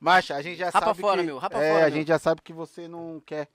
Macho, a gente já Rapa sabe fora, que... meu, rapa é, a fora, meu. gente já sabe que você não quer.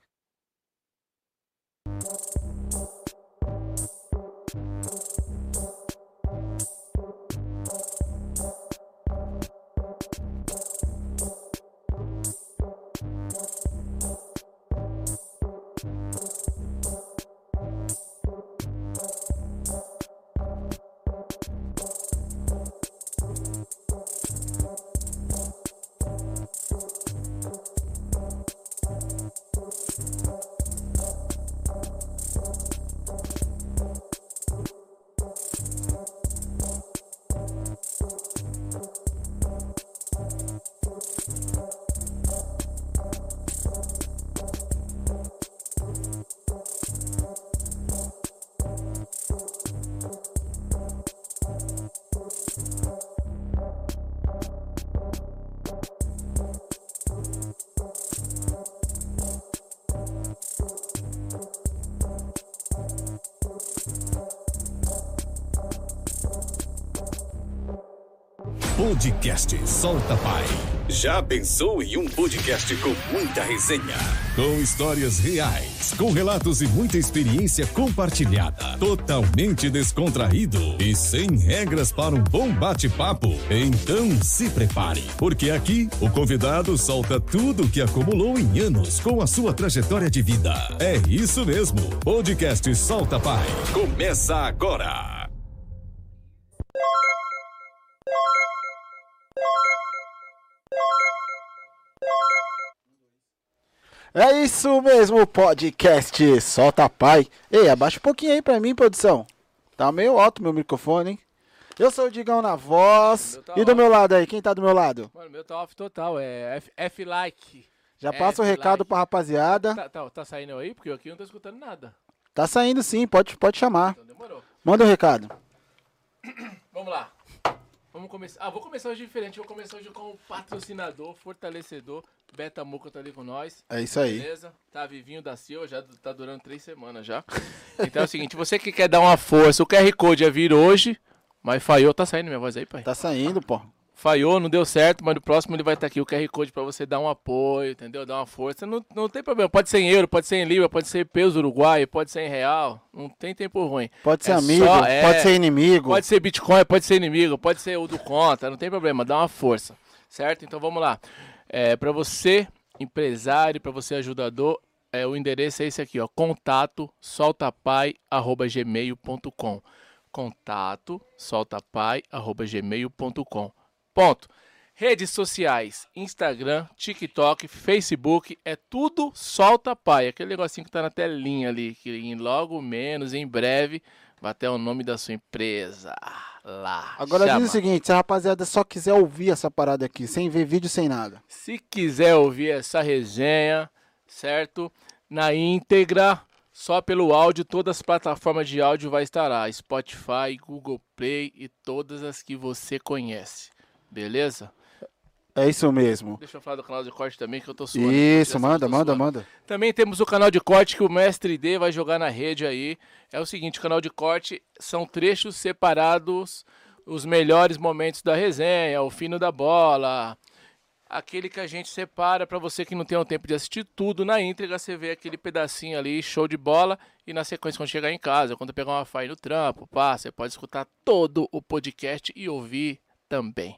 Podcast Solta Pai. Já pensou em um podcast com muita resenha? Com histórias reais, com relatos e muita experiência compartilhada. Totalmente descontraído e sem regras para um bom bate-papo. Então se prepare, porque aqui o convidado solta tudo que acumulou em anos com a sua trajetória de vida. É isso mesmo. Podcast Solta Pai. Começa agora! É isso mesmo, podcast Solta Pai. Ei, abaixa um pouquinho aí pra mim, produção. Tá meio alto meu microfone, hein? Eu sou o Digão na voz. meu tá e do alto. meu lado aí, quem tá do meu lado? Mano, meu tá off total, é F- F-like. Já É, passa o like. recado pra rapaziada. Tá, tá, tá saindo aí? Porque eu aqui não tô escutando nada. Tá saindo sim, pode, pode chamar. Então demorou. Manda o recado. Vamos lá. Vamos começar. Ah, vou começar hoje diferente. Vou começar hoje com o patrocinador, fortalecedor, Beta Muca tá ali com nós. É isso aí. Beleza? Tá vivinho da Silva, já du- tá durando três semanas já. Então é o seguinte, você que quer dar uma força, o QR Code ia vir hoje, mas falhou, tá saindo minha voz aí, pai? Tá saindo, pô. falhou, não deu certo, mas no próximo ele vai estar aqui o QR Code para você dar um apoio, entendeu? Dar uma força. Não, não tem problema, pode ser em euro, pode ser em libra, pode ser em peso uruguaio, pode ser em real, não tem tempo ruim. Pode ser É amigo, só- é, pode ser inimigo. Pode ser Bitcoin, pode ser inimigo, pode ser o do conta, não tem problema, dá uma força, certo? Então vamos lá. É, para você, empresário, para você ajudador, é, o endereço é esse aqui, ó, contato soltapai@gmail.com. Contato soltapai@gmail.com. Ponto. Redes sociais, Instagram, TikTok, Facebook, é tudo solta pai. Aquele negocinho que tá na telinha ali, que em logo menos, em breve, vai até o nome da sua empresa. Lá. Agora chama. diz o seguinte, se a rapaziada só quiser ouvir essa parada aqui, sem ver vídeo, sem nada. Se quiser ouvir essa resenha, certo? Na íntegra, só pelo áudio, todas as plataformas de áudio vai estar lá. Spotify, Google Play e todas as que você conhece. Beleza? É isso mesmo. Deixa eu falar do canal de corte também, que eu tô suando. Isso, né? Já manda, tô manda, suando. manda. Também temos o canal de corte que o Mestre D vai jogar na rede aí. É o seguinte, o canal de corte são trechos separados, os melhores momentos da resenha, o fino da bola, aquele que a gente separa para você que não tem o tempo de assistir tudo na íntegra, você vê aquele pedacinho ali, show de bola, e na sequência quando chegar em casa, quando pegar uma faia no trampo, pá, você pode escutar todo o podcast e ouvir também.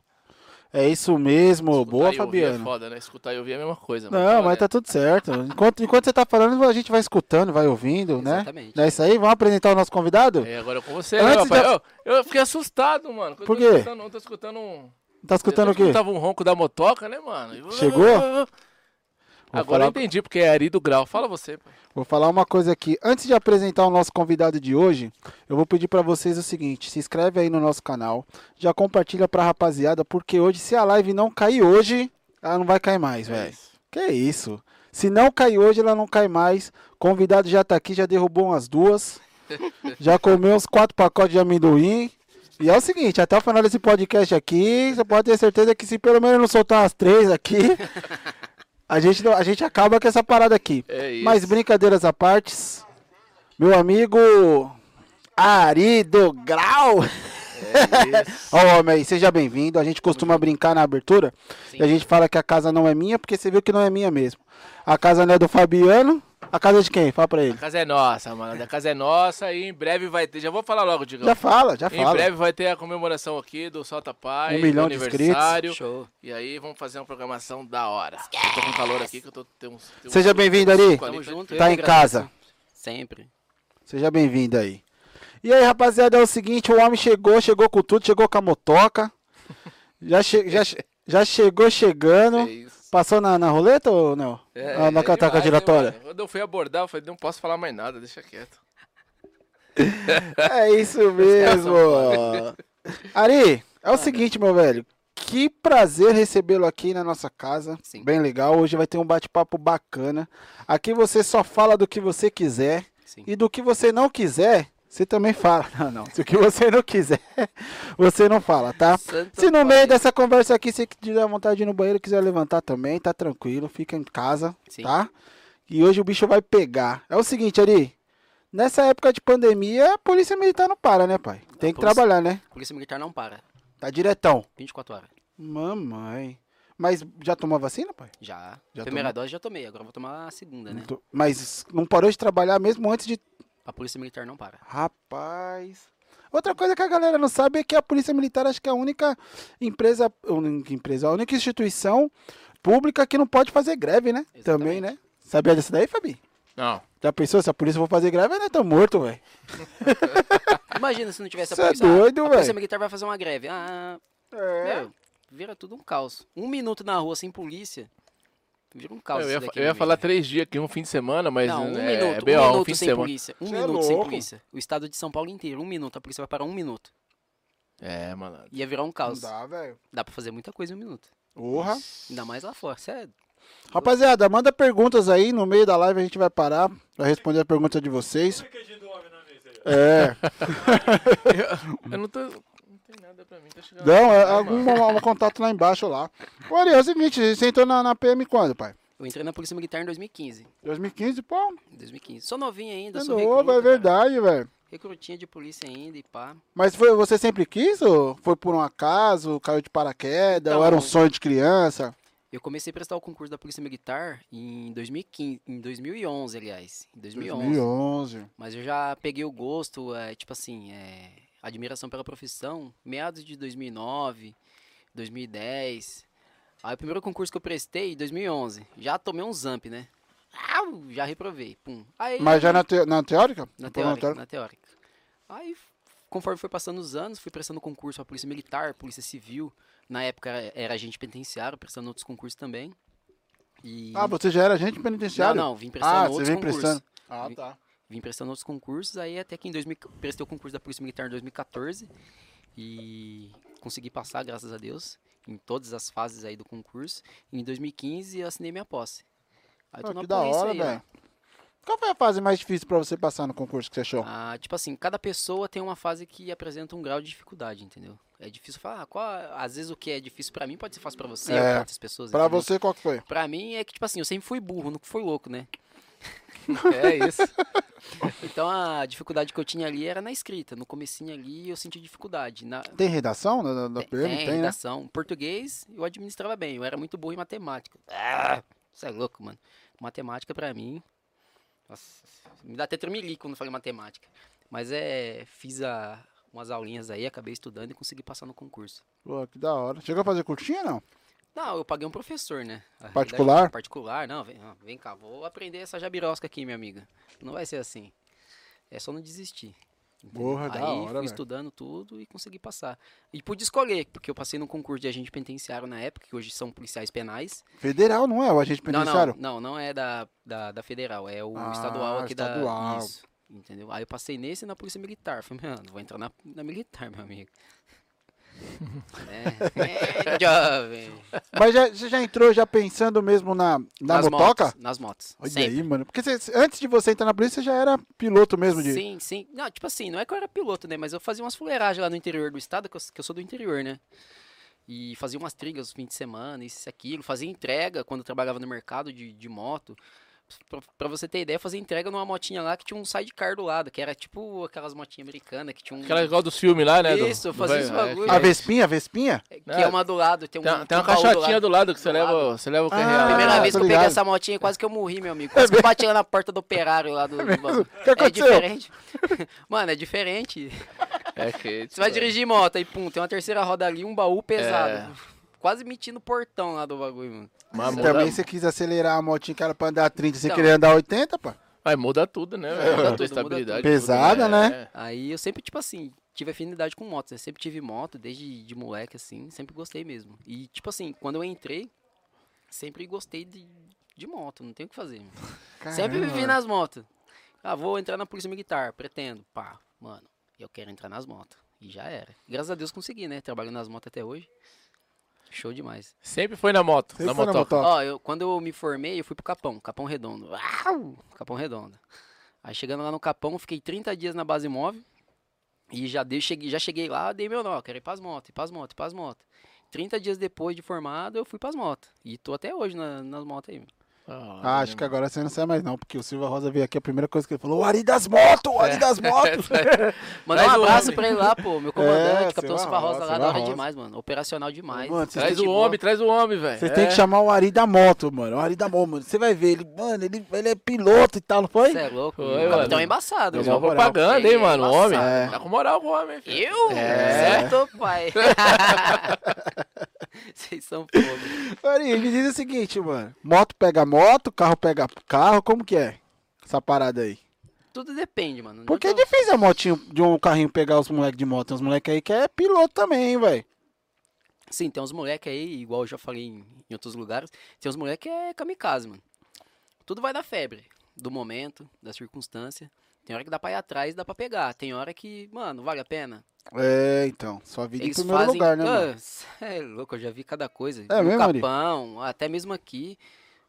É isso mesmo, Escutar boa, e ouvir É Fabiano. foda, né? Escutar e ouvir é a mesma coisa. mano. Não, Fala, mas né? tá tudo certo. Enquanto, enquanto você tá falando, a gente vai escutando, vai ouvindo, né? Exatamente. Não é isso aí? Vamos apresentar o nosso convidado? É, agora é com você, Antes né, rapaz? da- Eu, eu fiquei assustado, mano. quando Por eu tô quê? escutando- Eu tô escutando um. Tá escutando eu o quê? Tava um ronco da motoca, né, mano? Chegou? falar- Agora eu entendi, porque é Ari do Grau. Fala você, pai. Vou falar uma coisa aqui. Antes de apresentar o nosso convidado de hoje, eu vou pedir pra vocês o seguinte: se inscreve aí no nosso canal, já compartilha pra rapaziada, porque hoje, se a live não cair hoje, ela não vai cair É mais, velho. Que isso? Se não cair hoje, ela não cai mais. Convidado já tá aqui, já derrubou umas duas. já comeu uns quatro pacotes de amendoim. E é o seguinte, até o final desse podcast aqui, você pode ter certeza que se pelo menos não soltar umas três aqui, a gente, não- a gente acaba com essa parada aqui. É isso. Mas brincadeiras à parte, meu amigo Ari do Grau. É isso. Ó, o homem aí, seja bem-vindo. A gente costuma brincar na abertura e a gente fala que a casa não é minha porque você viu que não é minha mesmo. A casa não é do Fabiano. A casa é de quem? Fala pra ele. A casa é nossa, mano. A casa é nossa e em breve vai ter. Já vou falar logo, Digão. Já fala, já Em fala. breve vai ter a comemoração aqui do Solta Pai, Um milhão do de aniversário. inscritos. Show. E aí vamos fazer uma programação da hora. Eu tô com calor aqui que eu tô tem uns. tem uns- Seja bem-vindo, Ari. Tamo junto, Tá eu em que casa. Sempre. Seja bem-vindo aí. E aí, rapaziada, é o seguinte, o homem chegou, chegou com tudo, chegou com a motoca. Já, che- já, che- já chegou chegando. É isso. Passou na, na roleta ou não? É, na na é cataca demais, né, giratória? mano? Quando eu fui abordar, eu falei, não posso falar mais nada, deixa quieto. É isso mesmo. Ari, é o seguinte, meu velho. Que prazer recebê-lo aqui na nossa casa. Sim. Bem legal. Hoje vai ter um bate-papo bacana. Aqui você só fala do que você quiser. Sim. E do que você não quiser, você também fala. Não, não. Se o que você não quiser, você não fala, tá? Santo Se no pai. meio dessa conversa aqui você tiver vontade de ir no banheiro, quiser levantar também, tá tranquilo, fica em casa, Sim. tá? E hoje o bicho vai pegar. É o seguinte, Ari. Nessa época de pandemia, a polícia militar não para, né, pai? Tem que A polícia- trabalhar, né? Polícia Militar não para. Tá diretão. 24 horas. Mamãe. Mas já tomou a vacina, pai? Já. Já Primeira dose já tomei, agora vou tomar a segunda, né? Tô- Mas não parou de trabalhar mesmo antes de. A Polícia Militar não para. Rapaz. Outra coisa que a galera não sabe é que a Polícia Militar acho que é a única empresa, única empresa, a única instituição pública que não pode fazer greve, né? Também, Exatamente. né? Sabia disso daí, Fabi? Não. Já pensou? Se a polícia for fazer greve, nós estamos morto, velho. Imagina se não tivesse a Cê é polícia. Ah, doido, A Polícia velho. É. Militar vai fazer uma greve. Ah, meu, vira tudo um caos. Um minuto na rua sem polícia, vira um caos. eu isso ia, fa- daqui eu no ia meio. falar três dias aqui, um fim de semana, mas Não, um né, é, minuto, B.O., um um fim minuto de sem semana. polícia. Um Cê é minuto sem louco. polícia. O estado de São Paulo inteiro, um minuto. A polícia vai parar um minuto. É, mano. Ia virar um caos. Dá. velho. pra fazer muita coisa em um minuto. Porra. Ainda mais lá fora. Cê é Rapaziada, manda perguntas aí. No meio da live a gente vai parar pra responder a pergunta de vocês. É, Eu não tô. Não tem nada pra mim, tá chegando. não, é algum algum contato lá embaixo lá. Ô, Ari, é o seguinte, você entrou na, na PM quando, pai? Eu entrei na Polícia Militar em 2015. 2015, pô, Em 2015. Sou novinho ainda, é sou novo, é recruta, cara. verdade, velho. Recrutinha de polícia ainda e pá. Mas foi, você sempre quis ou foi por um acaso, caiu de paraquedas, ou era um Então- sonho de criança? Eu comecei a prestar o concurso da Polícia Militar em 2015, em 2011, aliás, em 2011. 2011. Mas eu já peguei o gosto, é, tipo assim, é, admiração pela profissão, meados de 2009, 2010. Aí o primeiro concurso que eu prestei, em 2011, já tomei um zamp, né? Au, já reprovei, pum. Aí, Mas já na, te- na teórica? na No programa teórica, na teórica. Aí, f- conforme foi passando os anos, fui prestando concurso pra Polícia Militar, Polícia Civil. Na época era, era agente penitenciário, prestando outros concursos também. E... Ah, você já era agente não, penitenciário? não, vim prestando Ah, você outros vem concursos. prestando. Ah, Vim- tá. Vim prestando outros concursos, aí até que em 2000, prestei o concurso da Polícia Militar em 2014 e consegui passar, graças a Deus, em todas as fases aí do concurso. Em 2015 eu assinei minha posse. Aí Pô, tô na Ah, que da polícia hora, aí, né? ó. velho. Qual foi a fase mais difícil pra você passar no concurso que você achou? Ah, tipo assim, cada pessoa tem uma fase que apresenta um grau de dificuldade, entendeu? É difícil falar, ah, qual, às vezes o que é difícil pra mim pode ser fácil pra você, É, ou pra outras pessoas. pra entendeu? você, qual que foi? Pra mim é que, tipo assim, eu sempre fui burro, nunca fui louco, né? É isso. Então a dificuldade que eu tinha ali era na escrita. No comecinho ali eu senti dificuldade. Na, Tem redação da, da- da PM? Tem, né? redação. Português eu administrava bem, eu era muito burro em matemática. Ah, você é louco, mano. Matemática pra mim. Nossa, me dá até tremelique quando eu falo em matemática. Mas é. Fiz a- umas aulinhas aí, acabei estudando e consegui passar no concurso. Pô, que da hora. Chegou a fazer curtinha, não? Não, eu paguei um professor, né? A realidade- Particular? Particular, não, vem, não, vem cá, vou aprender essa jabirosca aqui, minha amiga. Não vai ser assim. É só não desistir. entendeu? Porra, Aí da hora, fui velho. estudando tudo e consegui passar. E pude escolher, porque eu passei num concurso de agente penitenciário na época, que hoje são policiais penais. Federal, não é? O agente Não, penitenciário? Não, não, não é da, da, da federal, é o Ah, estadual aqui estadual. da. Isso, entendeu? Aí eu passei nesse e na polícia militar. Falei, mano, vou entrar na, na militar, meu amigo. é, é, jovem. Mas já- você já entrou já pensando mesmo na, na nas motoca? Motos, nas motos. Olha sempre. aí, mano. Porque você- antes de você entrar na polícia, você já era piloto mesmo de. Sim, sim. Não, tipo assim, não é que eu era piloto, né? Mas eu fazia umas fuleiragens lá no interior do estado, que eu, que eu sou do interior, né? E fazia umas trilhas no fim de semana, isso e aquilo. Fazia entrega quando eu trabalhava no mercado de, de moto. pra, pra você ter ideia, fazer entrega numa motinha lá que tinha um sidecar do lado, que era tipo aquelas motinhas americanas que tinha um. Aquela igual dos filmes lá, né? do- Isso, do fazer vai- esse vai- bagulho. A Vespinha, a Vespinha? Que é uma do lado, tem um. Tem, uma- tem uma um baú caixotinha lado. do lado que você Do leva, lado. você leva o Ah, carreal. Primeira Ah, vez que tô eu peguei ligado. É essa motinha, quase que eu morri, meu amigo. Quase que eu bati lá na porta do operário lá do. do bagulho. O que é aconteceu? diferente. Mano, é diferente. É que, Você vai dirigir moto e pum, tem uma terceira roda ali, um baú pesado. Quase metindo o portão lá do bagulho, mano. Mas muda, Também se você quis acelerar a motinha que era pra andar 30, você Então. queria andar 80, pá. mas muda tudo, né? muda Muda a tudo, muda tua estabilidade. tudo. Pesada, tudo, é. né? Aí eu sempre, tipo assim, tive afinidade com motos. Eu sempre tive moto, desde de moleque, assim, sempre gostei mesmo. E, tipo assim, quando eu entrei, sempre gostei de, de moto, não tem o que fazer. mano. Sempre Caramba. vivi nas motos. Ah, vou entrar na polícia militar, pretendo. Pá, mano, eu quero entrar nas motos. E já era. Graças a Deus consegui, né? Trabalho nas motos até hoje. Show demais. Sempre foi na moto, Sempre na foi na motoca. motoca. Ó, eu, quando eu me formei, eu fui pro Capão, Capão Redondo. Uau! Capão Redondo. Aí chegando lá no Capão, fiquei 30 dias na base móvel. E já, dei, cheguei, já cheguei lá, dei meu nó, quero ir pras motos, ir pras motos, ir pras motos. 30 dias depois de formado, eu fui pras motos. E tô até hoje na- nas motos aí. Ah, acho né, que agora você não sai mais não, porque o Silva Rosa veio aqui, a primeira coisa que ele falou, o Ari das Motos, o É. Ari das Motos. É, Mandar Traz um o abraço homem. pra ele lá, pô. Meu comandante, É, Silva Capitão Silva Rosa Rosa, lá, da Silva hora Rosa. demais, mano. Operacional demais. Mano, vocês Traz têm o que- um homem, traz o homem, É. velho. É. Vocês têm que chamar o Ari da moto, mano. O Ari da moto, mano. Você vai ver, ele, mano, ele, ele é piloto e tal, não foi? Você é louco. Oi, mano. o mano. capitão é embaçado. Fez Deu uma mano. moral. propaganda, É, hein, mano? O Embaçado, homem. mano. Tá com moral com o homem, filho. Eu? É. Certo, pai. Vocês são fogo. Ari, me diz o seguinte, mano. Moto pega moto, carro pega carro, como que é essa parada aí? Tudo depende, mano. Porque é Nunca- difícil a motinho de um carrinho pegar os moleques de moto. Tem uns moleques aí que é piloto também, hein, velho. Sim, tem uns moleque aí, igual eu já falei em, em outros lugares, tem uns moleque que é kamikaze, mano. Tudo vai da febre, do momento, da circunstância. Tem hora que dá pra ir atrás, dá pra pegar. Tem hora que, mano, vale a pena. É, então. Sua vida Eles em primeiro fazem. lugar, né, Ah, mano? é louco, eu já vi cada coisa. É no mesmo, Ari? Capão, até mesmo aqui.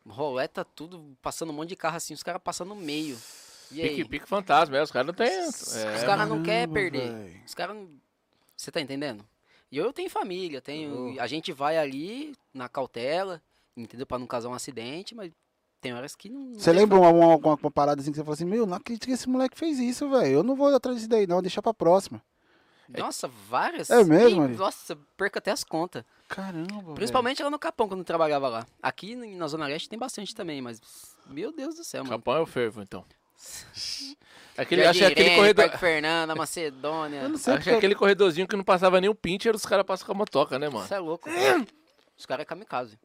Roleta tudo, passando um monte de carro assim, os caras passando no meio. E aí? Pique, pique fantasma, é. Os caras não têm. Os É, caras não querem perder. véi. Os caras não. Você tá entendendo? E eu tenho família, tenho. Uhum. A gente vai ali na cautela, entendeu? Pra não causar um acidente, mas tem horas que não. não Você tem lembra uma, uma, uma- uma parada assim que você falou assim, meu, não acredito que esse moleque fez isso, velho. Eu não vou atrás disso daí, não. Deixa pra próxima. como. Nossa, várias. É mesmo, Ih, Ari? Nossa, perco até as contas. Caramba, velho. Principalmente lá no Capão, quando eu trabalhava lá. Aqui em- na Zona Leste tem bastante também, mas. Meu Deus do céu, mano. Capão é o fervo, então. Aquele, Jardim acho que aquele Irene, corredor. Parque Fernanda, Macedônia. Eu não sei Acho que porque... aquele corredorzinho que não passava nem um pincher, os caras passam com a motoca, né, mano? Você é louco. cara. Os caras é kamikaze.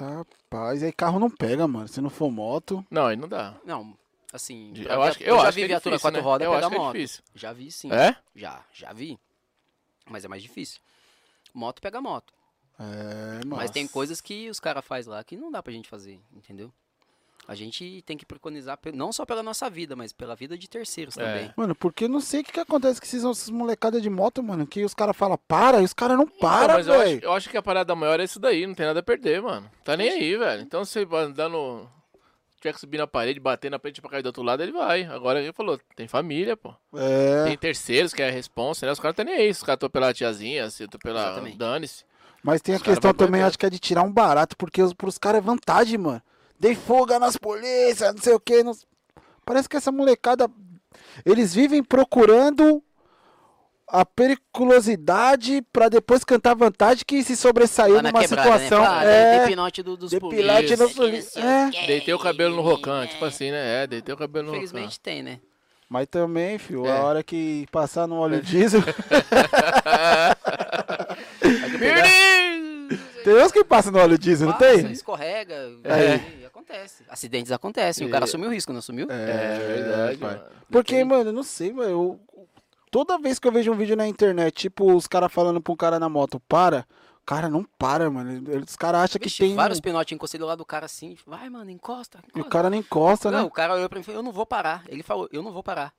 Rapaz, aí carro não pega, mano. Se não for moto... Não, aí não dá. Não, assim. Eu, já- acho que, eu eu já acho vi que é viatura difícil, quatro né? rodas eu pegar acho que é moto. difícil. Já vi sim. É? Já, já vi. Mas é mais difícil. Moto pega moto. É, mano. Mas tem coisas que os caras fazem lá que não dá pra gente fazer, entendeu? A gente tem que preconizar pe- não só pela nossa vida, mas pela vida de terceiros É. também. Mano, porque eu não sei o que, que acontece com esses, essas molecadas de moto, mano. Que os caras falam, para, e os caras não Então, param, mas eu acho, velho. eu acho que a parada maior é isso daí, não tem nada a perder, mano. Tá nem aí, velho. Então se ele andar no. Tiver que subir na parede, bater na frente pra cair do outro lado, ele vai. Agora ele falou, tem família, pô. É. Tem terceiros que é a responsa, né? Os caras tá nem aí. Se Os caras tô pela tiazinha, se eu tô pela. Exatamente. Dane-se. Mas tem a Os cara questão vai pra também, dentro. acho que é de tirar um barato, porque os, pros caras é vantagem, mano. Dei fuga nas polícias, não sei o que. Parece que essa molecada. Eles vivem procurando a periculosidade pra depois cantar vantagem que se sobressaiu Lá na numa quebrada, situação. né? Ah, é, de- Depinote do, dos depilar de polícia, novo. que não sei o É. quê. Deitei o cabelo no rocan, tipo assim, né? É, deitei o cabelo no rocan. Infelizmente tem, né? Mas também, filho, É. a hora que passar no É. óleo diesel. tem uns que passam no óleo diesel, não Passa, tem? Escorrega, É. e acontece. Acidentes acontecem, o cara assumiu o risco, não assumiu? É verdade, pai. mano. Porque, mano, eu não sei, mano. eu- Toda vez que eu vejo um vídeo na internet, tipo, os caras falando pra um cara na moto, para, o cara não para, mano. Ele- Os caras acham que Vixe, tem. vários pinotes encostei do lado do cara assim, vai, mano, encosta, E o encosta. cara não encosta, Não, né? o cara olhou pra mim e falou, eu não vou parar. Ele falou, eu não vou parar.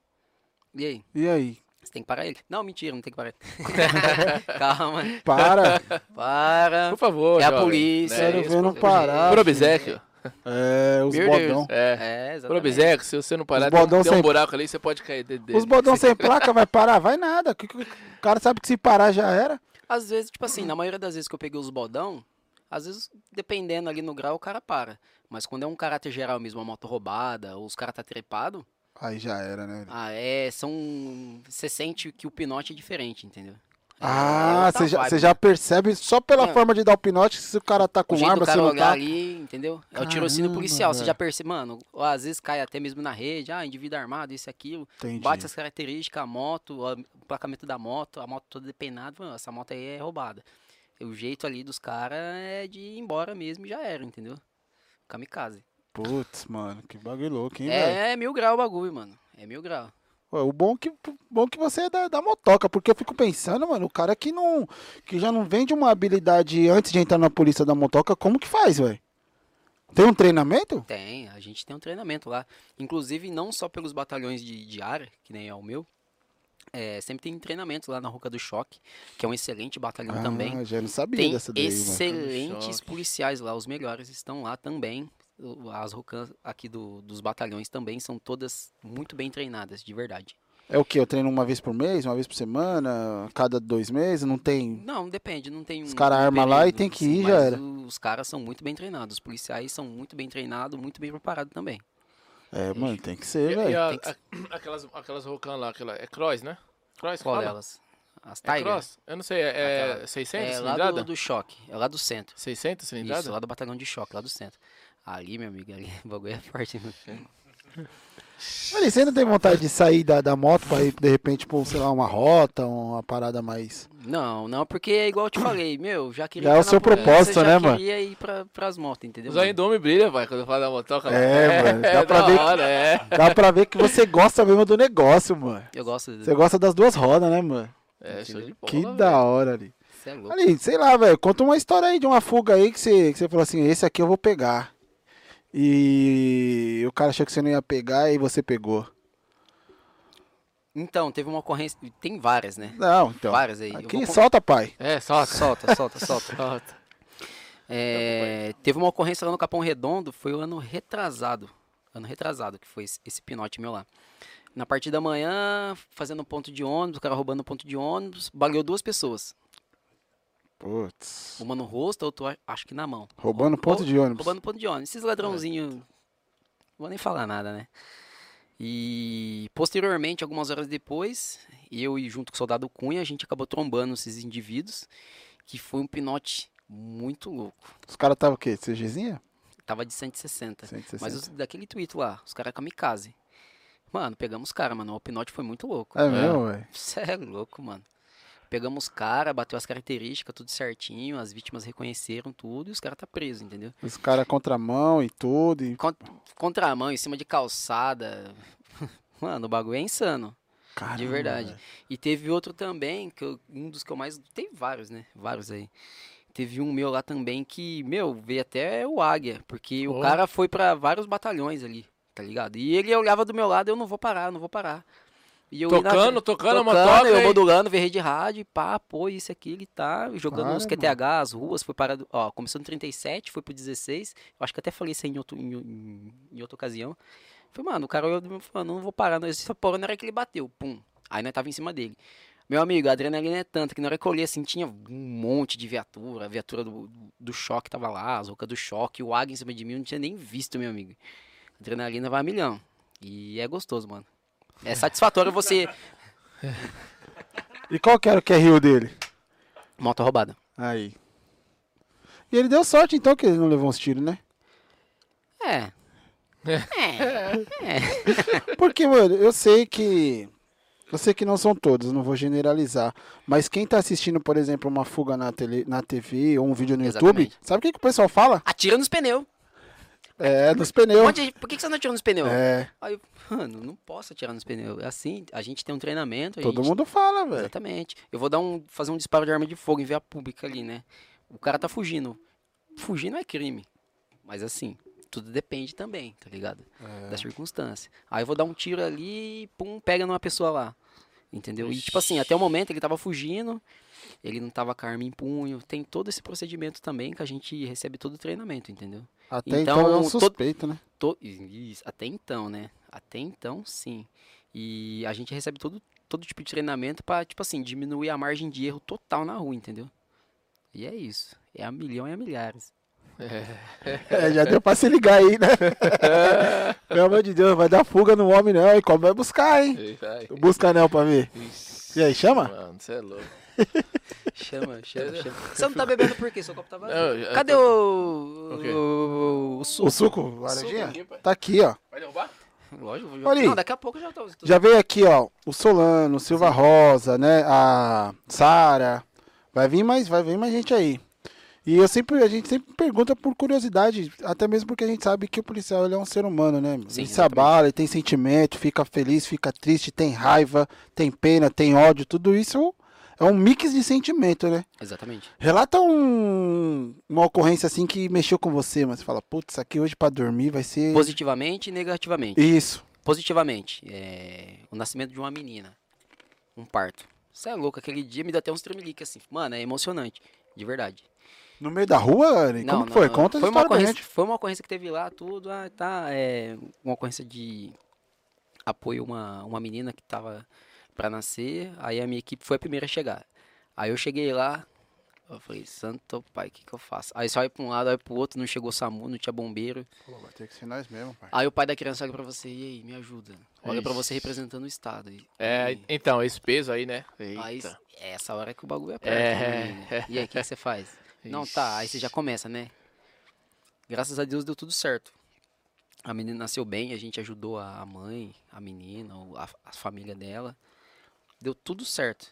E aí, E aí? você tem que parar ele? Não, mentira, não tem que parar ele. Calma, Para. para. Por favor, É a jovem, polícia, né? Quero Isso, ver não por- parar. Por obsequio. é, os Meu bodão. Deus. É. É, Por exatamente. obsequio, se você não parar, Os tem, um- bodão tem um sem- buraco ali, você pode cair dentro dele. Os bodão sem placa vai parar? Vai nada. que- que- O cara sabe que se parar já era. Às vezes, tipo assim, na maioria das vezes que eu peguei os bodão, Às vezes, dependendo ali no grau, o cara para. Mas quando é um caráter geral mesmo, uma moto roubada, ou os caras tá trepado, Aí já era, né? ah, é, são... Você sente que o pinote é diferente, entendeu? Ah, outra você já, vibe, você já percebe só pela Não. forma de dar o pinote se o cara tá Hum. O com jeito do arma, se cara não olhar tá. ali, entendeu? É o tirocínio Caramba, policial, você já velho. percebe, mano, ou às vezes cai até mesmo na rede, ah, indivíduo armado, isso e aquilo, Entendi. bate essas características, a moto, a- o placamento da moto, a moto toda depenada, mano, essa moto aí é roubada. E O jeito ali dos caras é de ir embora mesmo e já era, entendeu? Kamikaze. Putz, mano, que bagulho louco, hein, velho? É, mil grau o bagulho, mano. É mil grau. Ué, O bom que, bom que você é da, da motoca, porque eu fico pensando, mano, o cara que não que já não vende uma habilidade antes de entrar na polícia da motoca, como que faz, velho? Tem um treinamento? Tem, a gente tem um treinamento lá. Inclusive, não só pelos batalhões de, de área, que nem é o meu. é, sempre tem treinamento lá na Roca do Choque, que é um excelente batalhão também. Ah, já não sabia Tem dessa daí, velho. excelentes Tá Choque. policiais lá, os melhores estão lá também. O- As Rocans aqui do- dos batalhões também são todas muito bem treinadas, de verdade. É o que? Eu treino uma vez por mês, uma vez por semana, cada dois meses, não tem. Não, depende, não tem um. Os cara um arma lá e período, tem que assim, ir, já mas era. Os caras são muito bem treinados, os policiais são muito bem treinados, muito bem preparados também. É, mano, tem que ser, E, e velho. a- tem que a- aquelas, aquelas Rocan lá, aquela, é Cross, né? Cross, Qual fala? delas? As É Tiger? Cross? Eu não sei, é, é Aquela- 600 É lá cilindrada? do, do choque, é lá do centro. 600 cilindrada? Isso, lá do batalhão de choque, lá do centro. Ali, meu amigo, ali o bagulho é forte. Meu. filho. Olha, você não tem vontade de sair da, da moto pra ir, de repente, pô, sei lá, uma rota, uma parada mais. Não, não, porque é igual eu te falei, meu, já queria. Já é o entrar na seu polícia, propósito, já né, mano? queria ir pra, pras motos, entendeu? Os Aindomi brilha, vai, quando eu falo da motoca. É, vai. mano, dá é pra da ver que- Hora, é. Dá pra ver que você gosta mesmo do negócio, mano. Eu gosto. Você gosta das duas rodas, né, mano? é, show de bola. Que velho. da hora ali. Você é louco. Ali, sei lá, velho. Conta uma história aí de uma fuga aí que você, que você falou assim: esse aqui eu vou pegar. E o cara achou que você não ia pegar e você pegou. Então, teve uma ocorrência. Tem várias, né? Não, então. Várias aí. Eu vou Aqui con- solta, pai. É, solta. Solta, solta, solta. solta. É, teve uma ocorrência lá no Capão Redondo, foi o ano retrasado. Ano retrasado, que foi esse, esse pinote meu lá. Na parte da manhã, fazendo ponto de ônibus, o cara roubando ponto de ônibus, baleou duas pessoas. Putz. Uma no rosto, a outra acho que na mão. Roubando ponto de ônibus. Roubando ponto de ônibus. Esses ladrãozinhos. Não vou nem falar nada, né? E posteriormente, algumas horas depois, eu e junto com o soldado Cunha, a gente acabou trombando esses indivíduos, que foi um pinote muito louco. Os caras estavam o quê? CGzinha? Tava de 160. 160. É, Mas os- daquele tweet lá, os caras kamikaze. Mano, pegamos os caras, mano. O pinote foi muito louco. É mesmo, velho? Você é louco, mano. Pegamos os caras, bateu as características, tudo certinho, as vítimas reconheceram tudo e os caras tá preso, entendeu? Os caras contramão e tudo. E... Cont contramão, em cima de calçada. Mano, o bagulho é insano. Caramba, verdade. velho. E teve outro também, que eu- um dos que eu mais. Tem vários, né? Vários aí. Teve um meu lá também que, meu, veio até o Águia, porque Ô. o cara foi pra vários batalhões ali, tá ligado? E ele olhava do meu lado, eu não vou parar, não vou parar. E eu ia na- Tocando, tocando a motoca, Tocando, eu hein? modulando, verrei de rádio, e pá, pô, isso, aquilo e tá. Jogando Para, os QTH, as ruas, foi parado. Ó, começou no 37, foi pro 16. Eu acho que até falei isso aí em, outro, em, em- em outra ocasião. Falei, mano, o cara olhou e falou, não vou parar. Não. Essa porra na hora que ele bateu, pum. Aí nós tava em cima dele. Meu amigo, a adrenalina é tanta que na hora que eu olhei assim, tinha um monte de viatura. A viatura do, do choque tava lá, as roucas do choque, o águia em cima de mim, eu não tinha nem visto, meu amigo. A adrenalina vai a milhão. E é gostoso, mano. É satisfatório você. E qual que era o QRU dele? Moto roubada. Aí. E ele deu sorte, então, que ele não levou uns tiros, né? É. É. Porque, mano, eu sei que. Eu sei que não são todos, não vou generalizar. Mas quem tá assistindo, por exemplo, uma fuga na, tele, na TV ou um vídeo no YouTube, Exatamente. sabe o que, que o pessoal fala? Atira nos pneus. É, nos pneus. Onde, por que que você não atira nos pneus? É, Aí eu, mano, não posso atirar nos pneus. É Assim, a gente tem um treinamento. a É, todo gente- mundo fala, velho. Exatamente. Eu vou dar um, fazer um disparo de arma de fogo em via pública ali, né? O cara tá fugindo. Fugir não é crime. Mas assim, tudo depende também, tá ligado? Da circunstância. Aí eu vou dar um tiro ali e pum, pega numa pessoa lá. Entendeu? E tipo assim, até o momento ele tava fugindo, ele não tava com a arma em punho. Tem todo esse procedimento também que a gente recebe todo o treinamento, entendeu? Até então, é um Então, todo- suspeito, né? To- Isso, até então, né? Até então, sim. E a gente recebe todo, todo tipo de treinamento pra, tipo assim, diminuir a margem de erro total na rua, entendeu? E é isso. É a milhão e a milhares. É, já deu pra se ligar aí, né? É. Pelo amor de Deus, vai dar fuga no homem não, e como vai buscar, hein? Ei, vai. Busca não pra mim. Ixi, E aí, chama? Mano, você é louco. Chama, chama, chama. Você não tá bebendo por quê? Seu copo tá vazio. Não, eu- Cadê o. O quê? O, o O suco? suco, laranjinha? aqui, pai. Tá aqui, ó. Vai derrubar? Lógico, vou Olha aí. Não, daqui a pouco já tá. Já veio aqui, ó, o Solano, o Silva Rosa, né? A Sara. Vai vir mais, vai vir mais gente aí. E eu sempre, a gente sempre pergunta por curiosidade, até mesmo porque a gente sabe que o policial ele é um ser humano, né? meu? Sim, ele se exatamente. abala, ele tem sentimento, fica feliz, fica triste, tem raiva, tem pena, tem ódio, tudo isso é um mix de sentimento, né? Exatamente. Relata um- uma ocorrência assim que mexeu com você, mas você fala, putz, aqui hoje pra dormir vai ser. Positivamente e negativamente. Isso. Positivamente, é, o nascimento de uma menina. Um parto. Você é louco, aquele dia me deu até uns tremeliques assim. Mano, é emocionante. De verdade. No meio da rua, Anny? Como que foi? Conta essa foi uma história pra ocorrência, gente. Foi uma ocorrência que teve lá, tudo. Ah, tá. É, uma ocorrência de apoio a uma, uma menina que tava pra nascer. Aí a minha equipe foi a primeira a chegar. Aí eu cheguei lá, eu falei, santo pai, o que que eu faço? Aí só ia pra um lado, aí pro outro, não chegou SAMU, não tinha bombeiro. Pô, vai ter que ser nós mesmo, pai. Aí o pai da criança olha pra você, e aí, me ajuda. Olha pra você Ixi. representando o Estado. E- É, e- então, esse peso aí, né? Aí, Eita. é essa hora que o bagulho aperta. É. né? E aí, o que que você faz? Não, tá, aí você já começa, né? Graças a Deus deu tudo certo. A menina nasceu bem, a gente ajudou a a mãe, a menina, o- a, a família dela. Deu tudo certo.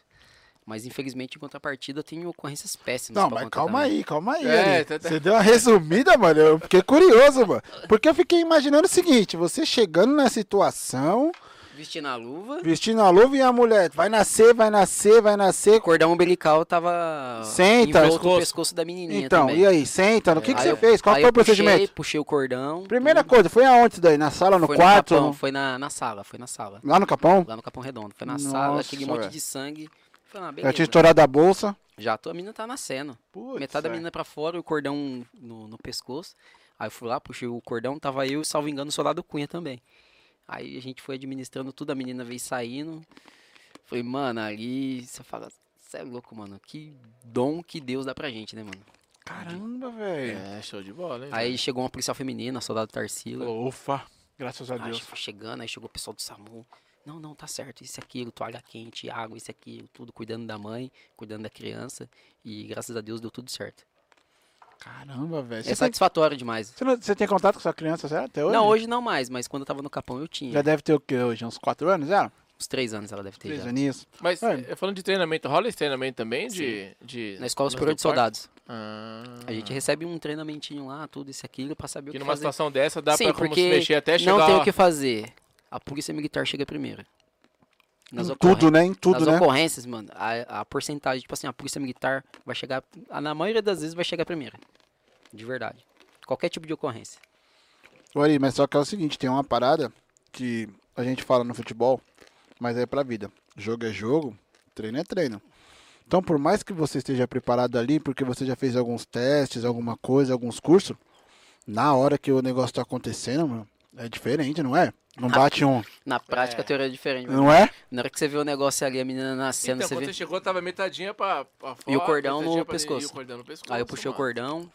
Mas infelizmente, em contrapartida, tem ocorrências péssimas. Não, pra mas contar calma tá também. aí, calma aí. É, Ari. tá- tá. Você deu uma resumida, mano. Eu fiquei curioso, mano. Porque eu fiquei imaginando o seguinte: você chegando na situação, Vestindo a luva, vestindo a luva e a mulher vai nascer, vai nascer, vai o nascer. cordão um umbilical tava Senta, envolto no pescoço. pescoço da menininha Então, também. É, e aí, senta, o que, que Aí você eu- fez? Qual aí foi eu o procedimento? Puxei, puxei o cordão. Primeira coisa, foi aonde isso daí? Na sala, no foi quarto? No capão, foi na, na sala, foi na sala. Lá no capão? Lá no Capão Redondo. Foi na Nossa, sala, aquele monte velho. de sangue. Foi uma Já tinha beleza. estourado a bolsa. Já tô, a menina tá nascendo. Putz, Metade da velho. menina pra fora, o cordão no, no pescoço. Aí eu fui lá, puxei o cordão, tava eu e, salvo engano, o soldado Cunha também. Aí a gente foi administrando tudo, a menina veio saindo. Falei, mano, ali você fala, você é louco, mano. Que dom que Deus dá pra gente, né, mano? Caramba, velho. É, show de bola, hein? Aí chegou uma policial feminina, soldado Tarsila. Ufa, graças a Aí foi chegando, aí chegou o pessoal do SAMU. Não, não, tá certo, isso e aquilo, toalha quente, água, isso e aquilo, tudo, cuidando da mãe, cuidando da criança. E graças a Deus deu tudo certo. Caramba, velho. É Você, tá- tem- satisfatório demais. você não- você tem contato com sua criança sério, até hoje? Não, hoje não mais, mas quando eu tava no Capão eu tinha. Já deve ter o quê hoje? Uns 4 anos já? Uns três anos ela deve ter 3 é. já. aninhos. Mas É. é, falando de treinamento, rola esse treinamento também de, de. Na escola mas superior no de parque? soldados. Ah, A gente recebe um treinamentinho lá, tudo isso e aquilo, pra saber que o que numa fazer. situação dessa dá Sim, pra como se porque mexer até chegar. não tem o que fazer. A polícia militar chega primeiro. Nas Em ocorrências. tudo, né? Em tudo, nas né? ocorrências, mano, a, a porcentagem, tipo assim, a polícia militar vai chegar, a- na maioria das vezes vai chegar primeiro. De verdade. Qualquer tipo de ocorrência. Ori, mas só que é o seguinte, tem uma parada que a gente fala no futebol, mas é pra vida. Jogo é jogo, treino é treino. Então, por mais que você esteja preparado ali, porque você já fez alguns testes, alguma coisa, alguns cursos, na hora que o negócio tá acontecendo, mano, é diferente, não é? Não bate um, Na prática, a teoria é diferente. mano. não é? Na hora que você vê o negócio ali, a menina Então, nascendo, quando né? você vê. você chegou, tava metadinha pra, pra fora. E o cordão metadinha no pra dentro, pescoço. E o cordão no pescoço. Aí eu puxei o mano. cordão,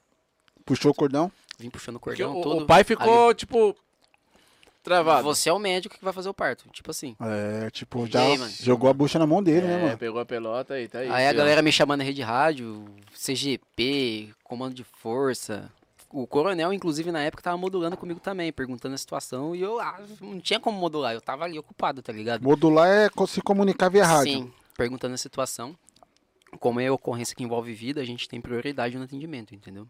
Puxou o cordão. vim puxando o Porque cordão o- todo. O pai ficou, tipo, travado. Você é o médico que vai fazer o parto. Tipo assim. É, tipo, já aí, mano? jogou a bucha na mão dele, né, É, mano? pegou a pelota e tá aí. Aí a filho. galera me chamando na rede rádio, CGP, comando de força. O coronel, inclusive, na época, tava modulando comigo também, perguntando a situação. E eu ah, não tinha como modular, eu tava ali ocupado, tá ligado? Modular é co- se comunicar via rádio. Sim, perguntando a situação. Como é a ocorrência que envolve vida, a gente tem prioridade no atendimento, entendeu?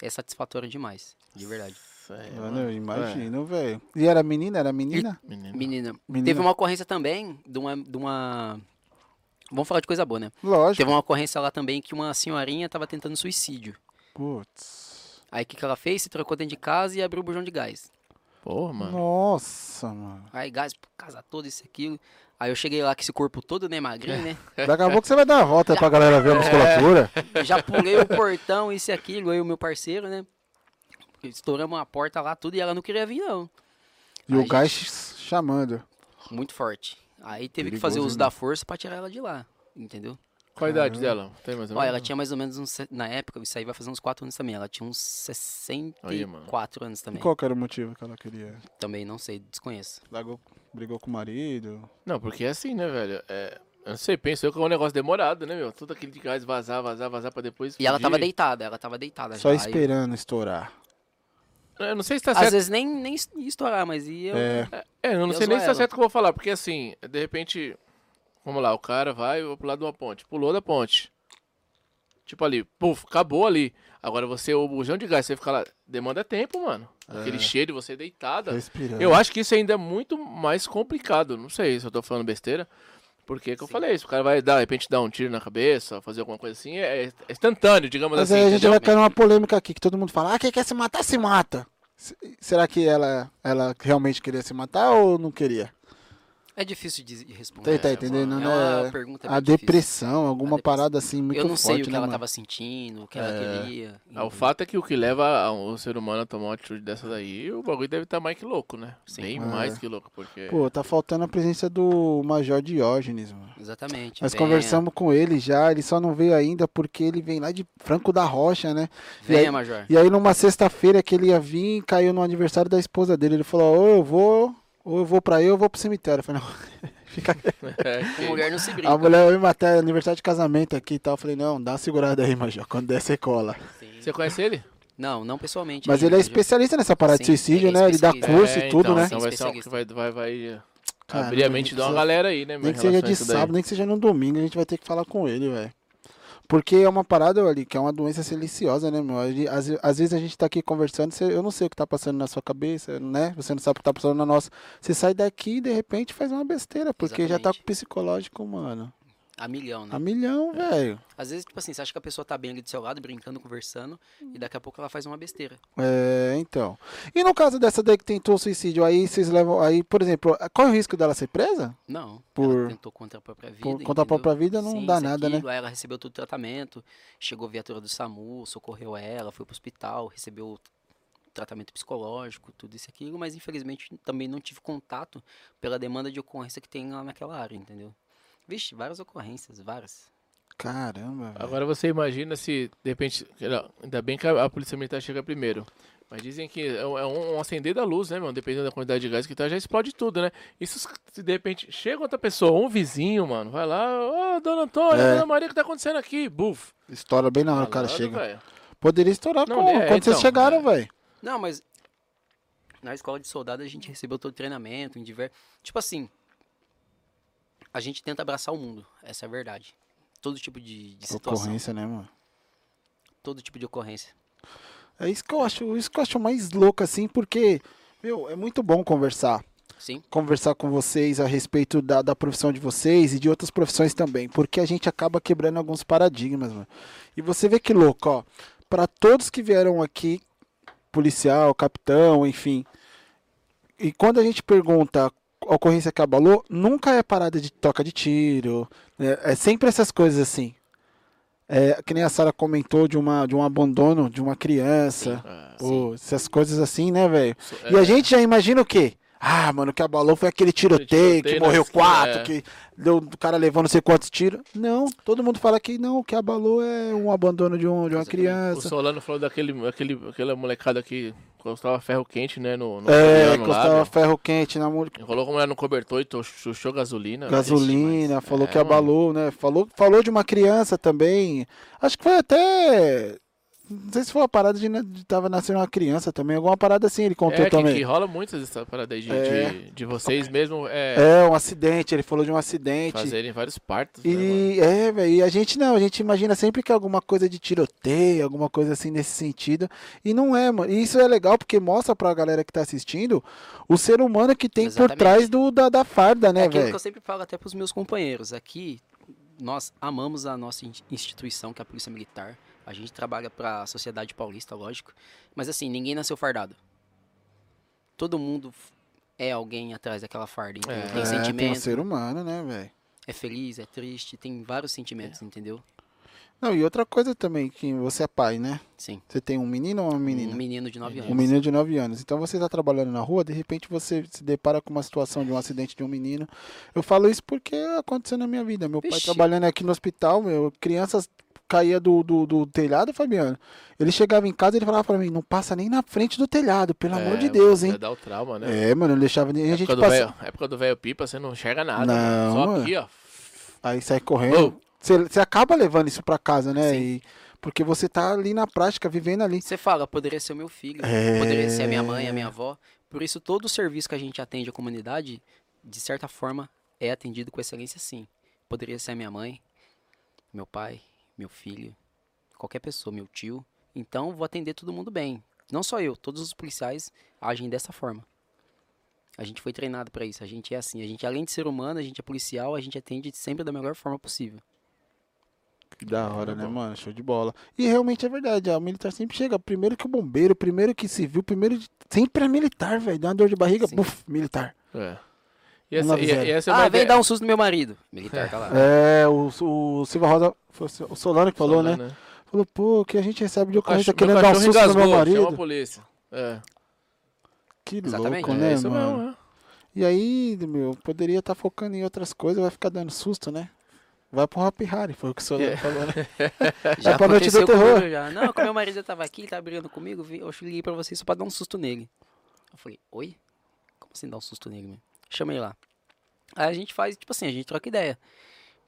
É satisfatório demais, de verdade. Isso aí, Mano, mano. eu imagino, velho. E era menina? Era menina? Menino. Menina, Menina. teve uma ocorrência também de uma, de uma. Vamos falar de coisa boa, né? Lógico. Teve uma ocorrência lá também que uma senhorinha tava tentando suicídio. Putz. Aí o que, que ela fez? Se trocou dentro de casa e abriu o bujão de gás. Porra, mano. Nossa, mano. Aí gás, por casa toda, isso e aquilo. Aí eu cheguei lá com esse corpo todo, né, magrinho, né? Daqui a pouco você vai dar a volta pra galera É. ver a musculatura. Já pulei o portão, isso e aquilo, aí o meu parceiro, né? Estouramos a porta lá, tudo, e ela não queria vir, não. E o gás ch- chamando. Muito forte. Aí teve que Perigoso, fazer uso né? hein, da força pra tirar ela de lá, entendeu? Qual a idade dela? Tem mais ou Olha, menos? ela tinha mais ou menos, uns, se- na época, isso aí vai fazer uns 4 anos também, ela tinha uns 64 anos E também. qual que era o motivo que ela queria? Também não sei, desconheço. Largou, brigou com o marido? Não, porque é assim, né, velho? É, eu não sei, penso eu que é um negócio demorado, né, meu? Tudo aquele de gás vazar, vazar, vazar pra depois. E ela explodir. tava deitada, ela tava deitada Só já. aí- esperando estourar. Eu não sei se tá certo. Às vezes nem, nem es- estourar, mas e eu. É, É, eu não Deus sei nem ou se tá ela. certo o que eu vou falar, porque assim, de repente, vamos lá, o cara vai eu vou pular de uma ponte, pulou da ponte. Tipo ali, puf, acabou ali. Agora você, o bujão de gás, você fica lá, demanda tempo, mano. Aquele cheiro de você deitada. É. respirando. Eu acho que isso ainda é muito mais complicado. Não sei se eu tô falando besteira. Porque é que eu falei isso, o cara vai dar, de repente dar um tiro na cabeça, fazer alguma coisa assim, é, é instantâneo, digamos Mas aí assim. a gente entendeu? vai cair numa polêmica aqui, que todo mundo fala, ah, quem quer se matar, se mata. Se- Será que ela, ela realmente queria se matar ou não queria? É difícil de de Tá, responder. tá é entendendo, uma, né? É uma pergunta bem a difícil. depressão, alguma A depressão. parada assim muito Eu não forte, sei o que né, ela tá mano? tava sentindo, o que ela queria. Ah, o fato é que o que leva a um ser humano a tomar uma atitude dessa daí, o bagulho deve estar mais que louco, né? Bem É. mais que louco, porque. Pô, tá faltando a presença do Major Diógenes, mano. Exatamente. Nós venha, conversamos com ele já, ele só não veio ainda porque ele vem lá de Franco da Rocha, né? E aí- Venha, Major. E aí numa sexta-feira que ele ia vir, caiu no aniversário da esposa dele. Ele falou, ou eu vou, ou eu vou pra aí, ou eu vou pro cemitério. Eu falei, não, fica é, Com que- mulher não se brinca. A mulher vai me matar, é aniversário de casamento aqui e tal. Eu falei, não, dá uma segurada aí, Major. Quando der, você cola. Sim. Você conhece ele? Não, não pessoalmente. Mas né, ele é Major? especialista nessa parada de Sim, suicídio, ele é né? Ele dá especialista. curso É, e tudo, então, né? Então vai ser algo que vai, vai, vai Cara, abrir a não mente de uma precisa- galera aí, né? meu, Nem em que seja relação a de isso daí. sábado, nem que seja no domingo, a gente vai ter que falar com ele, velho. Porque é uma parada ali que é uma doença silenciosa, né, meu? Ele- Às, às vezes a gente tá aqui conversando, você- eu não sei o que tá passando na sua cabeça, né? Você não sabe o que tá passando na nossa. Você sai daqui e de repente faz uma besteira, porque já tá Exatamente. com o psicológico, mano. A milhão, né? A milhão, velho. Às vezes, tipo assim, você acha que a pessoa tá bem ali do seu lado, brincando, conversando, e daqui a pouco ela faz uma besteira. É, então. E no caso dessa daí que tentou suicídio, aí vocês levam. Aí, por exemplo, qual é o risco dela ser presa? Não. Por- Ela tentou contra a própria vida. Por conta da entendeu? própria vida não Sim, dá isso, nada, né? aquilo, Aí ela recebeu todo o tratamento, chegou a viatura do SAMU, socorreu ela, foi pro hospital, recebeu tratamento psicológico, tudo isso e aquilo, mas infelizmente também não tive contato pela demanda de ocorrência que tem lá naquela área, entendeu? Vixe, várias ocorrências, várias. Caramba, velho. Agora você imagina se, de repente, era- ainda bem que a a polícia militar chega primeiro. Mas dizem que é um, é um acender da luz, né, mano? Dependendo da quantidade de gás que tá, já explode tudo, né? Isso se- se de repente chega outra pessoa, um vizinho, mano, vai lá, ô, dona Antônia, É. dona Maria, o que tá acontecendo aqui? Buf. Estoura bem na hora que o cara Falado, chega. velho. Poderia estourar Não, com- né? É, quando vocês então, chegaram, é. velho. Não, mas na escola de soldado a gente recebeu todo o treinamento, em diver... tipo assim, a gente tenta abraçar o mundo, essa é a verdade. Todo tipo de, de situação, Ocorrência, né, mano? todo tipo de ocorrência. É isso que eu acho, isso que eu acho mais louco, assim, porque, meu, é muito bom conversar. Sim. Conversar com vocês a respeito da, da profissão de vocês e de outras profissões também. Porque a gente acaba quebrando alguns paradigmas, mano. E você vê que louco, ó. Pra todos que vieram aqui, policial, capitão, enfim. E quando a gente pergunta a ocorrência que abalou, nunca é parada de toca de tiro. né? É, sempre essas coisas assim. É, que nem a Sara comentou de, uma, de um abandono de uma criança. Ah, ou essas coisas assim, né, velho? so- É. E a é, gente já imagina o quê? Ah, mano, o que abalou foi aquele tiroteio, tiroteio que na morreu esquina, quatro, é. que deu, o cara levou não sei quantos tiros. Não, todo mundo fala que não, o que abalou é um abandono de, um, de uma Exatamente. O criança. Solano falou daquele, aquele, aquela molecada que encostava ferro quente, né, no, no É, coreano lá, encostava meu. ferro quente na mão, Enrolou como era no cobertor e to- chuchou gasolina. velho. Gasolina, Mas- falou é, que mano. abalou, né? Falou, falou de uma criança também. Acho que foi até. Não sei se foi uma parada de, né, de tava nascendo uma criança também, alguma parada assim ele contou é, que- também. Que, rola muito essa parada aí de, É. de, de vocês mesmo é, É, um acidente, ele falou de um acidente. fazerem vários partos. né, mano? E é, velho, e a gente não, a gente imagina sempre que é alguma coisa de tiroteio, alguma coisa assim nesse sentido, e não é, mano. E isso é legal porque mostra pra galera que tá assistindo o ser humano que tem por Exatamente. trás do, da, da farda, É né, aquilo que velho? eu sempre falo até pros meus companheiros. Aqui, nós amamos a nossa in- instituição, que é a Polícia Militar. A gente trabalha para a sociedade paulista, lógico. Mas assim, ninguém nasceu fardado. Todo mundo f- é alguém atrás daquela farda, entendeu? É. Tem É, sentimento, tem um ser humano, né, velho? é feliz, é triste, tem vários sentimentos, entendeu? Não, e outra coisa também, que você é pai, né? Sim. Você tem um menino ou uma menina? Um menino de 9 anos. Um menino de 9 anos. Então você está trabalhando na rua, de repente você se depara com uma situação de um acidente de um menino. Eu falo isso porque aconteceu na minha vida. Meu pai Vixe. trabalhando aqui no hospital, meu, crianças caía do, do, do telhado, Fabiano. Ele chegava em casa e ele falava pra mim, não passa nem na frente do telhado, pelo amor É, de Deus, hein? Dá É, o trauma, né? É, mano, ele deixava nem a gente época, do passa- velho, época do velho pipa, você não enxerga nada. Não, é. né? mano. Só aqui, ó. Aí sai correndo. Você você acaba levando isso pra casa, né? Sim. E- porque você tá ali na prática, vivendo ali. Você fala, poderia ser o meu filho, É. poderia ser a minha mãe, a minha avó. Por isso, todo o serviço que a gente atende à comunidade, de certa forma, é atendido com excelência sim. Poderia ser a minha mãe, meu pai, meu filho, qualquer pessoa, meu tio. Então, vou atender todo mundo bem. Não só eu, todos os policiais agem dessa forma. A gente foi treinado pra isso, a gente é assim. A gente, além de ser humano, a gente é policial, a gente atende sempre da melhor forma possível. Que da hora, né, mano? Show de bola. E realmente é verdade, a militar sempre chega primeiro que o bombeiro, primeiro que civil, primeiro de... sempre é militar, velho. Dá uma dor de barriga, Sim. buf, militar. É. E essa, e, 190. e essa é uma Ah, vem ideia. dar um susto no meu marido. Militar, tá lá. Ah. É, o, o Silva Rosa, foi o Sil- o Solano que falou, né? Solano, Falou, pô, que a gente recebe de Meu ocorrência cachorro- querendo meu dar um cachorro susto no meu engasgou, Chama a marido. polícia. É. Que Exatamente. louco, É, né, isso mano? mesmo, é. E aí, meu, poderia estar focando em outras coisas, vai ficar dando susto, né? Vai pro Happy Harry, foi o que o É. Solano falou, né? Já É pra noite do aconteceu terror. comigo já. Não, quando meu marido já tava aqui, ele tava brigando comigo, vi- eu liguei pra vocês só pra dar um susto nele. Eu falei, oi? Como assim dar um susto nele, meu? Chamei lá. Aí a gente faz, tipo assim, a gente troca ideia.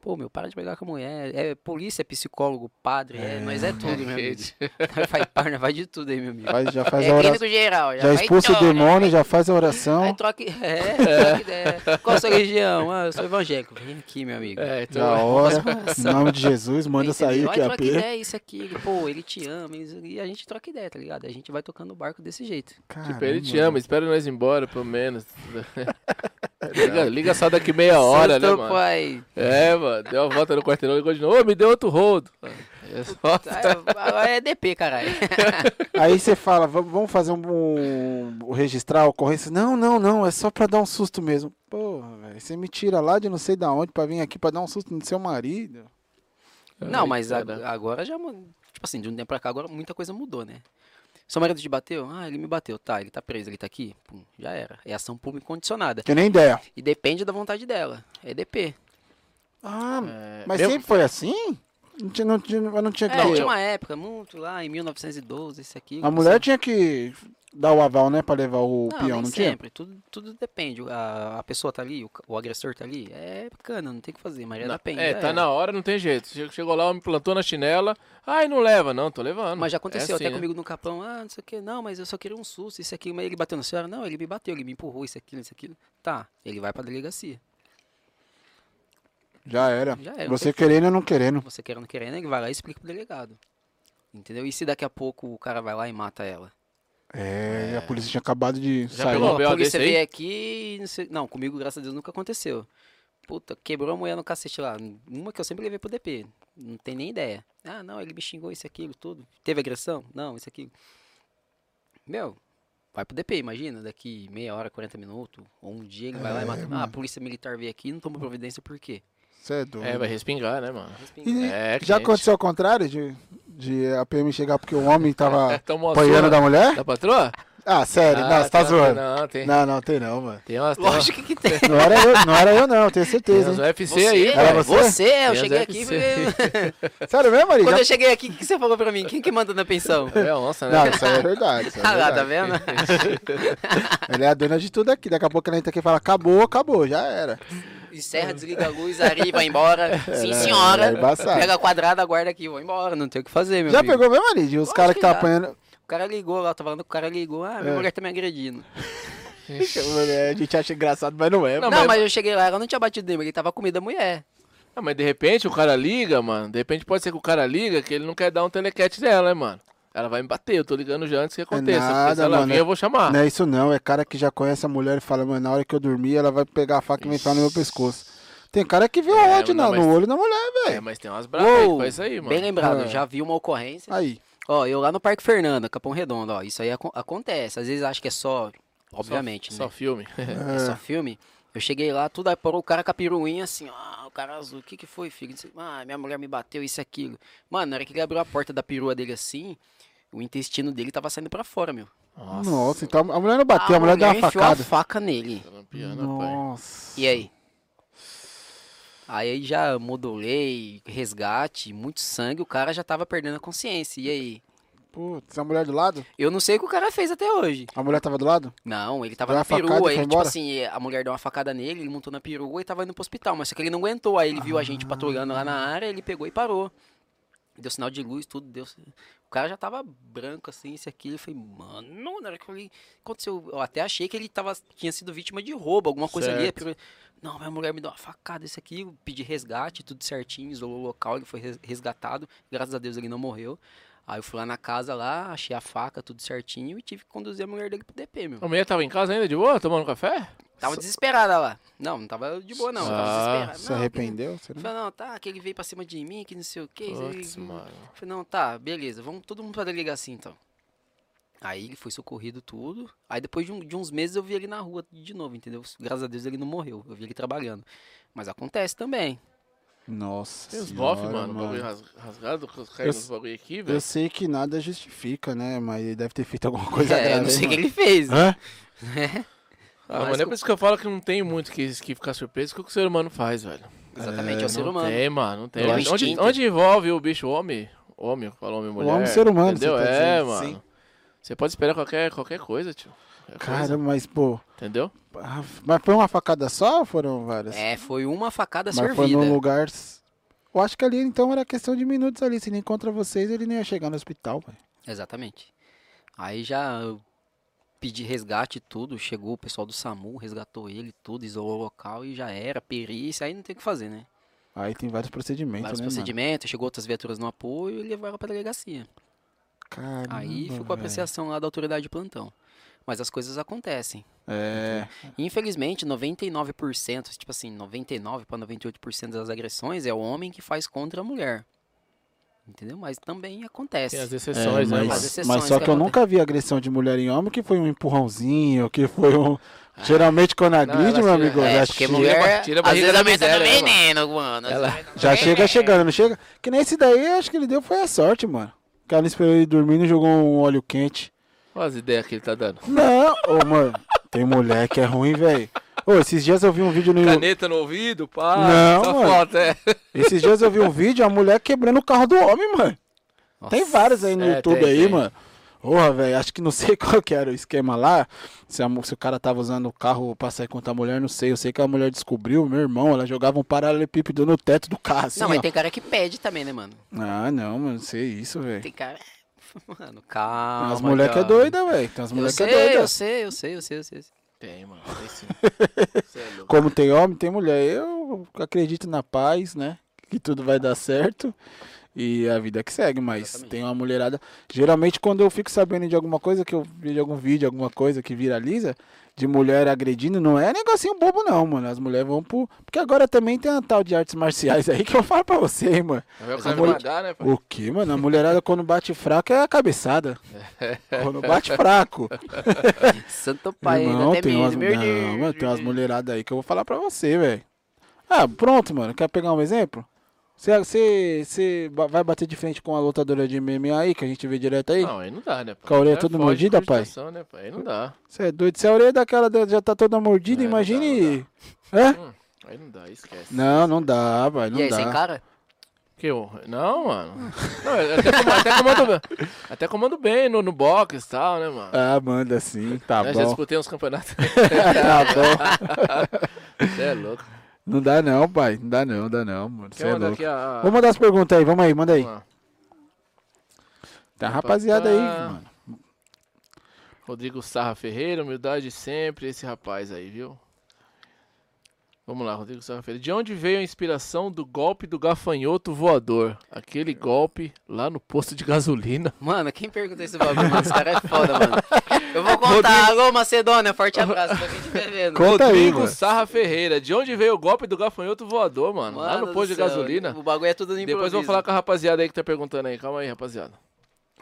Pô, meu, para de brigar com a mulher. É polícia, é psicólogo, padre, é, nós é tudo, meu amigo. Gente. Nós faz parna, vai de tudo aí, meu amigo. Faz- já faz é a oração. clínico geral. Já, Já vai expulsa o tudo, então, né? demônio, já faz a Aí oração. troca, é, troca ideia. Qual a sua religião? Ah, eu sou evangélico. Vem aqui, meu amigo. É, então, Da hora. Em Nossa. nome de Jesus, manda sair Entendeu? que Aí é troca AP. ideia, isso aqui, né? ele, pô, ele te ama, isso- e a gente troca ideia, tá ligado? A gente vai tocando o barco desse jeito. Tipo, ele te Caramba. ama, espera nós ir embora, pelo menos. liga, liga só daqui meia hora, né, Santo mano? pai. É, mano, deu uma volta no quarteirão e ligou de novo. Ô, me deu outro rodo. É só... Ah, É, é DP, caralho. Aí você fala, "Vam- vamos fazer um, um- registrar a ocorrência. Não, não, não, é só pra dar um susto mesmo. Porra, velho, você me tira lá de não sei da onde pra vir aqui pra dar um susto no seu marido. é Não, mas a- Cara. agora já. mu- Tipo assim, de um tempo pra cá, agora muita coisa mudou, né? Seu marido te bateu? Ah, ele me bateu. Tá, ele tá preso, ele tá aqui? Pum, já era. É ação pública condicionada. Que nem ideia. E depende da vontade dela. É DP. Ah, É, mas meu- sempre foi assim? Não tinha, não tinha, mas não tinha que. É, Não, tinha eu- uma época, muito lá, em 1912, isso aqui. A mulher tinha que dar o aval, né, pra levar o Não, peão, nem não tinha? sempre. Tudo, tudo depende. A, a pessoa tá ali, o, ca- o agressor tá ali. É bacana, não tem o que fazer. Maria da Penha. É, já tá era. na hora, não tem jeito. Che- Chegou lá, me plantou na chinela. Ai, não leva, não, tô levando. Mas já aconteceu É até assim, né? comigo no capão. Ah, não sei o que. Não, mas eu só queria um susto, isso aqui. Mas ele bateu na senhora. Não, ele me bateu, ele me empurrou, isso aquilo, isso aquilo. Tá, ele vai pra delegacia. Já era. Já era, não Você querendo ou não querendo. Você querendo, querendo, né, ele vai lá e explica pro delegado. Entendeu? E se daqui a pouco o cara vai lá e mata ela? É, e a polícia tinha acabado de Já sair. pegou? Pô, um BO a polícia desse aí? veio aqui e não sei... Não, comigo, graças a Deus, nunca aconteceu. Puta, quebrou a mulher no cacete lá. Uma que eu sempre levei pro DP. Não tem nem ideia. Ah, não, ele me xingou isso, aquilo, tudo. Teve agressão? Não, isso, aquilo. Meu, vai pro DP, imagina. Daqui meia hora, 40 minutos, ou um dia ele vai lá e mata. Ah, a polícia militar veio aqui e não tomou providência por quê? Você é doido. É, vai respingar, né, mano? E É, já quente. aconteceu ao contrário de, de a PM chegar porque o homem tava Tomou a apanhando surra da mulher? Da patroa? Ah, sério, Ah, não, você tá não, zoando. Não, tem. Não, não, tem não, mano. Tem umas, tem umas- Lógico que tem. Não era eu, não, era eu, não tenho tem certeza. umas Hein? UFC aí, Era velho. você? você, eu Tem as cheguei aqui e UFC. Sério mesmo, Maria? Quando eu cheguei aqui, o que que você falou pra mim? Quem que manda na pensão? É onça, né? Não, isso aí é verdade. Isso aí é Ah lá, verdade. tá vendo? Ela é a dona de tudo aqui. Daqui a pouco ela entra aqui e fala: acabou, acabou, já era. Encerra, desliga a luz, Ari, vai embora. Sim, Era- senhora. era É, né? embaçado. Pega a quadrada, aguarda aqui, vou embora. Não tem o que fazer, meu Já amigo. pegou mesmo, Maria? Os Lógico caras que que tá já. apanhando. O cara ligou lá, eu tava falando com o cara ligou. Ah, minha É. mulher tá me agredindo. A gente acha engraçado, mas não é. Não, Não, mas- mas... eu cheguei lá, ela não tinha batido nele, ele tava com medo da mulher. Ah, mas de repente o cara liga, mano. De repente pode ser que o cara liga que ele não quer dar um telecat dela, né, mano? Ela vai me bater, eu tô ligando já antes que aconteça. porque se nada, ela mano, vir, é- eu vou chamar. Não é isso não, é cara que já conhece a mulher e fala, mano, na hora que eu dormir, ela vai pegar a faca e vai entrar no meu pescoço. Tem cara que vê o É, ódio não, na- mas- no olho da mulher, É, velho. mas tem umas bravas aí que Uou, faz isso aí, mano. Bem lembrado, Ah. já vi uma ocorrência. Aí. Ó, eu lá no Parque Fernando, Capão Redondo, ó, isso aí aco- acontece. Às vezes acho que é só, Só- obviamente, Só né? filme. É só filme. Eu cheguei lá, tudo aí parou o cara com a piruinha assim, ah, o cara azul, o que que foi, filho? Disse, Ah, minha mulher me bateu, isso e aquilo. Mano, na hora que ele abriu a porta da perua dele assim, o intestino dele tava saindo pra fora, meu. Nossa, então a mulher não bateu, a, mulher deu uma Ah, enfiou facada. a faca nele. Trampiana, pai. Nossa. E aí? Aí já modulei, resgate, muito sangue, o cara já tava perdendo a consciência. E aí? Putz, a mulher do lado? Eu não sei o que o cara fez até hoje. A mulher tava do lado? Não, ele tava Deu na uma facada e perua, ele, foi tipo embora? assim, a mulher deu uma facada nele, ele montou na perua e tava indo pro hospital, mas só que ele não aguentou, aí ele viu a gente patrulhando lá na área, ele pegou e parou. Deu sinal de luz, tudo, deu... O cara já tava branco, assim, isso aqui, eu falei, mano, na hora que eu li, aconteceu, eu até achei que ele tava, tinha sido vítima de roubo, alguma coisa ali, a Certo. perua- não, minha mulher me deu uma facada, isso aqui, eu pedi resgate, tudo certinho, isolou o local, ele foi res- resgatado, graças a Deus ele não morreu. Aí eu fui lá na casa lá, achei a faca, tudo certinho, e tive que conduzir a mulher dele pro DP, meu. A mulher tava em casa ainda de boa, tomando café? Tava desesperada lá. Não, não tava de boa, não. Tava Ah, desesperada. Se Não, arrependeu? né? que- Falei, não, tá, que ele veio pra cima de mim, que não sei o que. Putz, mano. Falei, não, tá, beleza, vamos todo mundo pra delegacia então. Aí ele foi socorrido tudo. Aí depois de, um- de uns meses eu vi ele na rua de novo, entendeu? Graças a Deus ele não morreu. Eu vi ele trabalhando. Mas acontece também. Nossa. Tem uns senhora, bofe, mano. O bagulho ras- rasgado, caiu Eu- uns bagulho aqui, velho. Eu sei que nada justifica, né? Mas ele deve ter feito alguma coisa é, eu grave. né? não sei o que hein, ele fez. mano. Hã? Ah, Mas mas é com- por isso que eu falo que não tem muito que, que ficar surpreso com o que o ser humano faz, velho. Exatamente, é o ser não humano. tem, mano, não tem. É o Onde- Onde, instinto. onde envolve o bicho homem, homem, falou homem mulher. homem ser humano, entendeu? você tá é, dizendo, mano. sim. Você pode esperar qualquer, qualquer coisa, tio. Qualquer coisa, Caramba, mas, pô. entendeu? ah, Mas foi uma facada só ou foram várias? É, foi uma facada mas foi servida. num lugar. s- Eu acho que ali então era questão de minutos ali. Se ele encontra vocês, ele nem ia chegar no hospital, velho. Exatamente. Aí já eu pedi resgate e tudo, chegou o pessoal do SAMU, resgatou ele, tudo, isolou o local e já era, perícia, aí não tem o que fazer, né? Aí tem vários procedimentos, Vários né? procedimentos, chegou outras viaturas no apoio e levaram pra delegacia. Mano? Caramba, Aí ficou É a velho. apreciação lá da autoridade de plantão. Mas as coisas acontecem. É. Infelizmente, 99%, tipo assim, 99 para 98% das agressões é o homem que faz contra a mulher. Entendeu? Mas também acontece. Tem as É, exceções, né, mas, mano? As exceções mas só que que eu acontecem. nunca vi agressão de mulher em homem que foi um empurrãozinho, que foi um. Geralmente quando agride, ela meu tira- amigo, é, já, porque che- mulher, tira a às barriga vezes da aumenta no miséria, né, veneno, mano. Às Ela- vezes aumenta no já chega veneno. chegando, não chega. Que nem esse daí, acho que ele deu foi a sorte, mano. O cara não esperou ele dormindo e jogou um óleo quente. Olha as ideias que ele tá dando. Não, ô mano, tem mulher que é ruim, velho. Ô, esses dias eu vi um vídeo no Caneta no ouvido, pá. Não, só mano. foto, é. Esses dias eu vi um vídeo, a mulher quebrando o carro do homem, mano. Nossa. Tem vários aí no É, YouTube tem, aí, tem. mano. Porra, velho, acho que não sei qual que era o esquema lá. Se, a mu- se o cara tava usando o carro pra sair contra a mulher, não sei. Eu sei que a mulher descobriu, meu irmão, ela jogava um paralelepípedo no teto do carro, assim, Não, ó. mas tem cara que pede também, né, mano? Ah, não, mano, sei isso, velho. Tem cara. Mano, Tem calma. umas mulher que é cara. doida, velho. Tem umas Eu mulher que é sei, eu doida. sei, eu sei, eu sei, eu sei. Tem, mano. Tem sim. Cê é louco. Como tem homem, tem mulher. Eu acredito na paz, né? Que tudo vai dar certo. E a vida que segue, mas tem uma mulherada. Geralmente, quando eu fico sabendo de alguma coisa, que eu vejo algum vídeo, alguma coisa que viraliza, de mulher agredindo, não é negocinho bobo, não, mano. As mulheres vão pro. Porque agora também tem uma tal de artes marciais aí que eu falo pra você, hein, mano. Vai o Essa cara mulher- pagar, né, pai? O que, mano? A mulherada quando bate fraco é a cabeçada. Quando bate fraco. Santo Pai, Irmão, ainda até tem umas, mesmo, meu não, Deus. mano, tem umas mulheradas aí que eu vou falar pra você, velho. Ah, pronto, mano. Quer pegar um exemplo? Você- Você você ba- vai bater de frente com a lutadora de MMA aí, que a gente vê direto aí? Não, aí não dá, né, pai? Com a orelha É toda foge de mordida, pai? cogitação, né, pai? Aí não dá. Você é doido. Se a orelha daquela da- já tá toda mordida, É, não imagine... Hã? Aí não dá, esquece. Não, não dá, vai, não E aí, dá. sem cara? Que eu... Não, mano. Não, eu até, comando, até, comando, até comando bem no, no box e tal, né, mano? Ah, manda sim, tá Né, Já bom. disputei uns campeonatos. tá bom. Você é louco. Não dá não, pai. Não dá não, não dá não, mano. Você Quer é mandar louco. aqui a... Vamos mandar as perguntas aí, vamos aí, manda aí. Vamos lá. Tá rapaziada aí, mano. Rodrigo Sarra Ferreira, humildade sempre, esse rapaz aí, viu? Vamos lá, Rodrigo Sarra Ferreira. De onde veio a inspiração do golpe do gafanhoto voador? Aquele golpe lá no posto de gasolina. Mano, quem pergunta esse bagulho, mano? Esse cara é foda, mano. Eu vou contar. Alô, Macedônia, forte abraço pra quem estiver vendo. Conta aí, Rodrigo mano. Sarra Ferreira, de onde veio o golpe do gafanhoto voador, mano? lá Mano no do posto de céu, gasolina. O bagulho é tudo no Depois eu vou improviso. falar com a rapaziada aí que tá perguntando aí. Calma aí, rapaziada.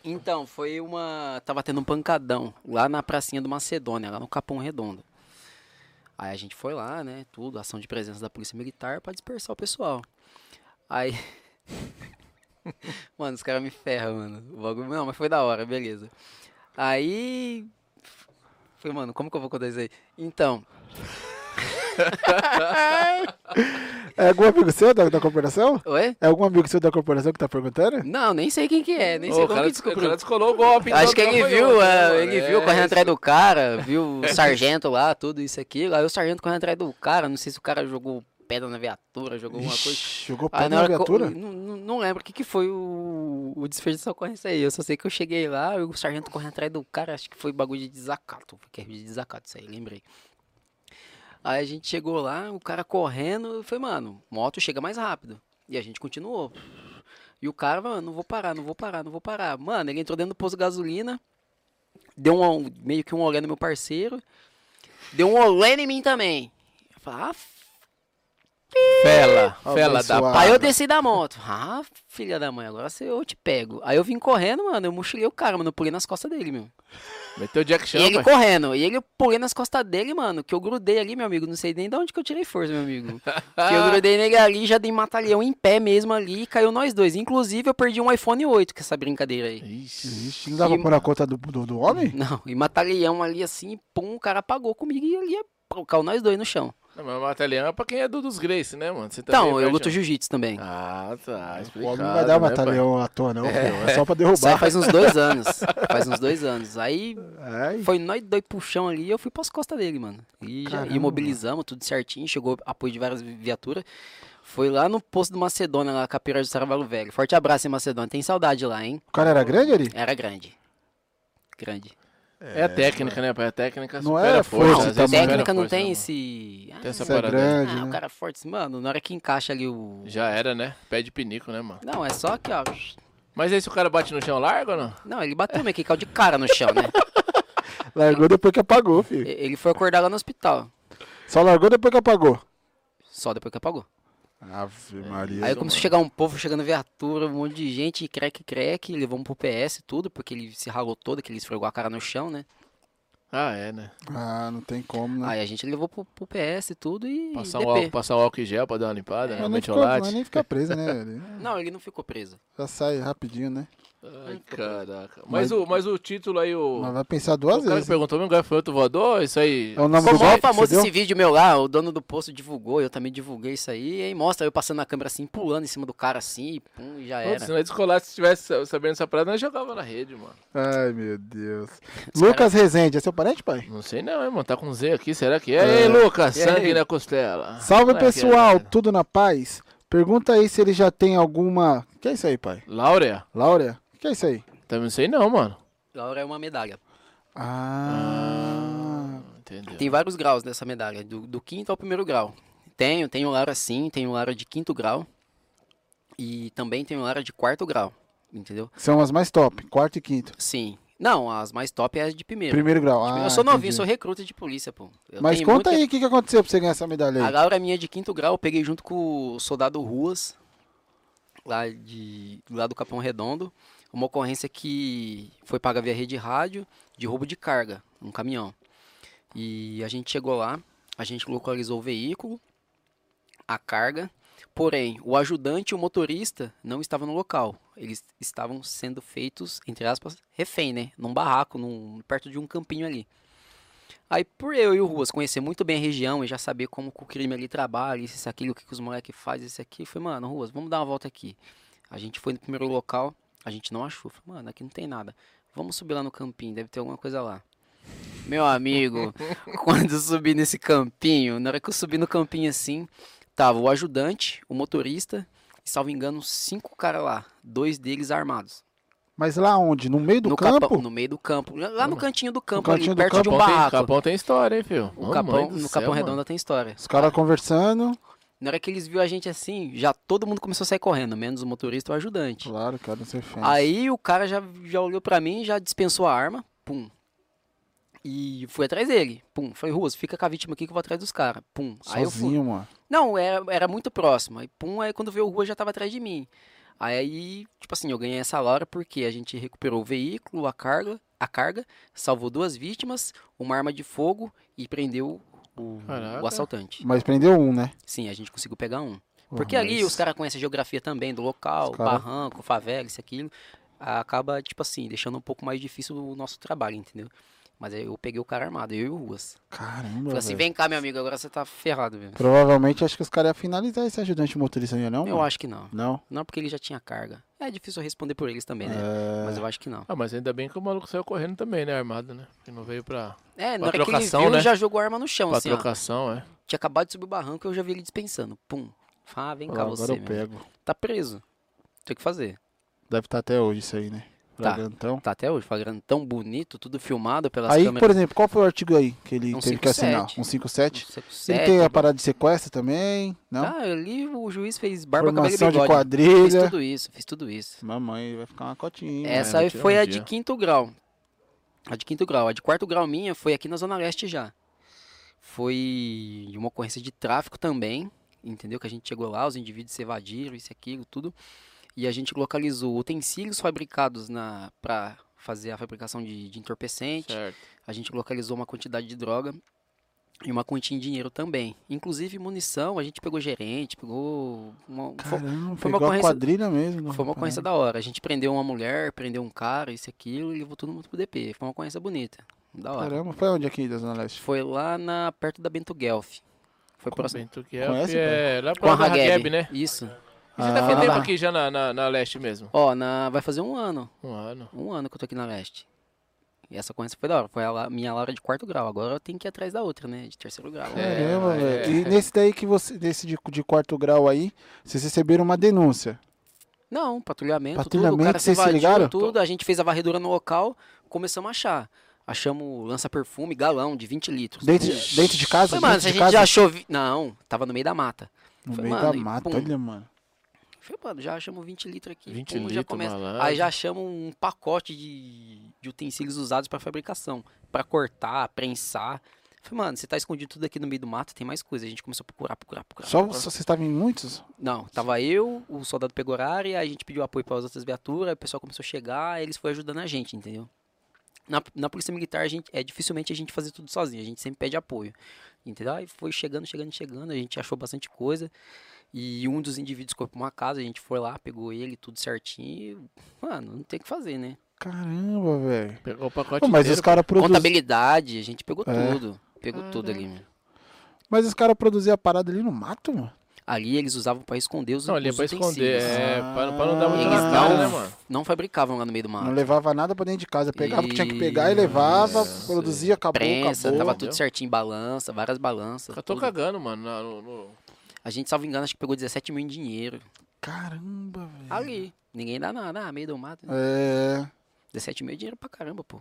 Então, foi uma. Tava tendo um pancadão lá na pracinha do Macedônia, lá no Capão Redondo. Aí a gente foi lá, né? Tudo, ação de presença da polícia militar pra dispersar o pessoal. Aí. mano, os caras me ferram, mano. O bagulho. Não, mas foi da hora, beleza. Aí. Falei, mano, como que eu vou contar isso aí? Então. É algum amigo seu da, da corporação? Oi? É algum amigo seu da corporação que tá perguntando? Não, nem sei quem que é, nem sei o, como cara que descolou, descobriu. descolou o golpe. então, Acho que ele apanhou, viu, né, ah, mano? ele viu É, correndo isso. atrás do cara, viu o sargento lá, tudo isso aqui. Aí o sargento correndo atrás do cara, não sei se o cara jogou pedra na viatura, jogou alguma coisa. Ixi, jogou Aí pau Ah, na na hora que eu- viatura? Não, não- não lembro o que, que foi o, o desfecho de socorrência aí. Eu só sei que eu cheguei lá, o sargento correndo atrás do cara, acho que foi bagulho de desacato. Foi que é de desacato isso aí, lembrei. Aí a gente chegou lá, o cara correndo, eu falei, mano, moto chega mais rápido. E a gente continuou. E o cara, mano, não vou parar, não vou parar, não vou parar. Mano, ele entrou dentro do posto de gasolina, deu um, um- meio que um olé no meu parceiro, deu um olé em mim também. Eu falei, ah, Fela, Ó, fela da abençoado. pá. Aí eu desci da moto. Ah, filha da mãe, agora cê- eu te pego. Aí eu vim correndo, mano. Eu mochilei o cara, mano. Eu pulei nas costas dele, meu. Meteu Jack E ele Chan, pai. correndo. E ele eu pulei nas costas dele, mano. Que eu grudei ali, meu amigo. Não sei nem de onde que eu tirei força, meu amigo. que eu grudei nele ali, já dei matalhão em pé mesmo ali. E caiu nós dois. Inclusive, eu perdi um iPhone 8 com essa brincadeira aí. Ixi. Ixi, não dá pra E- pôr a conta do, do, do homem? Não, e matalhão ali assim, pum, o cara apagou comigo e ali pô, caiu nós dois no chão. Não, mas o Mataleão é pra quem é do dos Grace, né, mano? Você também Então, eu vai luto achar. jiu-jitsu também. Ah, tá. É, O Explicado, homem não vai dar né, batalhão à toa, não, filho. É só pra derrubar. Isso aí faz uns dois anos. Faz uns dois anos. Aí Ai, Foi nós dois puxão ali e eu fui pras costas dele, mano. E já Caramba. imobilizamos tudo certinho, chegou apoio de várias vi- viaturas. Foi lá no posto do Macedônia, lá, Capira do Saravalo Velho. Forte abraço, hein, Macedônia. Tem saudade lá, hein? o cara era grande ali? Era grande. Grande. pai? É a técnica, né, pai? A técnica Não supera é a força. força, às vezes tamanho. supera a Técnica não força, tem né, esse. Ah, mano? Tem essa Isso é parada. aí. grande, ah, o né? cara forte. assim, Mano, na hora que encaixa ali o. Já era, né? Pé de pinico, né, mano? Não, é só que, ó. Mas aí se o cara bate no chão, larga ou não? Não, ele bateu meio que caiu de cara no chão, né? Largou depois que apagou, filho. E- Ele foi acordar lá no hospital. Só largou depois que apagou. Só depois que apagou. Ave Maria. Aí começou a chegar um povo, chegando viatura, um monte de gente, creque, creque, levamos pro PS e tudo, porque ele se ralou todo, que ele esfregou a cara no chão, né? Ah, é, né? Ah, não tem como, né? Aí a gente levou pro, pro PS e tudo e Passar um, DP. álcool, passar um álcool em gel pra dar uma limpada, É, né? Mas Um nem ficou- mas metiolate. nem fica preso, né? Ele Não, ele não ficou preso. já sai rapidinho, né? Ai, caraca. Mas, o, mas o título aí, o... Mas vai pensar O duas cara que vezes. perguntou mesmo gafanhoto voador, isso aí... É o nome do Ficou mó golpe que famoso você deu? esse vídeo meu lá, o dono do posto divulgou, eu também divulguei isso aí, e aí mostra eu passando na câmera assim, pulando em cima do cara assim, e pum, e já Pronto, era. se nós descolasse, se tivesse sabendo essa parada, nós jogava na rede, mano. Ai, meu Deus. Lucas Rezende, é seu parente, pai? Não sei não, hein, mano. Tá com Z aqui, será que é? E aí, Lucas, E aí? sangue na costela. Salve, Como é que é, pessoal. galera? Tudo na paz? Pergunta aí se ele já tem alguma... que é isso aí, pai? Laura? Laura? que é isso aí? Também não sei não, mano. Laura é uma medalha. Ah... Entendeu? Tem vários graus nessa medalha, do, do quinto ao primeiro grau. Tenho, tenho Lara sim, tenho Lara de quinto grau. E também tenho Lara de quarto grau, entendeu? São as mais top, quarto e quinto. Sim. Não, as mais top é as de primeiro. Primeiro grau. Ah, eu sou novinho, entendi. sou recruta de polícia, pô. Eu Mas tenho conta muita- aí o que, que aconteceu pra você ganhar essa medalha A aí. Laura minha é de quinto grau, eu peguei junto com o soldado Ruas, lá, de, lá do Capão Redondo. Uma ocorrência que foi paga via rede rádio de roubo de carga, um caminhão. E a gente chegou lá, a gente localizou o veículo, a carga, porém o ajudante e o motorista não estavam no local. Eles estavam sendo feitos, entre aspas, refém, né? Num barraco, num, perto de um campinho ali. Aí, por eu e o Ruas conhecer muito bem a região e já saber como que o crime ali trabalha, isso, aquilo, o que, que os moleques fazem, isso aqui, eu falei, mano, Ruas, vamos dar uma volta aqui. A gente foi no primeiro local, a gente não achou. Eu Falei, mano, aqui não tem nada. Vamos subir lá no campinho, deve ter alguma coisa lá. Meu amigo, quando eu subi nesse campinho, na hora que eu subi no campinho assim, tava o ajudante, o motorista, e, salvo engano, cinco caras lá, dois deles armados Mas lá onde? No meio do no campo? capão- no meio do campo, lá lá no cantinho do campo, cantinho ali, do perto de um Capão tem, barraco. Capão tem história, hein, filho? O capão, no Capão Redonda tem história. Os caras conversando. Na hora que eles viram a gente assim, já todo mundo começou a sair correndo, menos o motorista e o ajudante. Claro, cara, é não sei fã. Aí o cara já, já olhou pra mim, já dispensou a arma, pum. E fui atrás dele, pum. Falei, Ruas, fica com a vítima aqui que eu vou atrás dos caras, pum. Aí eu fui. Sozinho, mano. Não, era, era muito próximo. Aí, pum, aí quando veio o Rua já tava atrás de mim. Aí, tipo assim, eu ganhei essa Laura porque a gente recuperou o veículo, a carga, a carga, salvou duas vítimas, uma arma de fogo e prendeu o- Caraca. o assaltante. Mas prendeu um, né? Sim, a gente conseguiu pegar um. Porque ali os caras conhecem a geografia também do local, Os cara- barranco, favela, isso e aquilo. Ah, Acaba, tipo assim, deixando um pouco mais difícil o nosso trabalho, entendeu? Mas aí eu peguei o cara armado, eu e o Ruas. Caramba, Falei assim, velho. vem cá, meu amigo, agora você tá ferrado, velho. Provavelmente acho que os caras iam finalizar esse ajudante motorista, não ia não? Eu acho que não. Não? Não, porque ele já tinha carga. É difícil eu responder por eles também, né? É. Mas eu acho que não. Ah, mas ainda bem que o maluco saiu correndo também, né? Armado, né? Que não veio pra, É, na Pra hora que ele trocação, viu, né? já jogou a arma no chão, pra assim, ó. trocação, é. Tinha acabado de subir o barranco, eu já vi ele dispensando. Pum. Fala, ah, vem Pô, cá agora você, eu meu. pego. Tá preso. Tem o que fazer. Deve estar até hoje isso aí, né? Tá. Fragantão. Tá até hoje, flagrante tão bonito, tudo filmado pelas Aí, câmeras. por exemplo, qual foi o artigo aí que ele Um teve que assinar? 57. Um 57? Você Ele consegue, tem a tudo. parada de sequestro também, não? Ah, ali o juiz fez barba, Formação de cabelo e bigode. Fiz quadrilha. tudo É, isso, fiz tudo isso. Mamãe, vai ficar uma cotinha. né? hein, Essa vou aí tirar foi um a dia. de quinto grau. A de quinto grau. A de quarto grau minha foi aqui na Zona Leste já. Foi de uma ocorrência de tráfico também, entendeu? Que a gente chegou lá, os indivíduos se evadiram, isso e aquilo, tudo. E a gente localizou utensílios fabricados na para fazer a fabricação de, de entorpecente. Certo. A gente localizou uma quantidade de droga e uma quantia em dinheiro também. Inclusive munição, a gente pegou gerente, pegou uma, velho? foi, Caramba, foi foi uma uma ocorrência- quadrilha mesmo. né? foi uma rapaz. ocorrência da hora. A gente prendeu uma mulher, prendeu um cara, isso e aquilo, e levou todo mundo pro DP. Foi uma ocorrência bonita. Da hora. Caramba, foi onde aqui da Zona Leste? Foi lá na perto da Bento Guelph. Foi próximo Bento Guelph Conhece, é lá com a pra Ragueb, Hageb, né? Isso. E você tá fazendo Ah. tempo aqui já na, na, na leste mesmo? Ó, na vai fazer um ano, Um ano. um ano que eu tô aqui na Leste. E essa ocorrência foi da hora. Foi a la- minha Laura de quarto grau. Agora eu tenho que ir atrás da outra, né? De terceiro grau. Caramba, é. velho. E nesse daí que você, nesse de, de quarto grau aí, vocês receberam uma denúncia. Não, patrulhamento, tudo. O Patrulhamento, cara se vocês se invadiu, ligaram? tudo. A gente fez a varredura no local, começamos a achar. Achamos lança-perfume, galão de 20 litros. Dentro, Pum. de- dentro de casa? Foi, mano, se dentro de a gente casa? já achou... vi- Não, tava no meio da mata. No Foi, meio mano, da e mata, pum. olha, mano. Falei, mano, já achamos 20 litros aqui. 20 pum, já litros, começa. malandro. Aí já achamos um pacote de, de utensílios usados pra fabricação. pra cortar, prensar. Falei, mano, você tá escondido tudo aqui no meio do mato, tem mais coisa. A gente começou a procurar, procurar, procurar. Só, procurar. só vocês estavam em muitos? Não, tava eu, o soldado pegou horário, aí a gente pediu apoio para as outras viaturas, aí o pessoal começou a chegar, aí eles foram ajudando a gente, entendeu? Na, na polícia militar, a gente, é dificilmente a gente fazer tudo sozinho, a gente sempre pede apoio, entendeu? Aí foi chegando, chegando, chegando, a gente achou bastante coisa, e um dos indivíduos foi pra uma casa, a gente foi lá, pegou ele, tudo certinho, e, mano, não tem o que fazer, né? Caramba, velho. Pegou o pacote Pô, Mas inteiro. os caras produziam Contabilidade, a gente pegou É. tudo, pegou tudo ali, mano. Mas os caras produziam a parada ali no mato, mano. Ali eles usavam para esconder os, Não, ali é os pra esconder. utensílios. É, Ah. pra, pra não dar muito Eles um na cara, não, né, mano? não fabricavam lá no meio do mato. Não levava nada pra dentro de casa. Pegava o que tinha que pegar e Isso. levava, produzia, acabou, prensa, acabou. tava entendeu? tudo certinho, balança, várias balanças. Eu tô tudo. cagando, mano. na- no- no- A gente, salvo engano, acho que pegou 17 mil em dinheiro. Caramba, velho. Ali. Ninguém dá nada, ah, meio do mato. né? É. 17 mil é dinheiro pra caramba, pô.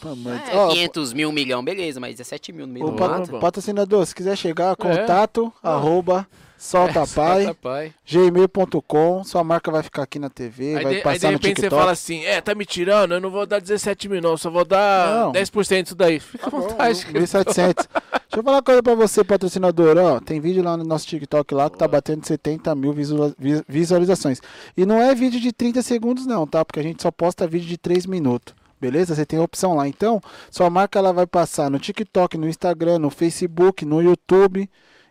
pô, mas- É, Ó, 500 mil, um milhão, beleza, mas 17 mil no meio O do Opa. mato. pat- patrocinador, se quiser chegar, contato, Ah. arroba, Solta soltapai, pai. gmail.com, sua marca vai ficar aqui na TV, Aí, vai de, aí, de passar no repente você TikTok. fala assim, é, tá me tirando, eu não vou dar 17 mil não, só vou dar Não. Tá 10% disso daí. Fica à Bom, vontade. cara. 1700. Deixa eu falar uma coisa pra você, patrocinador. Ó, tem vídeo lá no nosso TikTok lá que tá batendo 70 mil visua- vi- visualizações. E não é vídeo de 30 segundos, não, tá? Porque a gente só posta vídeo de 3 minutos. Beleza? Você tem a opção lá. Então, sua marca ela vai passar no TikTok, no Instagram, no Facebook, no YouTube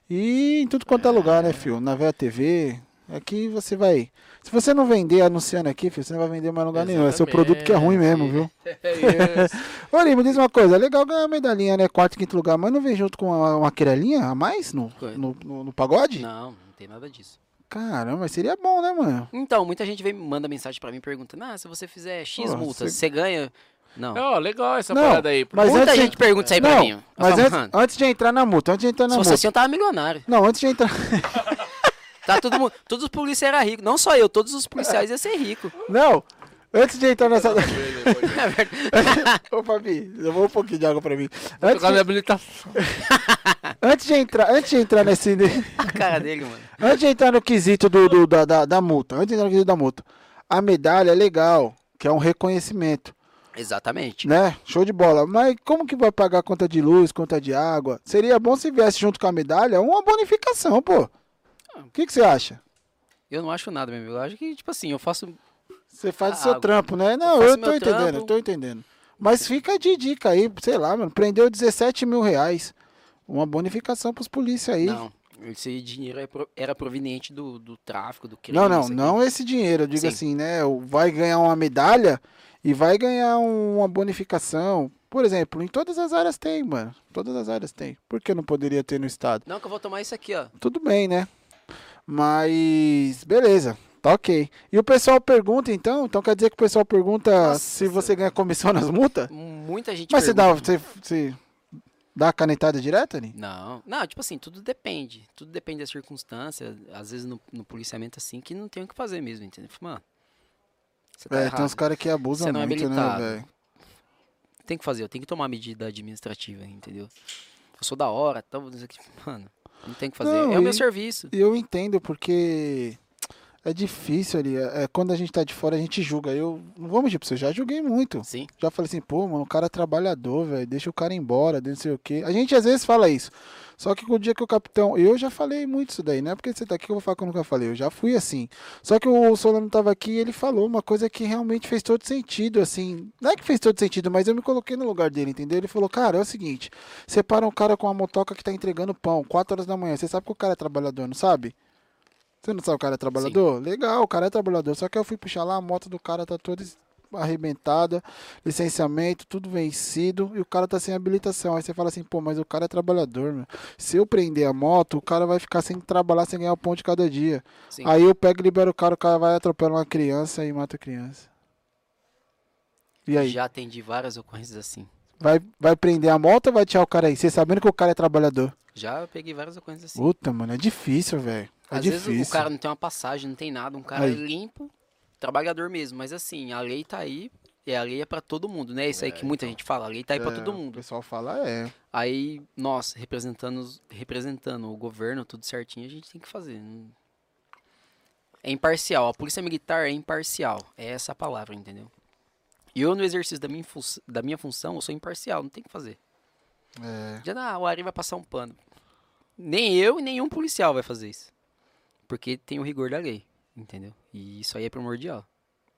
e em tudo quanto é lugar, né, filho? Na Véia TV. Aqui você vai. Se você não vender anunciando aqui, filho, você não vai vender mais em lugar nenhum. É seu produto que é ruim mesmo, viu? É isso. Olha, me diz uma coisa, é legal ganhar medalhinha, né? Quarto e quinto lugar, mas não vem junto com uma, uma querelinha a mais no, Coisa. no, no- no pagode? Não, não tem nada disso. Caramba, seria bom, né, mano? Então, muita gente vem manda mensagem pra mim perguntando: Ah, se você fizer X Porra, multas, você- você ganha. Não. Ó, legal essa Não, parada aí. mas Muita antes- gente pergunta isso aí pra mim. Não, Eu mas falo, antes, Ah, "Mano, antes de entrar na multa, antes de entrar na se fosse multa. assim, eu tava milionário. Não, antes de entrar. Tá todo mundo. Todos os policiais eram ricos. Não só eu, todos os policiais iam ser ricos. Não! Antes de entrar nessa. Ô, Fabi, levou um pouquinho de água pra mim. Antes Tocar minha de, é habilitação. antes de entrar, antes de entrar nesse. A cara dele, mano. Antes de entrar no quesito do, do- da, da, da multa, antes de entrar no quesito da multa, a medalha é legal, que é um reconhecimento. Exatamente. Né? Show de bola. Mas como que vai pagar conta de luz, conta de água? Seria bom se viesse junto com a medalha uma bonificação, pô. Ah. O que que você acha? Eu não acho nada, meu amigo. Eu acho que, tipo assim, eu faço Você faz o Ah, seu água. trampo, né? Não, faço eu, tô meu entendendo, trampo. eu tô entendendo. Mas fica de dica aí, sei lá, mano. Prendeu 17 mil reais. Uma bonificação pros polícia aí. Não, esse dinheiro é pro- era proveniente do, do tráfico, do crime. Não, não, isso aqui. não esse dinheiro, eu digo Sim. assim, né? o- Vai ganhar uma medalha e vai ganhar um- uma bonificação. Por exemplo, em todas as áreas tem, mano. Todas as áreas tem. Por que não poderia ter no estado? Não, que eu vou tomar isso aqui, ó. Tudo bem, né? Mas beleza, tá ok. E o pessoal pergunta então, então quer dizer que o pessoal pergunta Nossa. se você ganha comissão nas multas? Muita gente. Mas você dá, pergunta. você, você dá a canetada direta, Ni? Não, não, tipo assim, tudo depende. Tudo depende da circunstância. Às vezes no, no policiamento assim que não tem o que fazer mesmo, entendeu? Fala, Mano, você tá É, errado. tem uns caras que abusam Você não é muito, né, habilitado. velho? Tem que fazer, eu tenho que tomar medida administrativa, entendeu? Eu sou da hora, tal, não sei o que. tipo, Mano, não tem o que fazer. Não, é o meu e- serviço. E Eu entendo porque é difícil ali. É, é, quando a gente tá de fora, a gente julga. Eu não vou mentir pra você, eu já julguei muito. Sim, Já falei assim, pô, mano, o cara é trabalhador, velho, deixa o cara embora, não sei o quê. A gente às vezes fala isso. Só que o dia que o capitão. Eu já falei muito isso daí, não é porque você tá aqui que eu vou falar que eu nunca falei. Eu já fui assim. Só que o Solano tava aqui e ele falou uma coisa que realmente fez todo sentido, assim. Não é que fez todo sentido, mas eu me coloquei no lugar dele, entendeu? Ele falou, cara, é o seguinte: você para um cara com uma motoca que tá entregando pão, 4 horas da manhã, você sabe que o cara é trabalhador, não sabe? Você não sabe o cara é trabalhador? Legal, o cara é trabalhador. Só que eu fui puxar lá, a moto do cara tá toda es- arrebentada, licenciamento, tudo vencido, e o cara tá sem habilitação. Aí você fala assim, pô, mas o cara é trabalhador, meu. Se eu prender a moto, o cara vai ficar sem trabalhar, sem ganhar o pão de cada dia. sim. Aí eu pego e libero o cara, o cara vai atropelar uma criança e mata a criança. E aí? Já atendi várias ocorrências assim. Vai, vai prender a moto ou vai tirar o cara aí? Você sabendo que o cara é trabalhador. Já peguei várias ocorrências assim. Puta, mano, é difícil, velho. É Às difícil. vezes o cara não tem uma passagem, não tem nada, um cara Aí. limpo, trabalhador mesmo, mas assim, a lei tá aí, e a lei é pra todo mundo, né? Isso aí que muita gente fala, a lei tá aí pra É, todo O mundo. pessoal fala, é. Aí nós, representando, os- representando o governo, tudo certinho, a gente tem que fazer. não- É imparcial, a polícia militar é imparcial, é essa a palavra, entendeu? E eu, no exercício da minha, fu- da minha função, eu sou imparcial, não tem o que fazer. É. Já na o Ari vai passar um pano. Nem eu e nenhum policial vai fazer isso. Porque tem o rigor da lei, entendeu? E isso aí é primordial.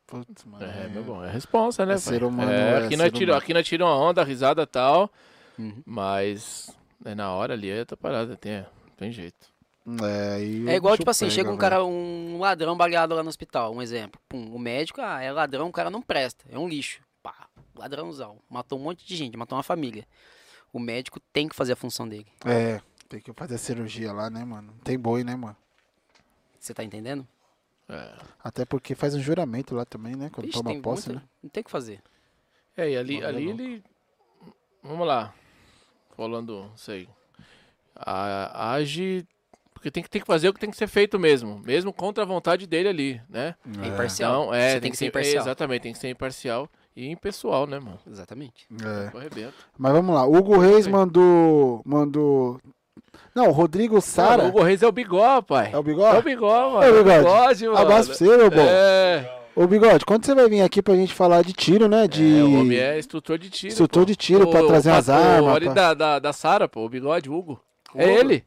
Putz, mano. É, meu bom, é responsa, né? É pai? ser humano, É, é aqui, ser nós tira, humano. aqui nós tira uma onda, risada e tal, Uhum. mas né, na hora ali é outra parada, tem, tem jeito. É, e É igual, o tipo assim, bicho chega pega, um cara, um ladrão baleado lá no hospital, um exemplo. Pum, o médico, ah, é ladrão, o cara não presta, é um lixo. Pá, ladrãozão. Matou um monte de gente, matou uma família. O médico tem que fazer a função dele. velho. É, tem que fazer a cirurgia lá, né, mano? Não Tem boi, né, mano? Você tá entendendo? É, Até porque faz um juramento lá também, né? Quando Vixe, toma tem posse, muita- né? Não tem o que fazer. É, e ali, Bagulho ali louco. ele. Vamos lá. Falando, não sei. A- age. Porque tem que, tem que fazer o que tem que ser feito mesmo. Mesmo contra a vontade dele ali, né? É, É. imparcial. Então, é, Você tem, que ser imparcial. Exatamente, tem que ser imparcial e impessoal, né, mano? Exatamente. É. Eu arrebento. Mas vamos lá. Hugo Reis Sim. mandou. Mandou. Não, Rodrigo Sara. Mano, O Hugo Reis é o bigó, pai. É o É o bigode? bigó, mano. É o bigode. mano. Abraço pra você, meu bom. É, Ô, bigode, quando você vai vir aqui pra gente falar de tiro, né? De. é, o homem é instrutor de tiro. Instrutor de tiro pra trazer umas O armas. marido pra- da, da, da Sara, pô, o bigode, o Hugo. É Hugo. ele?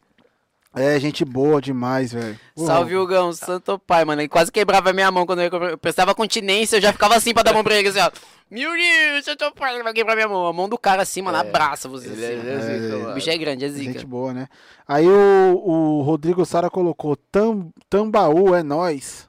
É, gente boa demais, velho. Ô, Uhum. Salve, Hugão, santo pai, mano. Ele quase quebrava a minha mão quando eu, eu prestava continência, eu já ficava assim pra dar a mão pra ele, assim, ó. Meu Deus, santo pai, ele vai quebrar minha mão. A mão do cara assim, mano, abraça você. Ele é- assim, ele mano. é zica, O mano. bicho é grande, é Gente zica. boa, né? Aí o, o Rodrigo Sara colocou "Tam- Tambaú é nós.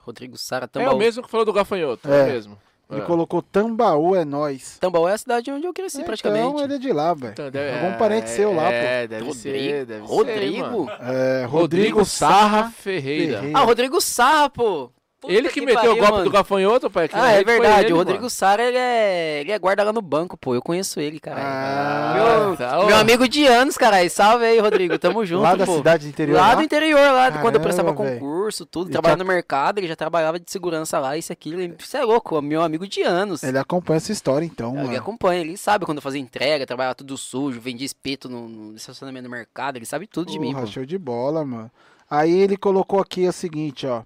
Rodrigo Sara, É Tambaú. o mesmo que falou do gafanhoto, é, É. o mesmo. Ele É. colocou Tambaú é nós. Tambaú é a cidade onde eu cresci, praticamente. Então ele é de lá, velho. Então, deve- Algum parente seu lá, pô. É, deve ser, deve ser, mano. Rodrigo? É, Rodrigo Sarra Ferreira. Ferreira. ah, o Rodrigo Sarra, pô. Puta Ele que, meteu o pariu, golpe mano. do gafanhoto, pai. que na Ah, é rede foi verdade. ele, o Rodrigo mano. Sara, ele é... ele é guarda lá no banco, pô. Eu conheço ele, cara. Ah, Ah, meu, tá, ó. meu amigo de anos, caralho. Salve aí, Rodrigo. Tamo junto, lá da pô. cidade do interior. lá Lá do interior, lá de quando Caramba, eu prestava velho. concurso, tudo, E trabalhando tá- no mercado, ele já trabalhava de segurança lá, isso e aquilo. ele- Isso é louco, meu amigo de anos. Ele acompanha essa história, então, Ele mano. acompanha, ele sabe quando eu fazia entrega, trabalhava tudo sujo, vendia espeto no, no estacionamento do mercado, ele sabe tudo de mim, Porra, pô. show de bola, mano. Aí ele colocou aqui o seguinte, ó.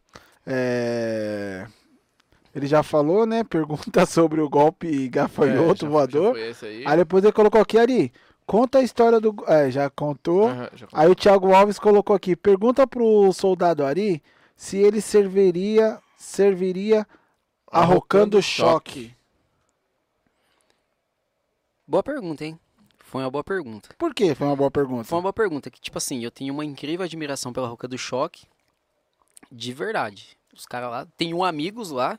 É... Ele já falou, né? Pergunta sobre o golpe É, já gafanhoto foi- já voador. foi esse aí. Aí depois ele colocou aqui, Ari, conta a história do. É, já contou. Aham, já Aí o Thiago Alves colocou aqui, pergunta pro soldado Ari se ele serviria, serviria arrocando Arrocando choque. Boa pergunta, hein? Foi Foi uma boa pergunta. Por quê? Foi uma boa pergunta. Foi uma boa pergunta, que tipo assim, eu tenho uma incrível admiração pela Roca do Choque, de verdade. Os caras lá, tenho amigos lá,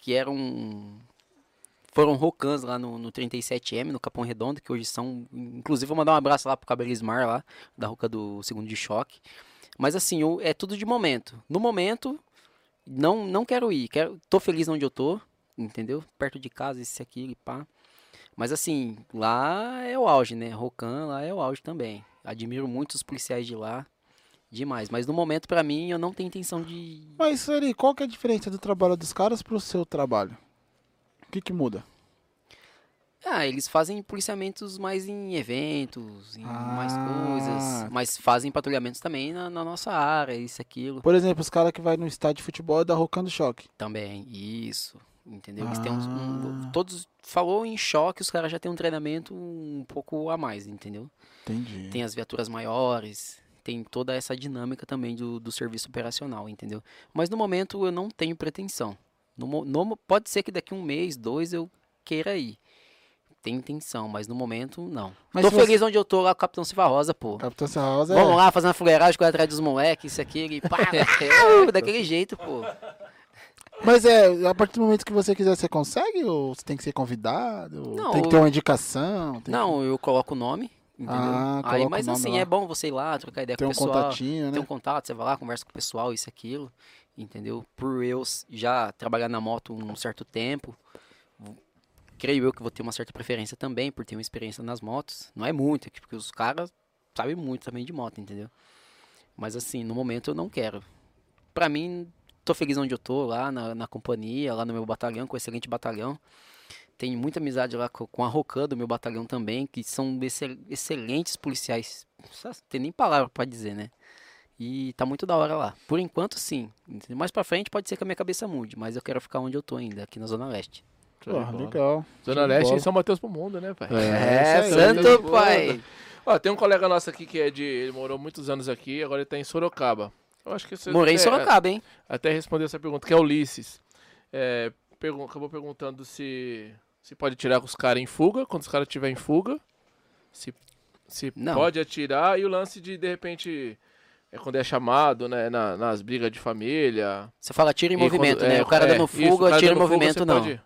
que eram, foram rocãs lá no, no 37M, no Capão Redondo, que hoje são, inclusive vou mandar um abraço lá pro Cabelismar lá, da Roca do Segundo de Choque. Mas assim, eu- é tudo de momento. No momento, não não quero ir, quero, tô feliz onde eu tô, entendeu? Perto de casa, isso aqui, pá. Mas assim, lá é o auge, né? Rocan lá é o auge também. Admiro muito os policiais de lá. Demais. Mas no momento, pra mim, eu não tenho intenção de. Mas, ali, qual que é a diferença do trabalho dos caras pro seu trabalho? O que que muda? Ah, eles fazem policiamentos mais em eventos, em mais Ah. coisas. Mas fazem patrulhamentos também na, na nossa área, isso, aquilo. Por exemplo, os caras que vai no estádio de futebol é da Rocando Choque. Também, isso. Entendeu? Eles têm uns, um- Ah. Todos. Falou em choque, os caras já têm um treinamento um pouco a mais, entendeu? Entendi. tem as viaturas maiores, tem toda essa dinâmica também do, do serviço operacional, entendeu? Mas no momento eu não tenho pretensão. No, mo- no mo- pode ser que daqui um mês, dois, eu queira ir. Tenho intenção, mas no momento não. Mas tô se você- feliz onde eu tô lá com o Capitão Silva Rosa, pô. Capitão Serra Rosa é... Vamos lá, fazendo a fuleiragem, correr atrás dos moleques, isso aqui, ele pá, ah, daquele jeito, pô. Mas é, a partir do momento que você quiser, você consegue? Ou você tem que ser convidado? Não, tem que ter uma indicação? Tem Não, eu coloco o nome, entendeu? Ah, coloca Aí, o mas nome assim, lá. é bom você ir lá, trocar ideia que ter com um o pessoal. contatinho, né? tem um contato, você vai lá, conversa com o pessoal, isso, aquilo, entendeu? Por eu s- já trabalhar na moto um certo tempo, v- creio eu que vou ter uma certa preferência também, por ter uma experiência nas motos. Não é muito, é que- porque os caras sabem muito também de moto, entendeu? Mas assim, no momento eu não quero. Pra mim, tô feliz onde eu tô, lá na, na companhia, lá no meu batalhão, com o excelente batalhão. Tenho muita amizade lá co- com a Rocan do meu batalhão também, que são excel- excelentes policiais. Não tem nem palavra pra dizer, né? E tá muito da hora lá. Por enquanto, sim. Mais pra frente pode ser que a minha cabeça mude, mas eu quero ficar onde eu tô ainda, aqui na Zona Leste. Show de Porra, bola. legal. Zona é Show de Leste bola. e São Mateus pro mundo, né, pai? É, isso aí. Santo pai. Ó, tem um colega nosso aqui que é de. Ele morou muitos anos aqui, agora ele tá em Sorocaba. Eu acho que você Morei em é, Sorocaba, hein? Até responder essa pergunta, que é Ulisses. É, pergun- acabou perguntando se. Se pode atirar com os caras em fuga, quando os caras estiverem em fuga. Se, se Não. pode atirar. E o lance de, de repente. É quando é chamado, né? na- nas brigas de família. Você fala tiro em E movimento, quando- né? é, o cara é, dando isso, fuga, o cara tiro em dando fuga, movimento, você não. pode-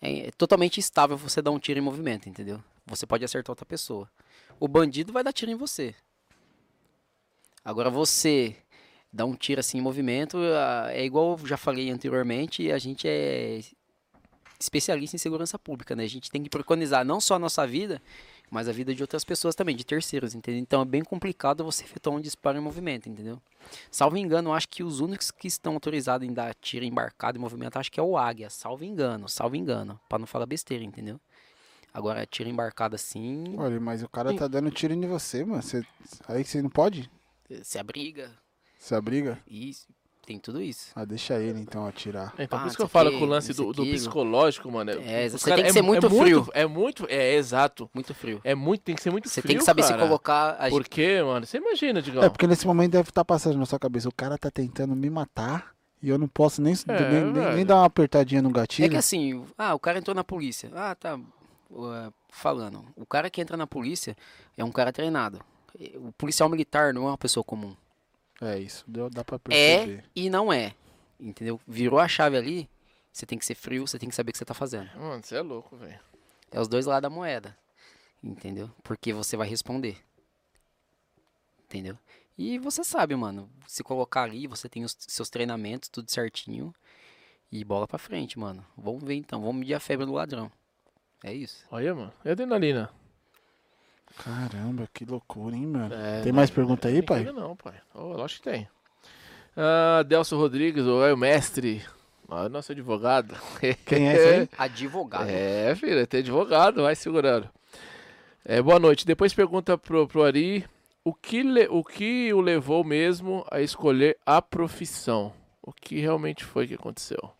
É, é totalmente instável você dar um tiro em movimento, entendeu? Você pode acertar outra pessoa. O bandido vai dar tiro em você. Agora você dá um tiro assim em movimento, ah, é igual eu já falei anteriormente, a gente é especialista em segurança pública, né? A gente tem que preconizar não só a nossa vida, mas a vida de outras pessoas também, de terceiros, entendeu? Então é bem complicado você efetuar um disparo em movimento, entendeu? Salvo engano, eu acho que os únicos que estão autorizados em dar tiro embarcado em movimento, acho que é o Águia. Salvo engano, salvo engano. Pra não falar besteira, entendeu? Agora, tiro embarcado assim, Olha, mas o cara tá dando tiro em você, mano. Você- Aí você não pode? se abriga, Você abriga? isso, tem tudo isso. Ah, deixa ele então atirar. Então, por Ah, isso que eu isso falo aqui, com o lance isso do, do aqui. psicológico, mano. É, Os você cara- tem que ser muito frio. É muito, é, exato. Muito frio. É muito, tem que ser muito Você frio, tem que saber cara. se colocar. A... gente. Porque, mano, você imagina, Digão. É porque nesse momento deve estar passando na sua cabeça. O cara tá tentando me matar e eu não posso nem, nem, nem- velho. nem dar uma apertadinha no É gatilho. que assim, ah, o cara entrou na polícia. Ah, tá. uh, falando. O cara que entra na polícia é um cara treinado. O policial militar não é uma pessoa comum. É isso, deu- dá pra perceber. É e não é. Entendeu? Virou a chave ali, você tem que ser frio, você tem que saber o que você tá fazendo. Mano, você é louco, velho. É os dois lados da moeda. Entendeu? Porque você vai responder. Entendeu? E você sabe, mano, se colocar ali, você tem os seus treinamentos, tudo certinho. E bola pra frente, mano. Vamos ver então, vamos medir a febre do ladrão. É isso. Olha, mano. É adrenalina. Caramba, que loucura, hein, mano. É, Tem mano, mais pergunta aí, tem pai? coisa Não, pai. Oh, lógico que tem. Ah, Delcio Rodrigues, o velho mestre. Ah, nosso advogado. Quem é esse aí? Advogado. É, filho, é ter advogado, vai segurando. É, boa noite. Depois pergunta pro, pro Ari o que, le- o que o levou mesmo a escolher a profissão. O que realmente foi que aconteceu?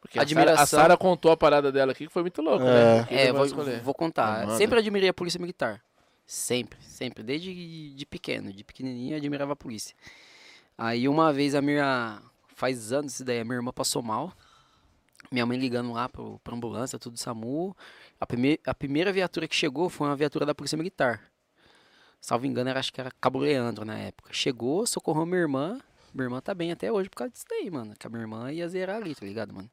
Porque a Sara- A Admiração. Sara contou a parada dela aqui que foi muito louca, É. né? O que É, levou a vou, escolher. vou contar. Ah, manda. sempre admirei a polícia militar. Sempre, sempre. Desde de pequeno, de pequenininho, eu admirava a polícia. Aí uma vez a minha. Faz anos isso daí, a minha irmã passou mal. Minha mãe ligando lá pro, pra ambulância, tudo SAMU. A, prime a primeira viatura que chegou foi uma viatura da Polícia Militar. Salvo engano, era, acho que era Cabo Leandro na época. Chegou, socorreu minha irmã. Minha irmã tá bem até hoje por causa disso daí, mano. Que a minha irmã ia zerar ali, tá ligado, mano?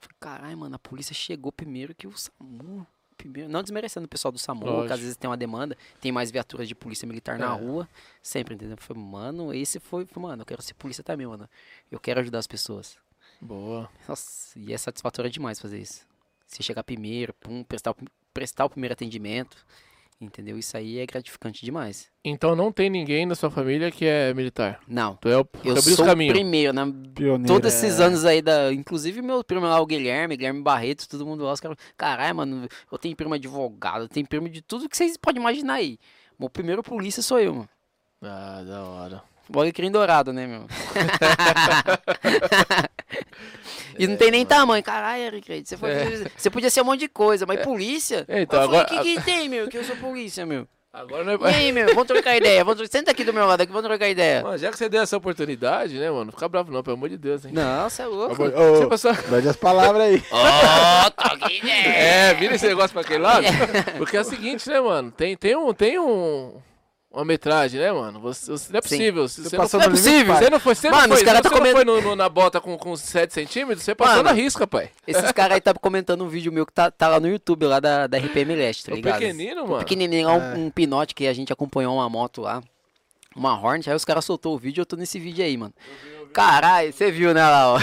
Falei, Caralho, mano, a polícia chegou primeiro que o SAMU. Primeiro, não desmerecendo o pessoal do SAMU, que Lógico. às vezes tem uma demanda, tem mais viaturas de polícia militar na É. rua. Sempre, entendeu? Falei, mano, esse foi. falei, Mano, eu quero ser polícia também, mano. Eu quero ajudar as pessoas. Boa. Nossa, e é satisfatório demais fazer isso. Você chegar primeiro, pum, prestar, o prim- prestar o primeiro atendimento, entendeu? Isso aí é gratificante demais. Então não tem ninguém na sua família que é militar. Não, Tu é o eu abriu sou os caminhos. o primeiro, né? Pioneiro. É. Todos esses anos aí, da, inclusive meu primo lá, o Guilherme, Guilherme Barreto, todo mundo lá, os caras, caralho, mano, eu tenho primo advogado, eu tenho primo de tudo que vocês podem imaginar aí. O primeiro polícia sou eu, mano. Ah, da hora. Bora que em dourado, né, meu? e É, não tem nem tamanho. Caralho, Eric, Reid, você, foi- você podia ser um monte de coisa, mas polícia? É, então, eu falei, agora- que, que tem, meu? Que eu sou polícia, meu. Agora não é E aí, meu? Vamos trocar ideia. Vamos, tro- senta aqui do meu lado aqui, vamos trocar ideia. Mano, já que você deu essa oportunidade, né, mano? Não fica bravo não, pelo amor de Deus, hein? Não, você é louco. Ô, ô, Você passou... Perde as palavras aí. Ó, troca ideia. É, vira esse negócio pra aquele lado. Porque é o seguinte, né, mano? Tem, tem um. Tem um uma metragem, né, mano? Você, você- não é Sim. possível. Se você, passou não, no não é limite, possível. pai. Você não foi, você Mano, não foi, os se cara você tá não comendo- foi no- no- na bota com, com 7 centímetros, você passou Mano, na risca, pai. Esses caras aí tá comentando um vídeo meu que tá, tá lá no YouTube, lá da, da RPM Leste, tá O ligado? pequenino, Um mano. pequenininho, lá, um, um pinote que a gente acompanhou uma moto lá, uma Hornet, aí os caras soltou o vídeo, eu tô nesse vídeo aí, mano. Caralho, você viu, né, lá, ó.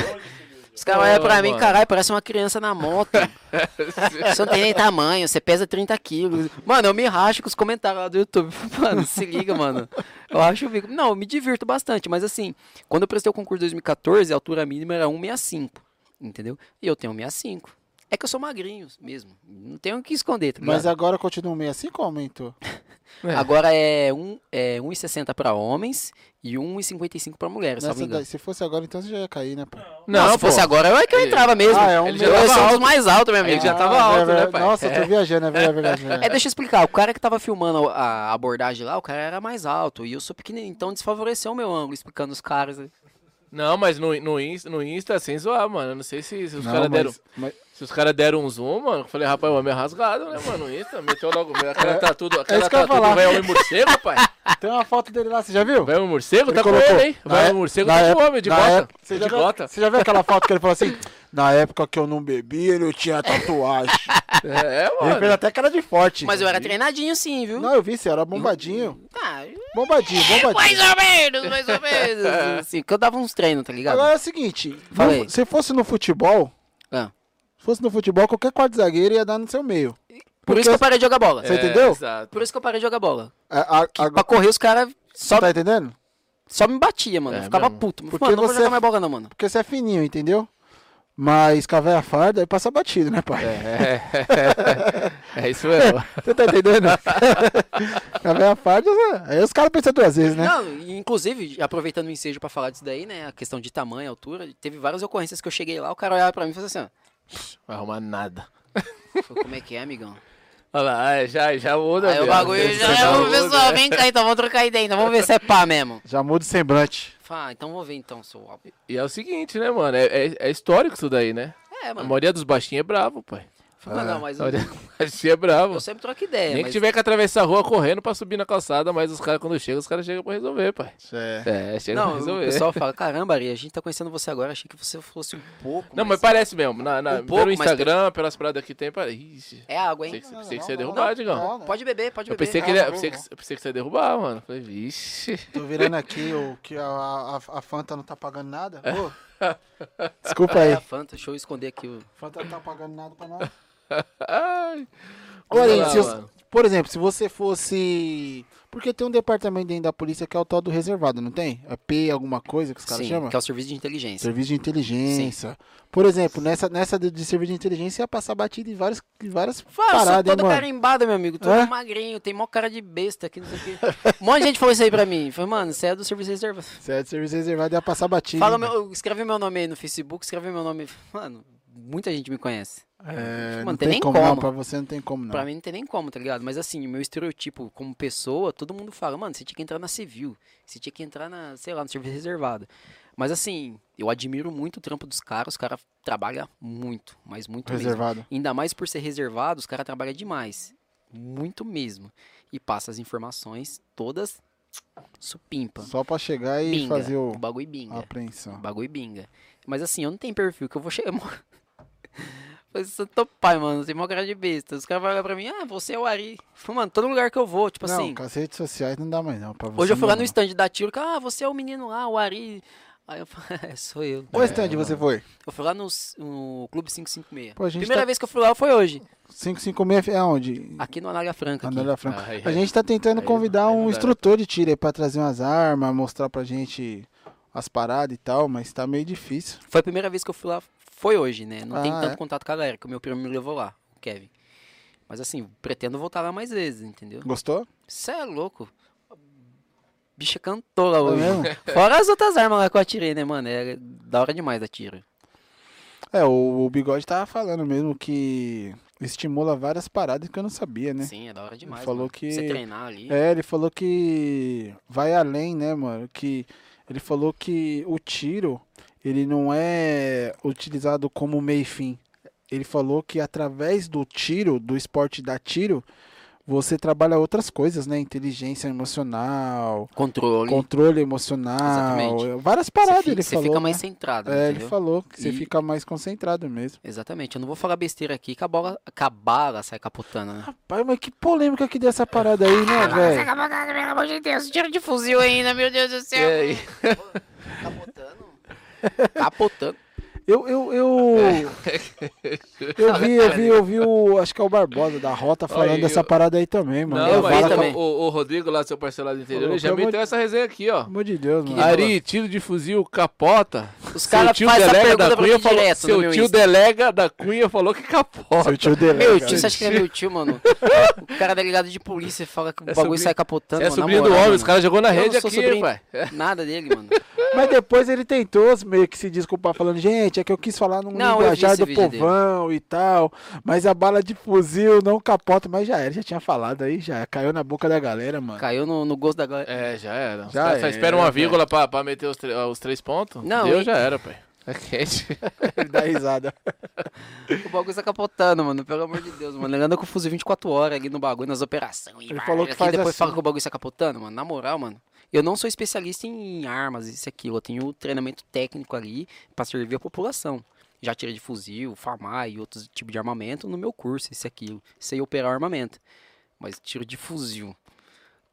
Os caras olham pra Ô, mim, mano. caralho, parece uma criança na moto. Você não tem nem tamanho, você pesa 30 quilos. Mano, eu me racho com os comentários lá do YouTube. Mano, se liga, mano. Eu acho o bico. Não, eu me divirto bastante, mas assim, quando eu prestei o concurso em 2014, a altura mínima era 165, entendeu? E eu tenho 165. É que eu sou magrinho mesmo. Não tenho o que esconder, tá ligado? Mas agora continua meio assim como aumentou? né? É. Agora é, um, é 1,60 para homens e 1,55 para mulheres, se eu não Nessa me engano. daí- se fosse agora, então você já ia cair, né, pô? Não, se fosse agora, eu é que eu Ele- entrava mesmo. Ah, é um ele já tava eu sou um alto. dos mais altos, meu amigo. Ele já tava Ah, alto, é verdade. né, pai? Nossa, eu tô É. viajando, é verdade, é verdade. é É, verdade. deixa eu explicar. O cara que tava filmando a abordagem lá, o cara era mais alto. E eu sou pequenininho, então desfavoreceu o meu ângulo, explicando os caras. Não, mas no, no, Insta, no Insta, é sem zoar, mano. Eu não sei se, se os Não, caras mas- deram. mas- Se os caras deram um zoom, mano, eu falei, rapaz, o homem é rasgado, né, mano? no Insta, meteu logo. A cara tá tudo. A cara É. isso que eu tá ia falar. tudo. Vai homem morcego, pai. Tem uma foto dele lá, você já viu? Vai homem morcego, tá com colocou. ele, hein? Na Vai é- homem morcego, na tá com época- homem, de na bota. época- Você De já, viu- bota. você já viu aquela foto que ele falou assim? Na época que eu não bebia, eu não tinha tatuagem. É, ele fez mano. até cara de forte. Mas eu era treinadinho sim, viu? Não, eu vi, você era bombadinho. Ah, Bombadinho, bombadinho. mais ou menos, mais ou menos. assim, que eu dava uns treinos, tá ligado? Agora é o seguinte, Fala aí. no- se fosse no futebol, Ah. se fosse no futebol, qualquer quarto zagueiro ia dar no seu meio. Por porque- isso que eu parei de jogar bola. Você É, entendeu? exato. Por isso que eu parei de jogar bola. A- a- a- Pra correr, os caras só, Tá entendendo? só me batia, mano. É eu ficava mesmo. puto. Porque mano, não vou você é- jogar mais bola, não, mano. Porque você é fininho, entendeu? Mas cavar a farda aí passa batido, né, pai? É, isso mesmo. Você tá entendendo? cavar a farda, né? aí os caras pensam duas vezes, né? Não, e, inclusive, aproveitando o ensejo pra falar disso daí, né? A questão de tamanho, altura, teve várias ocorrências que eu cheguei lá, o cara olhava pra mim e falou assim, ó, Vai arrumar nada. falou, como é que é, amigão? Olha lá, é, já, já muda. Aí o velho. bagulho já Já é, ô, muda, pessoal, né? vem cá então, vamos trocar ideia, então, vamos ver se é pá mesmo. Já muda o semblante. Fala, ah, então vou ver então, seu Alpe. E é o seguinte, né, mano? É, é- é histórico isso daí, né? É, A mano. maioria dos baixinhos é bravo, pai. Fala, não, mas eu, Olha, baixinho é bravo. um. eu sempre troco ideia, Nem É, mas que tiver que atravessar a rua correndo pra subir na calçada, mas os caras, quando chegam, os caras chegam pra resolver, pai. É. É, chega pra não, o resolver. pessoal fala, caramba, Ari, a gente tá conhecendo você agora, achei que você fosse um pouco, Não, mas parece mesmo. Na, na- Um pouco, pelo mas Instagram, pelas paradas que tem, parece. Ixi, É água, pensei hein? que, você- pensei que você ia Não, não, derrubar, não, Digão. não, não. Pode beber, pode Eu beber. É pensei que, Ah, ele, ia- não, pensei, não. que, pensei que você ia derrubar, mano. Falei, vixe. Tô virando aqui o que a, a, a Fanta não tá pagando nada. Ô. Desculpa aí. É a Fanta, deixa eu esconder aqui o... Fanta não tá pagando nada pra nós. Ai. Olha, Vamos lá, se os- mano. por exemplo, se você fosse. Porque tem um departamento dentro da polícia que é o tal do reservado, não tem? É P alguma coisa que os caras Sim, chamam? que é o serviço de inteligência. Serviço de inteligência. Por exemplo, nessa, nessa de, de serviço de inteligência ia passar batida em várias, em várias Fala, eu sou paradas, hein, todo mano? É? carimbado, meu amigo. Todo Hã? magrinho, tem mó cara de besta aqui, não sei o quê. Um monte de gente falou isso aí pra mim. Falei, mano, você é do serviço de reserva. Certo, é serviço reservado ia passar batida. Fala hein, mano? meu, escreve meu nome aí no Facebook, escreve meu nome. Mano, muita gente me conhece. É, Mano, não tem, tem nem como, não. como. Pra você não tem como, não. Pra mim não tem nem como, tá ligado? Mas assim, o meu estereotipo como pessoa, todo mundo fala, mano, você tinha que entrar na civil, você tinha que entrar na, sei lá, no serviço reservado. Mas assim, eu admiro muito o trampo dos caras, os caras trabalham muito, mas muito mesmo. Reservado. Ainda mais por ser reservado, os caras trabalham demais. Muito mesmo. E passa as informações todas supimpa. Só pra chegar e Binga. fazer o, Ah, tá. o bagulho a binga. Tipo apreensão. Bagulho binga. Mas assim, eu não tenho perfil que eu vou chegar. mó- Mas santo pai, mano, tem mó cara de besta. Os caras vão olhar pra mim, ah, você é o Ari. Fala, Mano, todo lugar que eu vou, tipo não, assim. com as redes sociais não dá mais não. Pra você Hoje eu fui lá não. é. no stand da Tiro, cara, ah, você é o menino lá, o Ari. Aí eu falei, é, sou eu. Qual stand você foi? Eu fui lá no, s- no Clube 556. Pô, a gente Primeira tá- vez que eu fui lá foi hoje. 556 é onde? Aqui Ah, é. no Anália Franca. aqui. Anália Franca. Aí, A gente tá tentando Aí, convidar aí não um dá. instrutor de tiro aí pra trazer umas armas, mostrar pra gente as paradas e tal, mas tá meio difícil. Foi a primeira vez que eu fui lá, foi hoje, né? Não tem Ah, tanto é. contato com a galera, que o meu primo me levou lá, o Kevin. Mas assim, pretendo voltar lá mais vezes, entendeu? Gostou? Cê é louco. Bicha cantou lá É hoje. mesmo? Fora as outras armas lá que eu atirei, né, mano? É da hora demais da tira. É, o, o Bigode tava falando mesmo que estimula várias paradas que eu não sabia, né? Sim, é da hora demais. falou mano. que- Você treinar ali. É, ele falou que vai além, né, mano? Que ele falou que o tiro, ele não é utilizado como meio-fim. Ele falou que através do tiro, do esporte da tiro, você trabalha outras coisas, né? Inteligência emocional, Controle. controle emocional, Exatamente. várias Você paradas fi- ele você falou. fica mais né? centrado, É, ele entendeu? falou que você E- fica mais concentrado mesmo. Exatamente. Eu não vou falar besteira aqui que a bola, que a bala sai capotando, né? Rapaz, mas que polêmica que deu essa parada aí, né, velho? Pelo amor de Deus, tiro de fuzil ainda, meu Deus do céu. E aí? Capotando. Capotando. Eu, eu, eu. Eu vi, eu vi, eu vi o. Acho que é o Barbosa da Rota falando Aí, dessa eu- parada aí também, mano. Não, Eu mas então, vi fala com- também. o, o Rodrigo lá, seu parceiro lá do interior, Falou, ele já pelo amor meteu de- essa resenha aqui, ó. Pelo amor de Deus, mano. Ari, tiro de fuzil, capota. Os Seu caras tio fazem essa delega pergunta da pra Cunha mim falou- direto no Seu meu tio Insta. delega da Cunha falou que capota. Seu tio dele. Meu tio, você acha que ele é meu tio, mano? O cara é delegado de polícia fala que o É bagulho sobrinho- sai capotando. é mano, na sobrinho do moral, homem, mano. os caras jogou na Eu não rede sou aqui, sobrinho pai. Nada dele, mano. Mas depois ele tentou meio que se desculpar, falando: gente, é que eu quis falar num Não, eu vi linguajar esse do vídeo dele. povão e tal, mas a bala de fuzil não capota. Mas já era, já tinha falado aí, já caiu na boca da galera, mano. Caiu no, no gosto da galera. É, já era. Os Já caras só era, espera uma pai. vírgula pra, pra meter os, tre- os três pontos. Não, Deu, e- já era, pai. É quente. Ele dá risada. O bagulho sai capotando, mano. Pelo amor de Deus, mano. Ele anda com o fuzil 24 horas ali no bagulho, nas operações. Ele falou que aqui, faz depois assim. fala que o bagulho sai capotando, mano. Na moral, mano. Eu não sou especialista em armas, isso e aquilo. Eu tenho treinamento técnico ali pra servir a população. Já tirei de fuzil, famar e outros tipos de armamento no meu curso, isso e aquilo. Sei operar armamento. Mas tiro de fuzil.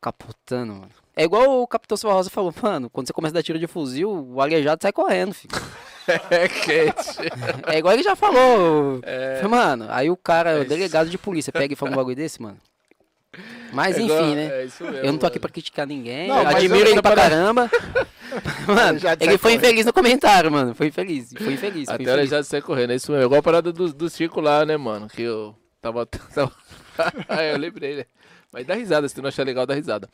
Capotando, mano. É igual o Capitão Silva Rosa falou, mano, quando você começa a dar tiro de fuzil, o aleijado sai correndo, filho. É quente. É igual ele já falou. Falei, Mano, aí o cara, É o isso. delegado de polícia, pega e fala um bagulho desse, mano. Mas É enfim, igual- né? é isso mesmo, eu não tô aqui mano. pra criticar ninguém. Não, eu mas admiro eu- ele pra para- caramba. mano, Já ele foi sacou. infeliz no comentário, mano. Foi infeliz. Foi infeliz. Foi Até ela infeliz. já sai correndo. É isso mesmo. É Igual a parada do, do Chico lá, né, mano? Que eu tava. tava... ah, eu lembrei, né? Mas dá risada, se tu não achar legal, dá risada.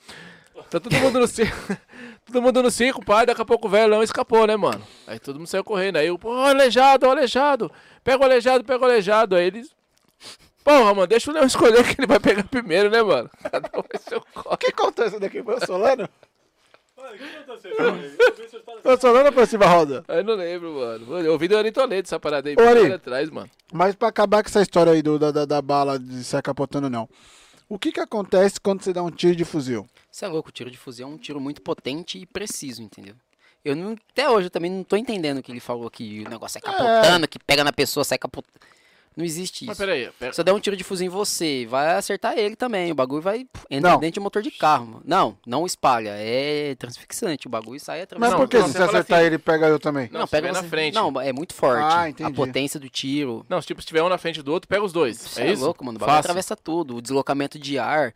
Tá todo mundo no circo. todo mundo no circo, pai. Daqui a pouco o velhão escapou, né, mano? Aí todo mundo saiu correndo. Aí o pô, aleijado, aleijado. Pega o aleijado, pega o aleijado. Aí eles. Porra, mano, deixa o Leão escolher que ele vai pegar primeiro, né, mano? Cada um vai seu corre. Quem contou isso daqui? Foi o Solano? Foi o Solano pra cima roda? Aí não lembro, mano. Mano, Eu ouvi do Ari Toledo essa parada aí. Ô, Ari. Olha atrás, mano. Mas pra acabar com essa história aí do, da, da, da bala de se capotando, não. O que que acontece quando você dá um tiro de fuzil? Você é louco, o tiro de fuzil é um tiro muito potente e preciso, entendeu? Eu não, até hoje eu também não tô entendendo o que ele falou que o negócio é capotando, que pega na pessoa, sai capotando. Não existe Mas isso. peraí, peraí. Se eu der um tiro de fuzil em você, vai acertar ele também. O bagulho vai pô, entra Não. dentro do motor de carro. mano. Não, não espalha. É transfixante. O bagulho sai Mas através Não, por que não, se você você fala acertar assim- ele, pega eu também? Não, se tiver na frente. Não, é muito forte. Ah, entendi. A potência do tiro. Não, tipo, se tiver um na frente do outro, pega os dois. Você é, é, isso? louco, mano. O bagulho Fácil. atravessa tudo. O deslocamento de ar,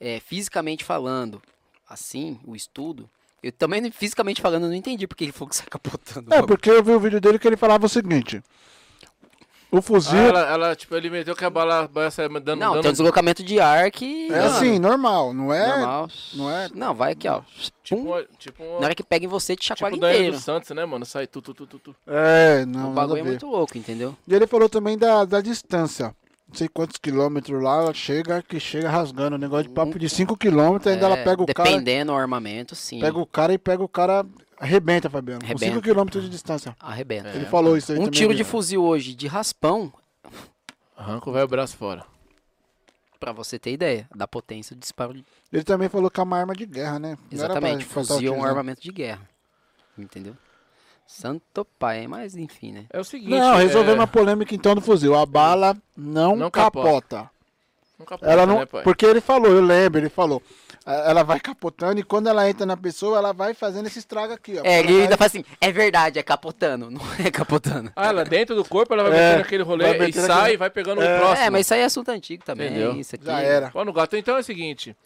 é, fisicamente falando, assim, o estudo. Eu também, não- fisicamente falando, eu não entendi porque ele falou que sai capotando. o É, bagulho. porque eu vi o vídeo dele que ele falava o seguinte. O Ah, fuzil ela, ela, tipo, ele meteu que a bala vai sair dando... Não, dando... tem um deslocamento de ar que. é mano, assim, normal, não é? normal. não é- Não, vai aqui, ó. Tipo, Pum. uma- tipo, uma- Na hora que pega em você, te chacoalha tipo o Daniel inteiro. dos Santos, né, mano? Sai tu, tu, tu, tu, tu. É, não, nada o a bagulho é ver. muito louco, entendeu? E ele falou também da, da distância. Não sei quantos quilômetros lá, ela chega que chega rasgando. Um negócio de papo de 5 quilômetros, ainda ela É, pega o cara, um Dependendo do armamento, sim. pega o cara e pega o cara Arrebenta, Fabiano. Com Arrebenta. 5km de distância. Arrebenta. Ele falou isso aí Um também, né? tiro de Guilherme. fuzil hoje de raspão, Arranca o velho braço fora. pra você ter ideia da potência do disparo. de- Ele também falou que é uma arma de guerra, né? Não era pra Exatamente, estar fuzil é um utilizando. armamento de guerra. Entendeu? Santo pai, mas enfim, né? É o seguinte. Não, resolvemos é... a polêmica então do fuzil. A bala não, Não capota. capota. Nunca pode, Ela não, né, pai? porque ele falou, eu lembro, ele falou. a- Ela vai capotando e quando ela entra na pessoa, ela vai fazendo esse estrago aqui, ó. É, Ela ele ainda vai- fala assim, é verdade, é capotando, não é capotando. Ah, ela dentro do corpo, ela vai É, metendo aquele rolê vai e metendo sai aquele- e vai pegando o É. próximo. É, mas isso aí é assunto antigo também. Entendeu? Isso aqui. Já era. Pau no gato. Então é o seguinte,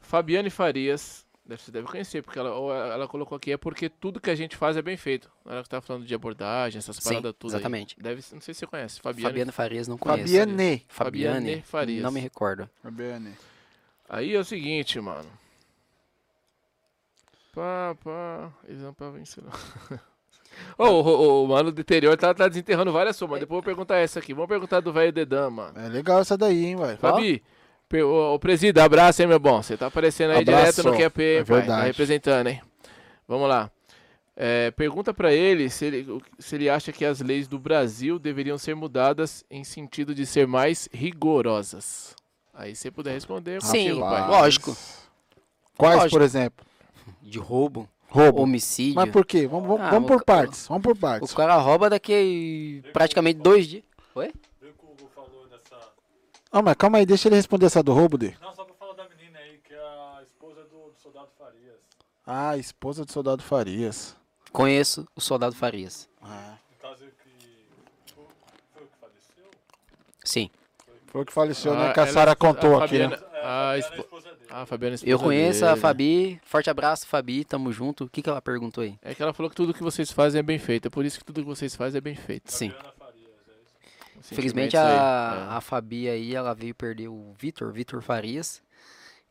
Fabiane Farias, deve- você deve conhecer, porque ela, ou ela- ela colocou aqui, é porque tudo que a gente faz é bem feito. Ela que tá falando de abordagem, essas Sim, paradas tudo aí. exatamente. Deve, não sei se você conhece, Fabiane. Fabiana Farias não conheço. né? Fabiane. Fabiane, Fabiane Farias. Não me recordo. Fabiane. Aí é o seguinte, mano. Pá, pá, exame pra vencer. não. Ô, o, o, o mano do interior tá, tá desenterrando várias somas. Depois eu vou perguntar essa aqui. Vamos perguntar do velho Dedan, mano. É legal essa daí, hein, velho. Fabi, pe- ô, ô, presida, abraço, hein, meu bom. Você tá aparecendo aí Abraço. direto no QAP, É pai. Tá verdade. representando, hein? Vamos lá. É, pergunta pra ele se, ele o- se ele acha que as leis do Brasil deveriam ser mudadas em sentido de ser mais rigorosas. Aí você puder responder, é contigo, Sim, pai. lógico. Quais, Lógico. por exemplo? De roubo, Roubo. homicídio. Mas por quê? Vamos, vamos, Ah, vamos o por ca- partes. Vamos por partes. O cara rouba daqui praticamente dois dias. Oi? Viu que o Hugo falou dessa. Ah, mas calma aí, deixa ele responder essa do roubo dele. Não, só pra falar da menina aí, que é a esposa do, do soldado Farias. Ah, esposa do soldado Farias. Conheço o soldado Farias. No caso que. Foi foi o que faleceu? Sim. Foi o que faleceu, Ah, né? Que a ela- Sara contou a aqui, né? Fabiana- É, A, Era a espo- esposa dele. a Fabiana Eu esposa conheço a dele. Fabi. Forte abraço, Fabi. Tamo junto. O que, que ela perguntou aí? É que ela falou que tudo que vocês fazem é bem feito. É por isso que tudo que vocês fazem é bem feito. Sim. Simplesmente é Infelizmente, a, a Fabi aí, ela veio perder o Vitor, Vitor Farias,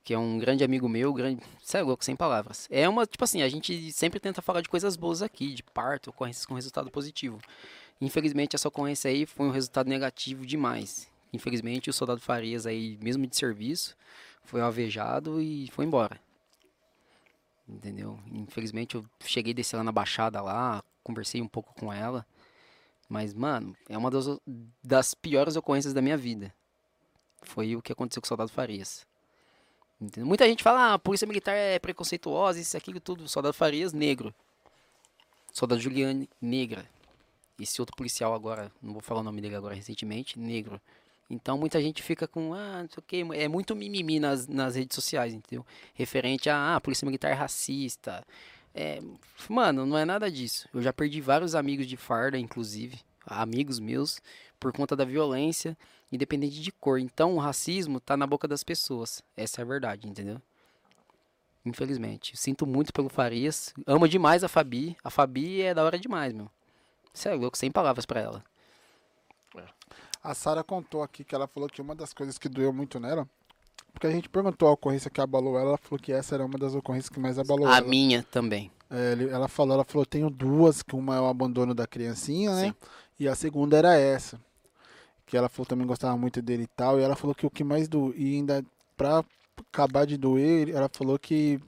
que é um grande amigo meu, grande... Você é louco, sem palavras. É uma, tipo assim, a gente sempre tenta falar de coisas boas aqui, de parto, ocorrências com resultado positivo. Infelizmente, essa ocorrência aí foi um resultado negativo demais. Infelizmente, o soldado Farias aí, mesmo de serviço, foi alvejado e foi embora. Entendeu? Infelizmente, eu cheguei desse lá na Baixada lá, conversei um pouco com ela. Mas, mano, é uma das, das piores ocorrências da minha vida. Foi o que aconteceu com o soldado Farias. Entendeu? Muita gente fala, ah, a polícia militar é preconceituosa, isso, aquilo, tudo. Soldado Farias, negro. Soldado Giuliani, negra. Esse outro policial agora, não vou falar o nome dele agora recentemente, negro. Então muita gente fica com, ah, não sei o que, é muito mimimi nas, nas redes sociais, entendeu? Referente a, ah, a polícia militar é racista. É, mano, não é nada disso. Eu já perdi vários amigos de farda, inclusive, amigos meus, por conta da violência, independente de cor. Então o racismo tá na boca das pessoas. Essa é a verdade, entendeu? Infelizmente. Sinto muito pelo Farias. Amo demais a Fabi. A Fabi é da hora demais, meu. Você é louco, sem palavras pra ela. A Sara contou aqui que ela falou que uma das coisas que doeu muito nela, porque a gente perguntou a ocorrência que abalou ela, ela falou que essa era uma das ocorrências que mais abalou A ela. minha também. É, ele- ela falou, ela falou, tenho duas, que uma é o abandono da criancinha, né? Sim. E a segunda era essa. Que ela falou também gostava muito dele e tal. E ela falou que o que mais do e ainda pra acabar de doer, ela falou que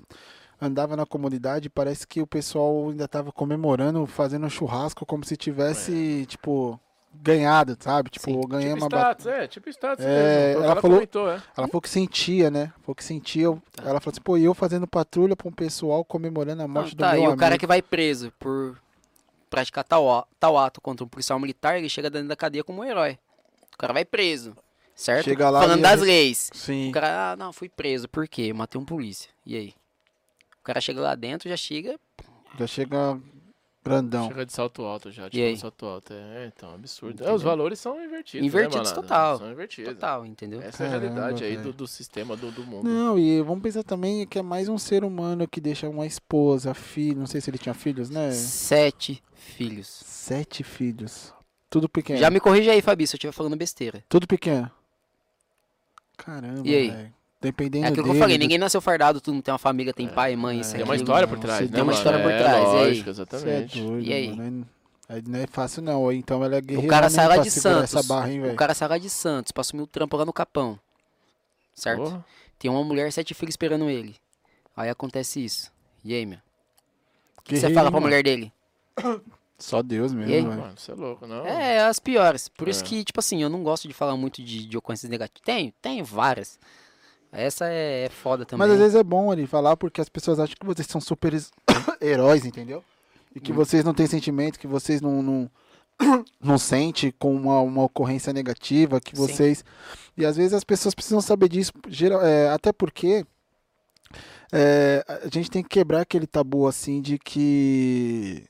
andava na comunidade, e parece que o pessoal ainda tava comemorando, fazendo um churrasco como se tivesse, tipo, ganhado, sabe? Tipo, É. Sim. ganhei tipo uma batalha. status, é, tipo status É, mesmo. Foi o que ela falou- comentou, é. Ela falou que sentia, né? Falou que sentia. Ela falou assim, pô, e eu fazendo patrulha pra um pessoal comemorando a morte Tá. Não, tá, do meu e amigo. o cara que vai preso por praticar tal, a- tal ato contra um policial militar, ele chega dentro da cadeia como um herói. O cara vai preso, certo? Chega lá Falando e- das leis. Sim. O cara, ah, não, fui preso. Por quê? Matei um polícia. E aí? O cara chega lá dentro, já chega. Já chega grandão. Chega de salto alto já, tipo, aí? um salto alto. É, então, absurdo. É, Entendeu? os valores são invertidos, né, Invertidos malandro? total. São invertidos. Total, entendeu? Essa é a Caramba, realidade aí do, velho. do sistema, do, do mundo. Não, e vamos pensar também que é mais um ser humano que deixa uma esposa, filho, não sei se ele tinha filhos, né? Sete filhos. Sete filhos. Tudo pequeno. Já me corrija aí, Fabi, se eu estiver falando besteira. Tudo pequeno. Caramba, E aí? velho. Dependendo É aquilo que eu dele, falei, do- É. ninguém nasceu fardado, todo mundo tem uma família, tem pai, mãe, isso Tem É. uma aquilo. história por não, trás, se né? tem uma mano? história por É, trás, e aí? lógico, Você é exatamente. doido, E aí? mano. Aí não é fácil não, ou então ela é guerreira O cara mesmo sai lá pra de segurar Santos. essa barra, hein, o velho. cara sai lá de Santos pra assumir o trampo lá no Capão. Certo? Porra. Tem uma mulher e sete filhos esperando ele. Aí acontece isso. E aí, meu? que você fala pra mulher dele? Só Deus mesmo, né? E aí? velho. Mano, você é louco, não? É, as piores. Por isso É. que, tipo assim, eu não gosto de falar muito de, de ocorrências negativas. Tenho, tenho várias. Essa é, é foda também. Mas às vezes é bom ele falar porque as pessoas acham que vocês são super es- heróis, entendeu? E Hum. que vocês não têm sentimento, que vocês não não, não sente com uma, uma ocorrência negativa, que Sim. vocês e às vezes as pessoas precisam saber disso, geral- é, até porque é, a gente tem que quebrar aquele tabu assim de que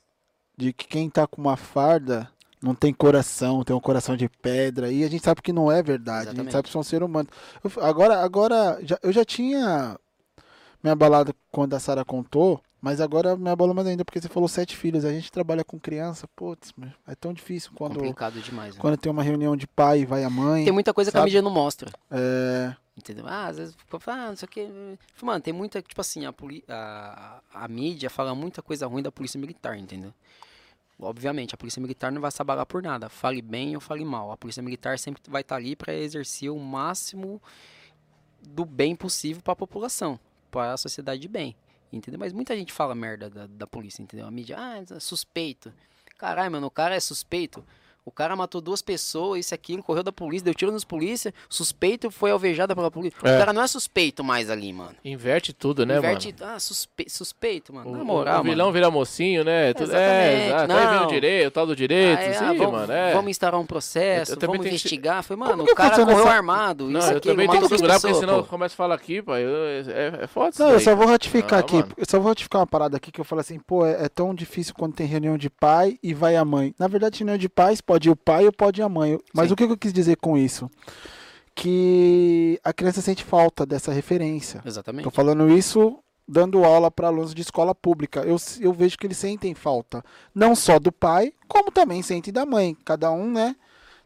de que quem tá com uma farda não tem coração, tem um coração de pedra. E a gente sabe que não é verdade. A gente Exatamente. sabe que são ser humano. Eu f- agora, agora já- eu já tinha me abalado quando a Sara contou, mas agora me abalou mais ainda porque você falou sete filhos. A gente trabalha com criança, putz, meu, é tão difícil quando, Complicado demais. né? quando tem uma reunião de pai e vai a mãe. Tem um muita coisa que a sabe? mídia não mostra. É, Entendeu? Ah, às vezes o povo fala, ah, não sei o que. Mano, tem muita. Tipo assim, a, poli- a, a mídia fala muita coisa ruim da polícia militar, entendeu? Obviamente, a polícia militar não vai se abalar por nada. Fale bem ou fale mal. A polícia militar sempre vai estar ali para exercer o máximo do bem possível para a população, para a sociedade de bem. Entendeu? Mas muita gente fala merda da, da polícia, entendeu? A mídia, ah, suspeito. Caralho, mano, o cara é suspeito. O cara matou duas pessoas, isso e aquilo, correu da polícia, deu tiro nos polícia, suspeito foi alvejado pela polícia. É. O cara não é suspeito mais ali, mano. Inverte tudo, né, Inverte, mano? ah, suspe- suspeito, mano. O, Na moral, o vilão mano. vira mocinho, né? Tudo- Exatamente, É, exato. Aí vem o não. direito, o tal do direito, Ah, é, sim, ah, vamos, mano. É. vamos instaurar um processo, Eu também vamos tenho que- investigar. Foi, mano, que o cara funciona correu essa- armado, Não, isso eu aqui, também tenho matou que duas segurar, porque pessoas, senão eu pô. começo a falar aqui, pai. eu- é, é foda isso Não, eu daí, só vou cara. ratificar Ah, aqui. mano. Eu só vou ratificar uma parada aqui que eu falo assim, pô, é, é tão difícil quando tem reunião de pai e vai a mãe. Na verdade, reunião de pais pode ir o pai ou pode ir a mãe. Mas Sim. o que que eu quis dizer com isso? Que a criança sente falta dessa referência. Tô Exatamente. falando isso dando aula para alunos de escola pública. Eu, s- eu vejo que eles sentem falta, não só do pai, como também sentem da mãe. Cada um, né,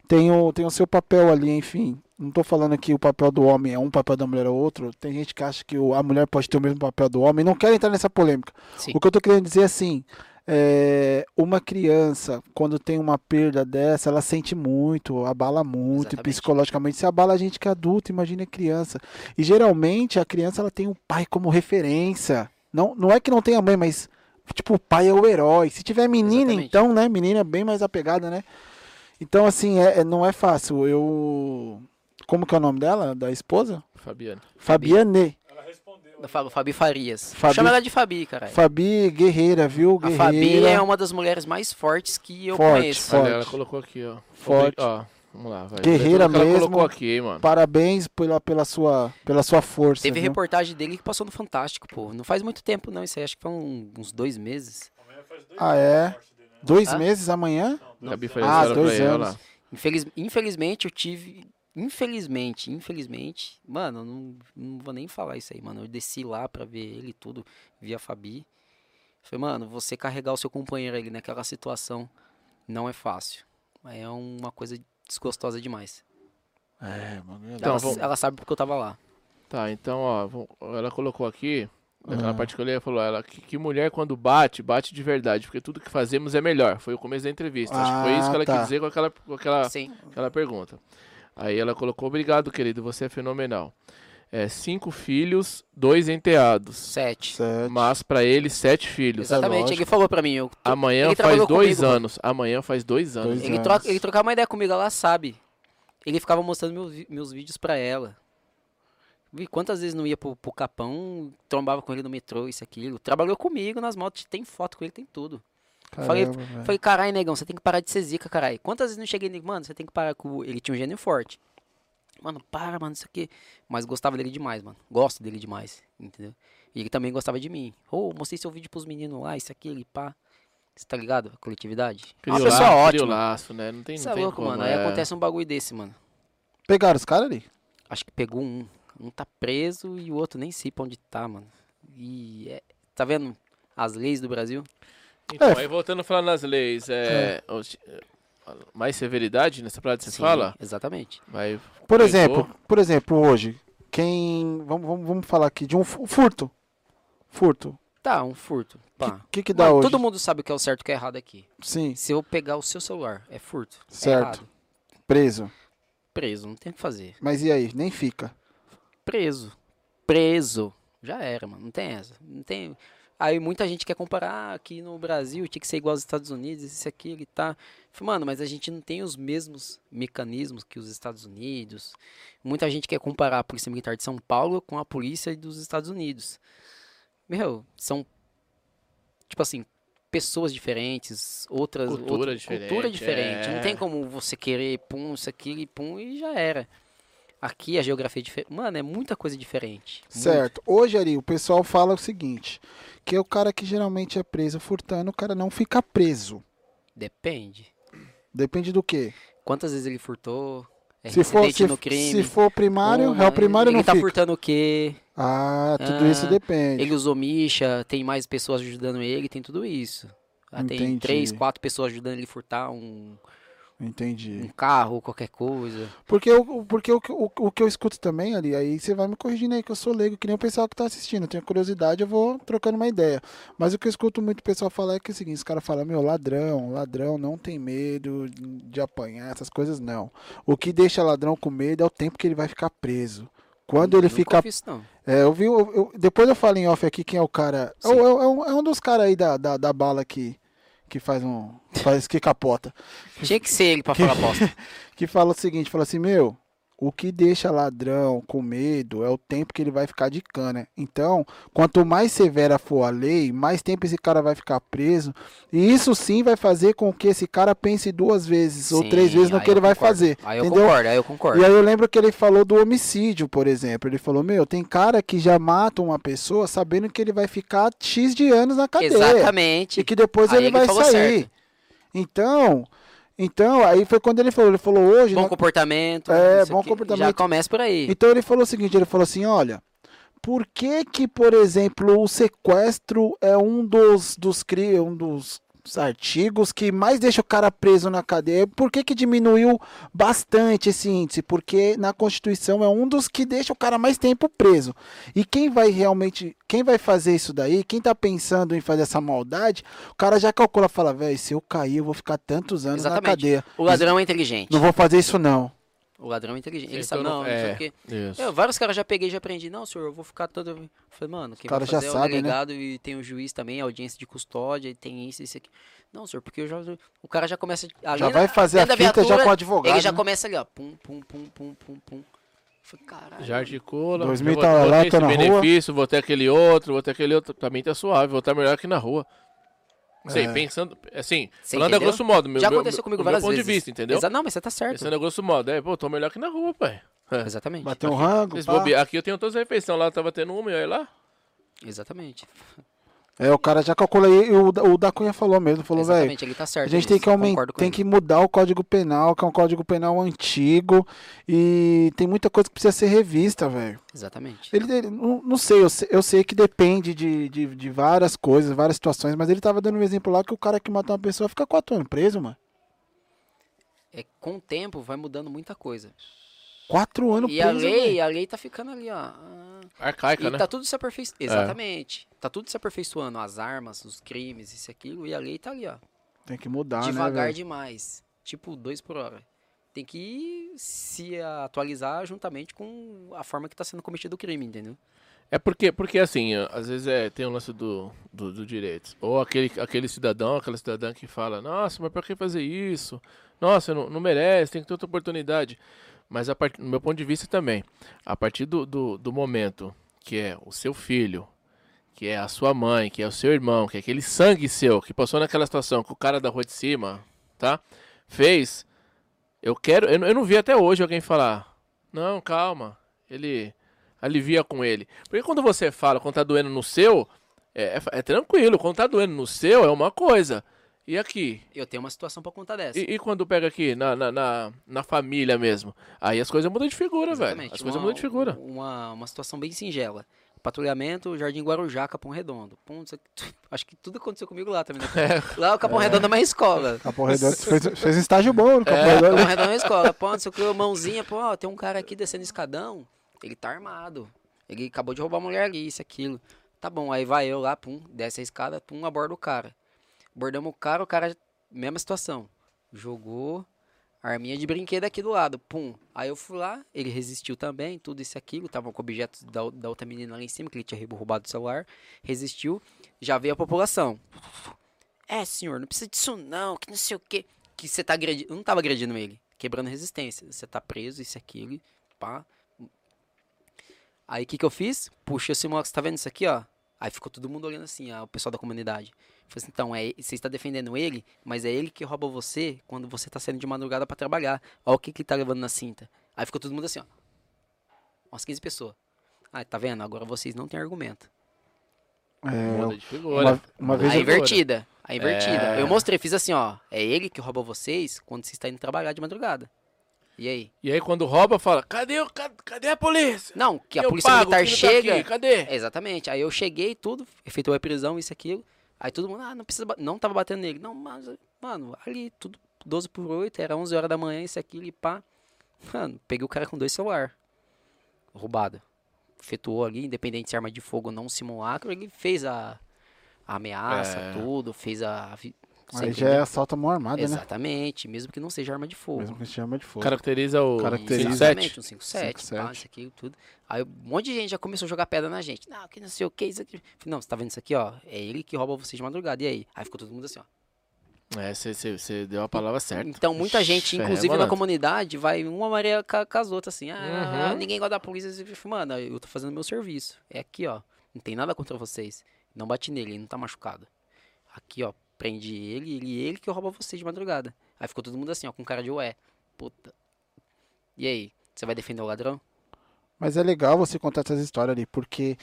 tem o, tem o seu papel ali, enfim. Não tô falando que o papel do homem é um, o papel da mulher é outro. Tem gente que acha que o- a mulher pode ter o mesmo papel do homem. Não quero entrar nessa polêmica. Sim. O que eu tô querendo dizer é assim, é, uma criança, quando tem uma perda dessa, ela sente muito, abala muito, e Exatamente. psicologicamente se abala a gente que é adulto, imagina criança. E geralmente a criança ela tem o pai como referência. Não, não é que não tenha mãe, mas tipo, o pai é o herói. Se tiver menina, Exatamente. então, né? Menina é bem mais apegada, né? Então, assim, é, é- não é fácil. Eu. Como que é o nome dela? Da esposa? Fabiano. Fabiane. Ela respondeu. Eu falo Fabi Farias. Fabi- Chama ela de Fabi, caralho. Fabi guerreira, viu? A Guerreira. Fabi é uma das mulheres mais fortes que eu Forte, conheço. forte. Olha, ela colocou aqui, ó. Forte. Obri- Ó, vamos lá, vai. Guerreira Ela mesmo. colocou aqui, hein, mano. Parabéns pela, pela, sua, pela sua força. um- uhum. Teve viu? reportagem dele que passou no Fantástico, pô. Não faz muito tempo, não. Isso aí acho que foi um- uns dois meses. Amanhã faz dois Ah, anos é? da morte dele, né? Dois Hã? meses amanhã? Não, dois Gabi anos. fez Ah, essa hora pra dois ele, olha anos. lá. Infeliz- Infelizmente, eu tive. Infelizmente, infelizmente. Mano, eu não, não vou nem falar isso aí, mano. Eu desci lá pra ver ele e tudo, vi a Fabi. Falei, mano, você carregar o seu companheiro ali naquela situação não é fácil. É uma coisa desgostosa demais. É, mano. Então, ela, vamos- ela sabe porque eu tava lá. Tá, então, ó, vo- ela colocou aqui, naquela Ah. parte que eu li, ela falou, ela, que, que mulher quando bate, bate de verdade, porque tudo que fazemos é melhor. Foi o começo da entrevista. Acho que foi isso Ah, que ela tá. quis dizer com aquela, com aquela, Sim. aquela pergunta. Aí ela colocou, obrigado, querido, você é fenomenal. É, cinco filhos, dois enteados. Sete. Sete. Mas pra ele, sete filhos. Exatamente. tá lógico. ele falou pra mim, eu Amanhã Ele faz trabalhou dois comigo, mano. anos. Amanhã faz dois anos. Dois Ele, anos. troca, ele trocava uma ideia comigo, ela sabe. Ele ficava mostrando meus, vi- meus vídeos pra ela. Vi quantas vezes não ia pro, pro Capão, trombava com ele no metrô, isso, aquilo. Trabalhou comigo nas motos, tem foto com ele, tem tudo. Falei- Caramba, velho. Falei, carai, negão, você tem que parar de ser zica, carai. Quantas vezes não cheguei nele, mano, você tem que parar com. o-" Ele tinha um gênio forte. Mano, para, mano, isso aqui. Mas gostava dele demais, mano. Gosto dele demais, entendeu? E ele também gostava de mim. Ô, mostrei seu vídeo pros meninos lá, isso aqui, ele pá. Você tá ligado? A coletividade. É Cria uma o pessoa laço, cria o ótima. laço, né? Não tem, Isso não é tem louco, como, mano. é. Aí acontece um bagulho desse, mano. Pegaram os caras ali? Acho que pegou um. Um tá preso e o outro nem sei pra onde tá, mano. E é- tá vendo as leis do Brasil? Então, É. aí voltando a falar nas leis, é, os- mais severidade nessa parada que você Sim, fala? Exatamente. Vai, Por Pegou. exemplo, por exemplo, hoje, quem. Vamos, vamos, vamos falar aqui de um fu- furto. Furto. Tá, um furto. O Pá. que, que dá Mano, hoje? Todo mundo sabe o que é o certo e o que é errado aqui. Sim, Se eu pegar o seu celular, é furto. É Certo. errado. preso. Preso, não tem o que fazer. Mas e aí? Nem fica. Preso. Preso. Já era, mano. Não tem essa. Não tem. Aí muita gente quer comparar "Ah, aqui no Brasil, tinha que ser igual aos Estados Unidos, isso aqui e tá. Falei, Mano, mas a gente não tem os mesmos mecanismos que os Estados Unidos. Muita gente quer comparar a Polícia Militar de São Paulo com a polícia dos Estados Unidos. Meu, são tipo assim, pessoas diferentes, outras Cultura outra- diferente, cultura diferente. é. Não tem como você querer pum, isso aqui e pum e já era. Aqui a geografia é diferente. Mano, é muita coisa diferente. Muito. Certo. Hoje, Ari, o pessoal fala o seguinte: que é o cara que geralmente é preso furtando, o cara não fica preso. Depende. Depende do quê? Quantas vezes ele furtou? É se, for, incidente se, no crime. se for primário, Uma, réu primário ele não tá fica. furtando o quê? Ah, tudo Ah, isso depende. Ele usou micha, tem mais pessoas ajudando ele, tem tudo isso. Ah, tem Entendi. três, quatro pessoas ajudando ele a furtar um, um Entendi. carro, qualquer coisa. Porque, o, porque o, que- o, o que eu escuto também, ali, aí você vai me corrigindo aí, que eu sou leigo, que nem o pessoal que tá assistindo. Eu tenho curiosidade, eu vou trocando uma ideia. Mas o que eu escuto muito o pessoal falar é que é o seguinte: os caras falam, meu, ladrão, ladrão não tem medo de apanhar, essas coisas não. O que deixa ladrão com medo é o tempo que ele vai ficar preso. Quando ele Nunca fica. ouvi Isso, não. É, eu vi. eu- eu- depois eu falo em off aqui quem é o cara. É, o- é o- é um, é um dos caras aí da, da, da bala que, que faz um. Faz, que capota Tinha que ser ele pra falar bosta. que fala o seguinte, fala assim, meu, o que deixa ladrão com medo é o tempo que ele vai ficar de cana. Então, quanto mais severa for a lei, mais tempo esse cara vai ficar preso. E isso sim vai fazer com que esse cara pense duas vezes ou Sim, três vezes no aí que eu ele vai concordo. fazer. Aí eu entendeu? concordo, aí eu concordo. E aí eu lembro que ele falou do homicídio, por exemplo. Ele falou, meu, tem cara que já mata uma pessoa sabendo que ele vai ficar X de anos na cadeia. Exatamente. E que depois Aí ele ele vai falou sair. certo. Então, então, aí foi quando ele falou, ele falou hoje, Bom na- comportamento. É, isso bom aqui, Já comportamento. começa por aí. Então ele falou o seguinte, ele falou assim, olha, por que que, por exemplo, o sequestro é um dos dos cri- um dos artigos que mais deixa o cara preso na cadeia? Por que que diminuiu bastante esse índice? Porque na Constituição é um dos que deixa o cara mais tempo preso. E quem vai realmente, quem vai fazer isso daí, quem tá pensando em fazer essa maldade, o cara já calcula, fala, velho, se eu cair, eu vou ficar tantos anos Exatamente. na cadeia. O ladrão é inteligente. Não vou fazer isso não. O ladrão é inteligente. Ele sabe, Acertou não, no- não sei é. o quê. Isso. Eu, vários caras já peguei e já aprendi. Não, senhor, eu vou ficar todo. Eu Falei, mano, quem caras vai já fazer é o sabem, né? delegado e tem o juiz também, a audiência de custódia, e tem isso, isso aqui. Não, senhor, porque eu já. O cara já começa. além Já da- vai fazer a além da fita já viatura, com o advogado. Ele já né? começa ali, ó. Pum, pum, pum, pum, pum, pum. Eu Falei, caralho. Já articula. 2000 eu tá vou- lá, vou ter tá na esse rua. benefício, vou ter aquele outro, vou ter aquele outro. Pra mim tá suave, vou estar melhor que na rua. Sei, É. pensando. Assim, Você falando a entendeu? grosso modo. Meu, já meu- aconteceu meu- comigo meu várias ponto vezes. de vista, entendeu? Exa- Não, mas você tá certo. Pensando a grosso modo. É, pô, tô melhor que na rua, pai. É. Exatamente. Bateu um rango, Esse pá. bobe- Aqui eu tenho todas as refeições lá, tava tendo uma e olha lá. um Exatamente. É, o cara já calcula aí, e o, da- o da Cunha falou mesmo, falou, velho, Exatamente, ele tá a certo. gente tem nisso, que aumentar, concordo com tem ele. que mudar o Código Penal, que é um Código Penal antigo, e tem muita coisa que precisa ser revista, velho. Exatamente. Ele, ele- não, não sei, eu sei, eu sei que depende de, de, de várias coisas, várias situações, mas ele tava dando um exemplo lá que o cara que mata uma pessoa fica quatro anos preso, mano. É, com o tempo vai mudando muita coisa. Quatro anos E preso, a lei, velho. a lei tá ficando ali, ó. Ah, Arcaica, e né? tá tudo se aperfeiçoando. Exatamente. Tá tudo se aperfeiçoando. As armas, os crimes, isso e aquilo. E a lei tá ali, ó. Tem que mudar, né, devagar velho? demais. Tipo, dois por hora. Tem que se atualizar juntamente com a forma que tá sendo cometido o crime, entendeu? É porque, porque assim, ó, às vezes é, tem o lance do, do, do direito. Ou aquele, aquele cidadão, aquela cidadã que fala, nossa, mas pra que fazer isso? Nossa, não, não merece, tem que ter outra oportunidade. Mas a part, no meu ponto de vista também, a partir do, do, do momento que é o seu filho, que é a sua mãe, que é o seu irmão, que é aquele sangue seu que passou naquela situação que o cara da rua de cima, tá? Fez. Eu quero. Eu, não- eu não vi até hoje alguém falar. Não, calma. Ele alivia com ele. Porque quando você fala quando tá doendo no seu, é, é fa- é tranquilo. Quando tá doendo no seu, é uma coisa. E aqui? Eu tenho uma situação pra contar dessa. E, e quando pega aqui na, na, na, na família mesmo? Aí as coisas mudam de figura, velho. Exatamente. As coisas mudam de figura. Uma, uma situação bem singela. Patrulhamento, Jardim Guarujá, Capão Redondo. Pum, isso aqui- acho que tudo aconteceu comigo lá também. né? Lá o Capão Redondo é uma escola. Capão Redondo fez, fez um estágio bom no Capão Redondo. Capão Redondo é uma escola. Pô, não sei o que, mãozinha, pô, ó, tem um cara aqui descendo escadão, ele tá armado. Ele acabou de roubar a mulher ali, isso, aquilo. Tá bom, aí vai eu lá, pum, desce a escada, pum, aborda o cara. Abordamos o cara, o cara, mesma situação. Jogou, a arminha de brinquedo aqui do lado, pum. Aí eu fui lá, ele resistiu também, tudo isso e aquilo, tava com objetos da, da outra menina lá em cima, que ele tinha roubado o celular, resistiu, já veio a população. É, senhor, não precisa disso não, que não sei o quê. Que você tá agredindo, eu não tava agredindo ele, quebrando resistência. Você tá preso, isso e aquilo, pá. Aí o que que eu fiz? Puxei assim, moleque, você tá vendo isso aqui, ó? Aí ficou todo mundo olhando assim, ó, o pessoal da comunidade. Falei assim, então, é, você está defendendo ele, mas é ele que rouba você quando você tá saindo de madrugada para trabalhar. Olha o que, que ele tá levando na cinta. Aí ficou todo mundo assim, ó. Umas 15 pessoas. Ah, tá vendo? Agora vocês não têm argumento. Muda de figura. É, Uma, uma vez A eu, invertida. A invertida. Eu mostrei, fiz assim, ó. É ele que rouba vocês quando você está indo trabalhar de madrugada. E aí? E aí quando rouba, fala, cadê, o- ca- cadê a polícia? Não, que a Eu polícia pago, militar o filho tá chega. aqui, cadê? É, Exatamente. Aí eu cheguei, tudo, efetuei a prisão, isso, aquilo. Aí todo mundo, ah, não precisa. ba- Não tava batendo nele. Não, mas, mano, ali, tudo 12 por 8, era 11 horas da manhã, isso, aquilo, e pá. Mano, peguei o cara com dois celular. Roubado. Efetuou ali, independente se é arma de fogo ou não, um simulacro, ele fez a, a ameaça, tudo, fez a. vi- você É. Aí já é entendeu? assalto à mão armada, né? Exatamente, mesmo que não seja arma de fogo. Mesmo que se chama de fogo. Caracteriza o Caracteriza. Exatamente, 57. um 57, 5-7. pá, isso aqui, tudo. Aí um monte de gente já começou a jogar pedra na gente. Não, que não sei o que, isso aqui. Falei, Não, você tá vendo isso aqui, ó? É ele que rouba vocês de madrugada. E aí? Aí ficou todo mundo assim, ó. É, você deu a palavra certa. Então muita gente, Ixi, inclusive é, na malandro. comunidade, vai uma maria ca- com as outras, assim. Ah, Uhum. ninguém gosta da polícia. Eu falo, Mano, eu tô fazendo meu serviço. É aqui, ó. Não tem nada contra vocês. Não bate nele, ele não tá machucado. Aqui, ó. Prende ele, ele ele que rouba vocês de madrugada. Aí ficou todo mundo assim, ó, com cara de ué. Puta. E aí? Você vai defender o ladrão? Mas é legal você contar essas histórias ali, porque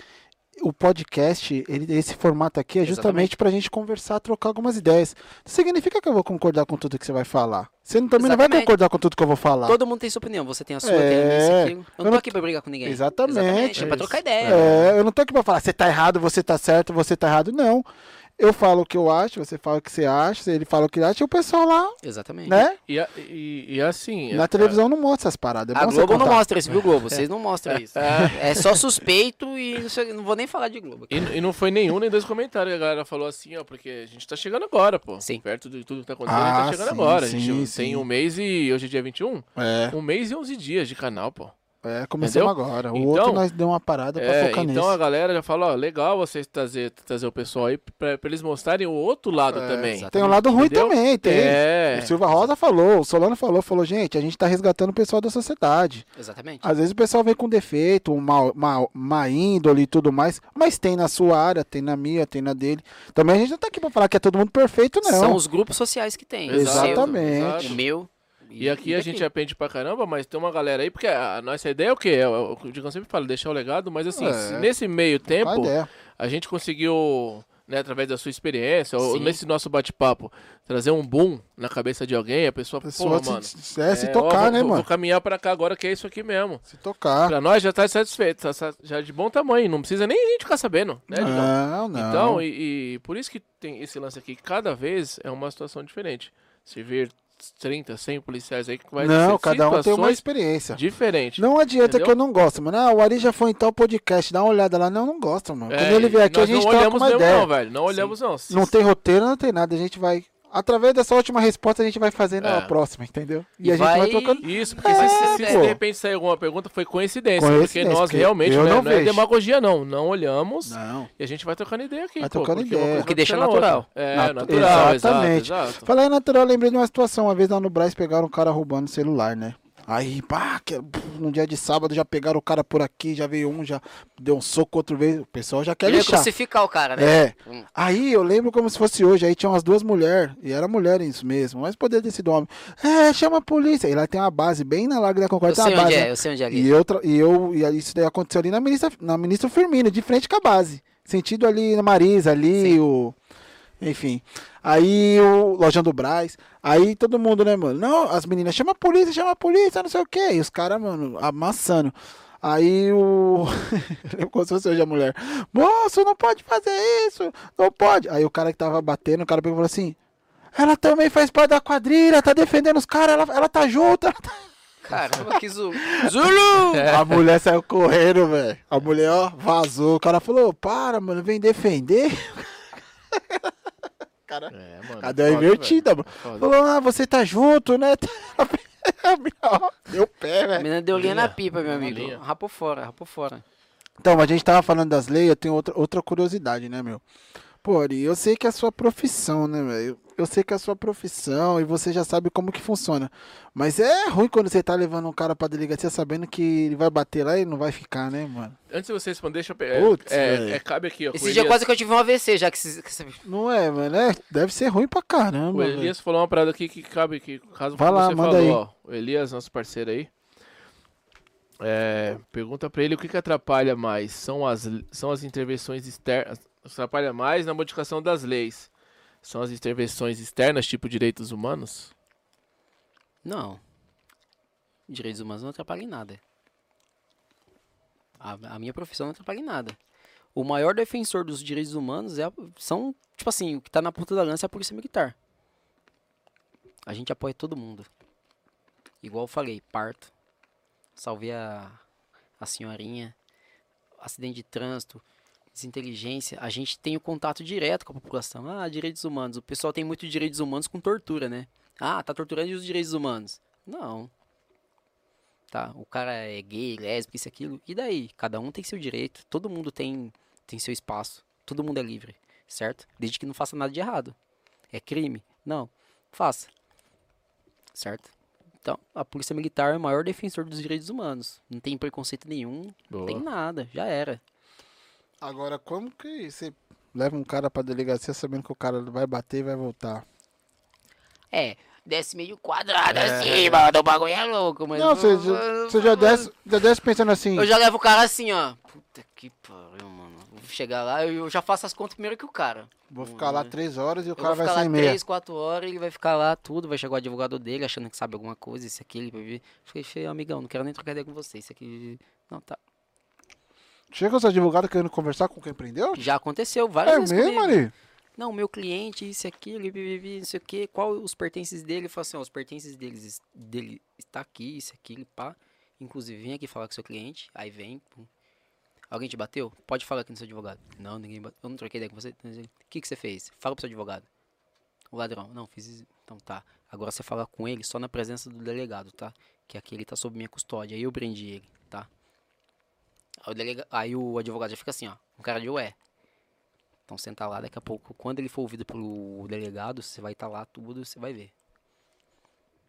o podcast, ele- esse formato aqui é justamente Exatamente. pra gente conversar, trocar algumas ideias. Não significa que eu vou concordar com tudo que você vai falar. Você não- também não vai Exatamente. concordar com tudo que eu vou falar. Todo mundo tem sua opinião, você tem a sua, tem a Tá. É. minha, isso, aquilo. Eu Eu não não- tô aqui pra brigar com ninguém. Exatamente. Exatamente, é É pra trocar ideia. É, eu não tô aqui pra falar, você tá errado, você tá certo, você tá errado. Não. Eu falo o que eu acho, você fala o que você acha, ele fala o que ele acha, e o pessoal lá, Exatamente. né? E, a- e, e assim... Na a- televisão não mostra essas paradas. É é. A bom você Globo não contar. mostra isso, viu, Globo? Vocês não mostram isso. É só suspeito e não, sei- não vou nem falar de Globo. E, e não foi nenhum nem dois comentários. A galera falou assim, ó, porque a gente tá chegando agora, pô. Sim. Perto de tudo que tá acontecendo, a Ah, gente tá chegando sim, agora. a sim, gente sim. tem um mês e hoje é dia 21. É, Um mês e 11 dias de canal, pô. é começamos agora. O outro Então- nós deu uma parada pra É, focar então nisso. a galera já fala, ó, legal vocês trazer, trazer o pessoal aí pra, pra eles mostrarem o outro lado também. exato. Tem um lado ruim Entendeu? também, tem. É. O Silva Rosa falou, o Solano falou, falou, gente, a gente tá resgatando o pessoal da sociedade. Exatamente. Às vezes o pessoal vem com defeito, um uma, uma, uma índole e tudo mais, mas tem na sua área, tem na minha, tem na dele. Também a gente não tá aqui pra falar que é todo mundo perfeito, não. São os grupos sociais que tem. o seu, Exatamente. O meu. E aqui a daqui. gente é aprende pra caramba, mas tem uma galera aí, porque a nossa ideia é o quê? É o que o Digão sempre fala, deixar o legado, mas assim, É. se nesse meio Qual a tempo, ideia? a gente conseguiu, né, através da sua experiência, ou Sim. nesse nosso bate-papo, trazer um boom na cabeça de alguém, a pessoa, A pessoa pô, mano. se, se, é, se é, ó, tocar, vou- né, vou, mano? Vou caminhar pra cá agora que é isso aqui mesmo. Se tocar. Pra nós já tá satisfeito, tá sa- já de bom tamanho, não precisa nem a gente ficar sabendo, né, Digão? Ah, Não, não. Então, e, e por isso que tem esse lance aqui, cada vez é uma situação diferente. Se ver 30, 100 policiais aí que vai não, ser cada um tem uma situações experiência. diferentes. Não adianta Entendeu? que eu não gosto, mano. Ah, o Ari já foi em tal podcast, dá uma olhada lá. Não, não gosto, mano. Quando ele vier aqui, a É, nós gente não troca olhamos uma mesmo, ideia. não, velho. Não olhamos, não. Se- Não tem roteiro, não tem nada. A gente vai. Através dessa última resposta, a gente vai fazendo É. a próxima, entendeu? E, E a gente vai, vai- trocando. Isso, porque É, se, se- se pô. de repente sair alguma pergunta, foi coincidência. Coincidência, porque nós porque realmente, eu velho, não não, é vejo. demagogia, não. Não olhamos Não. e a gente vai trocando ideia aqui. Vai pô, trocando porque é uma ideia. coisa O que deixa puxa na outra. natural. É, Natu- natural, exatamente. exatamente. Exato, Falar em natural, eu lembrei de uma situação. Uma vez lá no Brás pegaram um cara roubando o celular, né? Aí, pá, que, no dia de sábado já pegaram o cara por aqui, já veio um, já deu um soco outra vez. O pessoal já quer Ele ia lixar. crucificar o cara, né? É. Aí eu lembro como se fosse hoje. Aí tinha umas duas mulheres, e era mulher isso mesmo, mas poderia ter sido homem. É, chama a polícia. E lá tem uma base bem na Larga da Eu Concórdia. sei Tem uma onde base. é, né? eu sei onde é ali. E eu, tra- e eu e aí isso daí aconteceu ali na ministra, na ministra Firmino, de frente com a base. Sentido ali na Marisa, ali, o. Enfim. Aí o Lojão do Brás. Aí todo mundo, né, mano? Não, as meninas, chama a polícia, chama a polícia, não sei o quê. E os caras, mano, amassando. Aí o. Eu lembro como se fosse hoje a mulher. Moço, não pode fazer isso! Não pode! Aí o cara que tava batendo, o cara pegou e falou assim. Ela também faz parte da quadrilha, tá defendendo os caras, ela, ela tá junto, ela tá Caramba, que Zulu. Zulu! a mulher saiu correndo, velho. A mulher, ó, vazou. O cara falou, para, mano, vem defender. cara. É, mano. Ela deu uma invertida, mano. Foda. Falou, ah, você tá junto, né? Deu pé, A velho. menina deu linha na Linha. pipa, meu amigo. Linha. Rapou fora, rapou fora. Então, a gente tava falando das leis, eu tenho outra, outra curiosidade, né, meu? Pô, Ari, eu sei que é a sua profissão, né, velho? Eu sei que é a sua profissão e você já sabe como que funciona. Mas é ruim quando você tá levando um cara pra delegacia sabendo que ele vai bater lá e não vai ficar, né, mano? Antes de você responder, deixa eu pegar. Putz, é, velho. é, cabe aqui, ó. com o Esse dia Elias. quase que eu tive um AVC, já que esses- que esse- Não é, mano? É, deve ser ruim pra caramba, O velho. é. Elias falou uma parada aqui que cabe aqui, caso Vai lá, você manda falou, aí. ó. O Elias, nosso parceiro aí. É, pergunta pra ele o que, que atrapalha mais. São as, são as intervenções externas. Atrapalha mais na modificação das leis. São as intervenções externas, tipo direitos humanos? Não. Direitos humanos não atrapalham em nada. A, a minha profissão não atrapalha em nada. O maior defensor dos direitos humanos é a- são, tipo assim, o que tá na ponta da lança é a polícia militar. A gente apoia todo mundo. Igual eu falei, parto. Salvei a, a senhorinha. Acidente de trânsito. Desinteligência. A gente tem o contato direto com a população. Ah, direitos humanos. O pessoal tem muito direitos humanos com tortura, né? Ah, tá torturando os direitos humanos. Não. Tá, o cara é gay, lésbico, isso e aquilo. E daí? Cada um tem seu direito, todo mundo tem, tem seu espaço, todo mundo é livre, certo? Desde que não faça nada de errado. É crime? Não. Faça. Certo? Então, a polícia militar é o maior defensor dos direitos humanos. Não tem preconceito nenhum, não tem Boa. nada, já era. Agora, como que você leva um cara pra delegacia sabendo que o cara vai bater e vai voltar? É, desce meio quadrado assim, mano, o bagulho é louco, mas... É. Não, você, já- você já, desce, já desce pensando assim. Eu já levo o cara assim, ó. Puta que pariu, mano. Vou chegar lá, eu já faço as contas primeiro que o cara. Vou ficar lá três horas e o Eu cara vou vai ficar lá sair meia. três, quatro horas, ele vai ficar lá tudo, vai chegar o advogado dele achando que sabe alguma coisa, isso, aquilo, pra ver. Falei, feio, amigão, não quero nem trocar ideia com você, isso aqui... Não, tá. Chega os advogados querendo conversar com quem prendeu? Já aconteceu várias É vezes mesmo, comigo. Ari? Não, meu cliente, isso, aquilo, e vivi, não sei o quê. Qual os pertences dele? Eu falo assim, ó, os pertences deles, dele está aqui, isso, aquilo, pá. Inclusive, vem aqui falar com o seu cliente. Aí vem, pum. Alguém te bateu? Pode falar aqui no seu advogado. Não, ninguém bateu. Eu não troquei ideia com você. Então, ele, O que, que você fez? Fala pro seu advogado. O ladrão. Não, fiz isso. Então tá. Agora você fala com ele só na presença do delegado, tá? Que aqui ele tá sob minha custódia. Aí eu prendi ele, tá? Aí o, delega... Aí o advogado já fica assim, ó. Um cara de ué. Então senta lá, daqui a pouco, quando ele for ouvido pelo delegado, você vai estar lá, tudo, você vai ver.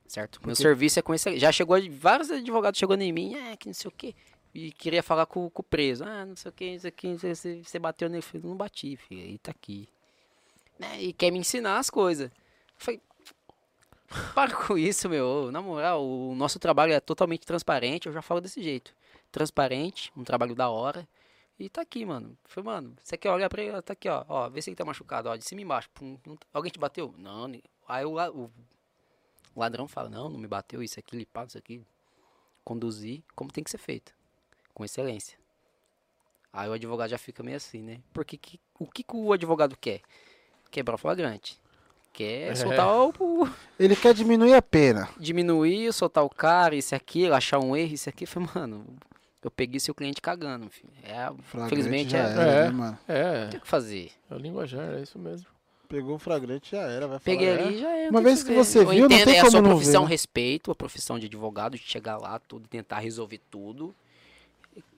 Certo? Meu serviço é com esse. Já chegou, vários advogados chegando em mim, é, que não sei o quê. E queria falar com, com o preso. Ah, não sei o que, isso aqui, não sei se você bateu nele. Eu falei, não bati, filho, aí tá aqui. Né? E quer me ensinar as coisas. Eu falei, para com isso, meu. Na moral, o nosso trabalho é totalmente transparente, eu já falo desse jeito. Transparente, um trabalho da hora. E tá aqui, mano. Falei, mano, você quer olhar pra ele? ó, Tá aqui, ó. Ó, vê se ele tá machucado, ó. De cima e embaixo. Pum, não tá- Alguém te bateu? Não. ni- Aí o, la- o ladrão fala, não, não me bateu isso aqui, limpado isso aqui. Conduzir como tem que ser feito. Com excelência. Aí o advogado já fica meio assim, né? Porque que- o que, que o advogado quer? Quebrar o flagrante. Quer soltar o, o- Ele quer diminuir a pena. diminuir, soltar o cara, isso e aquilo, achar um erro, isso e aquilo. Falei, mano, eu peguei seu cliente cagando, filho. É, Flagrante infelizmente já é. era, É. né, mano? É, Não tem o que fazer. é o linguajar, é isso mesmo. Pegou o flagrante, já era. Vai falar, Peguei é. ali e já é. não Uma tem vez que fazer. você Eu viu, não entendo, tem é a como sua não ver, profissão, né? respeito, a profissão de advogado, de chegar lá, tudo, tentar resolver tudo.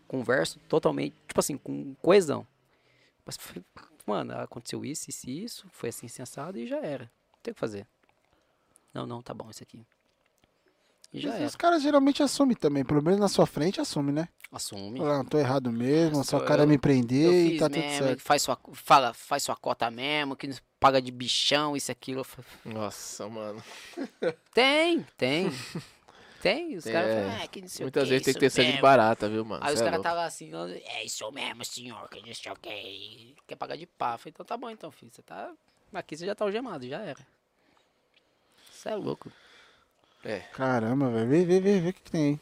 Converso totalmente, tipo assim, com coesão. Mas, foi- mano, aconteceu isso, isso e isso, foi assim, sensado e já era. Não tem o que fazer. Não, não, tá bom, isso aqui. E já Mas era. Os caras geralmente assumem também, pelo menos na sua frente assume, né? Assume. Fala, não, tô errado mesmo, a sua Eu- cara é me Eu prender e fiz tá tudo mesmo, certo. faz sua, fala, faz sua cota mesmo, que nos paga de bichão, isso, aquilo. Eu falei, Nossa, mano. Tem, tem. tem, os caras É, falam, ah, que não sei o Muitas quê, vezes tem que isso ter sangue mesmo." barata, viu, mano? Aí os Cê é caras louco. tá lá assim, ó, é isso mesmo, senhor, que não sei o quê, quer pagar de pá. Eu Falei, então tá bom então, filho, você tá... Aqui você já tá algemado, já era. Você é louco. Caramba, velho. Vê, vê, vê, vê o que, que tem aí.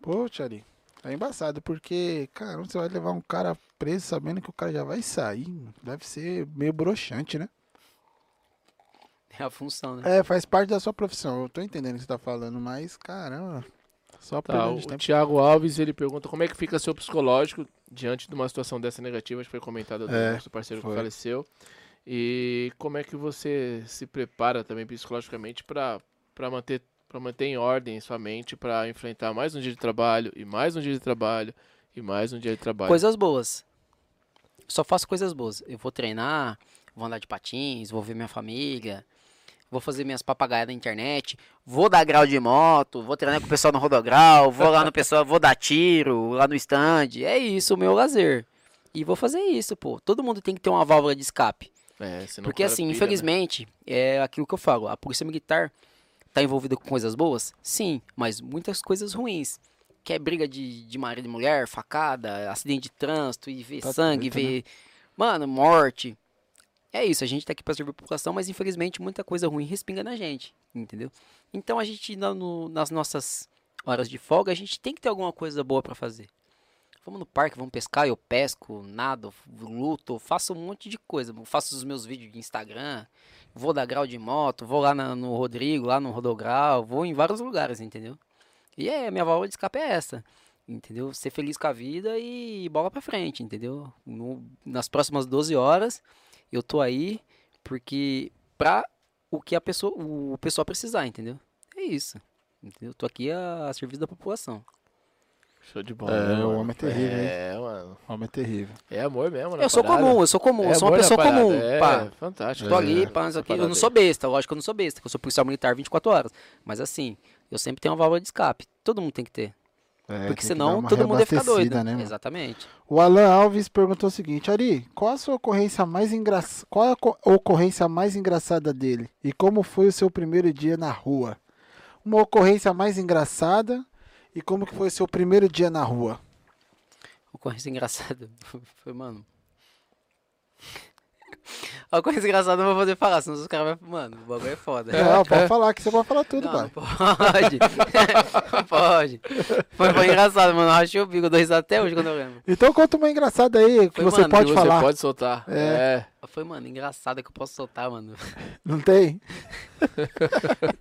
Pô, Tchari, é embaçado, porque, caramba, você vai levar um cara preso sabendo que o cara já vai sair. mano. Deve ser meio broxante, né? É a função, né? É, faz parte da sua profissão. Eu tô entendendo o que você tá falando, mas, caramba. Só Tá, perda de o tempo. Thiago Alves ele pergunta como é que fica seu psicológico diante de uma situação dessa negativa, acho que foi comentada do É, nosso parceiro foi. que faleceu. E como é que você se prepara também psicologicamente para manter para manter em ordem sua mente para enfrentar mais um dia de trabalho e mais um dia de trabalho e mais um dia de trabalho? Coisas boas. Só faço coisas boas. Eu vou treinar, vou andar de patins, vou ver minha família, vou fazer minhas papagaias na internet, vou dar grau de moto, vou treinar com o pessoal no rodograu, vou lá no pessoal, vou dar tiro lá no stand. É isso, o meu lazer. E vou fazer isso, pô. Todo mundo tem que ter uma válvula de escape. É, senão Porque o cara assim, pira, né? infelizmente, é aquilo que eu falo, a polícia militar tá envolvida com coisas boas? Sim, mas muitas coisas ruins. Que é briga de, de marido e mulher, facada, acidente de trânsito, e ver Tá sangue, e doido, né? ver, mano, morte. É isso, a gente tá aqui pra servir a população, mas infelizmente muita coisa ruim respinga na gente, entendeu? Então a gente, na- no- nas nossas horas de folga, a gente tem que ter alguma coisa boa pra fazer. Vamos no parque, vamos pescar, eu pesco, nado, luto, faço um monte de coisa. Faço os meus vídeos de Instagram, vou dar grau de moto, vou lá na- no Rodrigo, lá no Rodograu, vou em vários lugares, entendeu? E é, minha válvula de escape é essa, entendeu? Ser feliz com a vida e bola pra frente, entendeu? No- nas próximas 12 horas, eu tô aí porque pra o que a pessoa, o pessoal precisar, entendeu? É isso. Entendeu? Tô aqui a, a serviço da população. Show de bola. É, né, o um mano? homem é terrível, hein? É, mano. Homem é terrível. É amor mesmo, né? Eu sou comum, eu sou comum, é eu sou uma pessoa comum, É, pá. fantástico. Tô É. ali, pá, não sei o quê. Eu não sou besta, lógico que eu não sou besta, que eu sou policial militar 24 horas. Mas assim, eu sempre tenho uma válvula de escape. Todo mundo tem que ter. É, tem porque que dar senão uma todo mundo ia ficar doido. reabastecida, né, mano? Exatamente. O Alan Alves perguntou o seguinte: Ari, qual a sua ocorrência mais engraçada? Qual é a co- ocorrência mais engraçada dele? E como foi o seu primeiro dia na rua? Uma ocorrência mais engraçada e como que foi o seu primeiro dia na rua? Uma coisa engraçada foi, mano. Uma coisa engraçada eu vou poder falar, senão os caras vão. Mano, o bagulho é foda. Não, pode falar que você pode falar tudo, Não, não pai. pode. Não pode. Foi, foi engraçado, mano. Eu achei o bico, eu dou risada até hoje quando eu lembro. Então conta uma engraçada aí que Foi, você mano, Que pode você falar. pode soltar. É. Foi, mano, engraçada que eu posso soltar, mano. Não tem?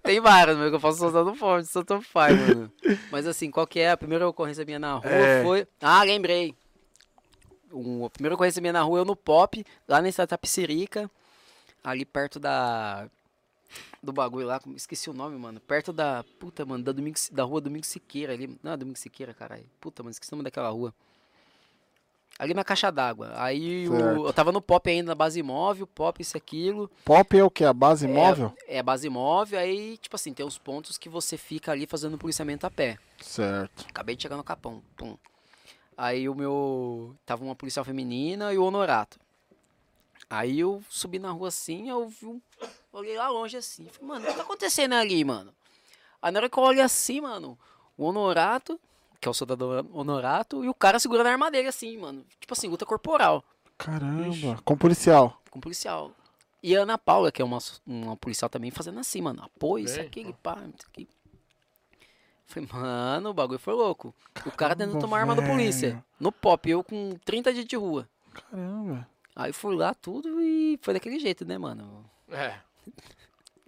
Tem várias, mas que eu posso soltar no forte, só tô pai, mano. Mas assim, qual que é a primeira ocorrência minha na rua foi. Ah, lembrei. Um, a primeira ocorrência minha na rua, eu no pop, lá nessa tapicerica, ali perto da. Do bagulho lá, como- esqueci o nome, mano. Perto da. Puta, mano, da, Domingo, da rua Domingo Siqueira ali. Não, é Domingo Siqueira, caralho. Puta, mano, esqueci o nome daquela rua. Ali na caixa d'água. Aí o- Certo. eu tava no pop ainda, na base imóvel, pop, isso e aquilo. Pop é o que? A base móvel? É, base móvel, aí, tipo assim, tem os pontos que você fica ali fazendo policiamento a pé. Certo. Acabei de chegar no Capão, pum. Aí o meu. Tava uma policial feminina e o Honorato. Aí eu subi na rua assim, eu vi um. Olhei lá longe assim. Falei, mano, o que tá acontecendo ali, mano? Aí na hora que eu olho assim, mano, o Honorato, que é o soldado Honorato, e o cara segurando a arma dele assim, mano. Tipo assim, luta corporal Caramba. Com policial. com policial. E a Ana Paula, que é uma, so- uma policial também, fazendo assim, mano. Apoio, isso Bem, aquele pá, não sei o quê. Falei, mano, o bagulho foi louco. o cara tentando tomar arma da polícia. velho. No pop, eu com 30 dias de rua. Caramba. Aí fui lá tudo e foi daquele jeito, né, mano? É.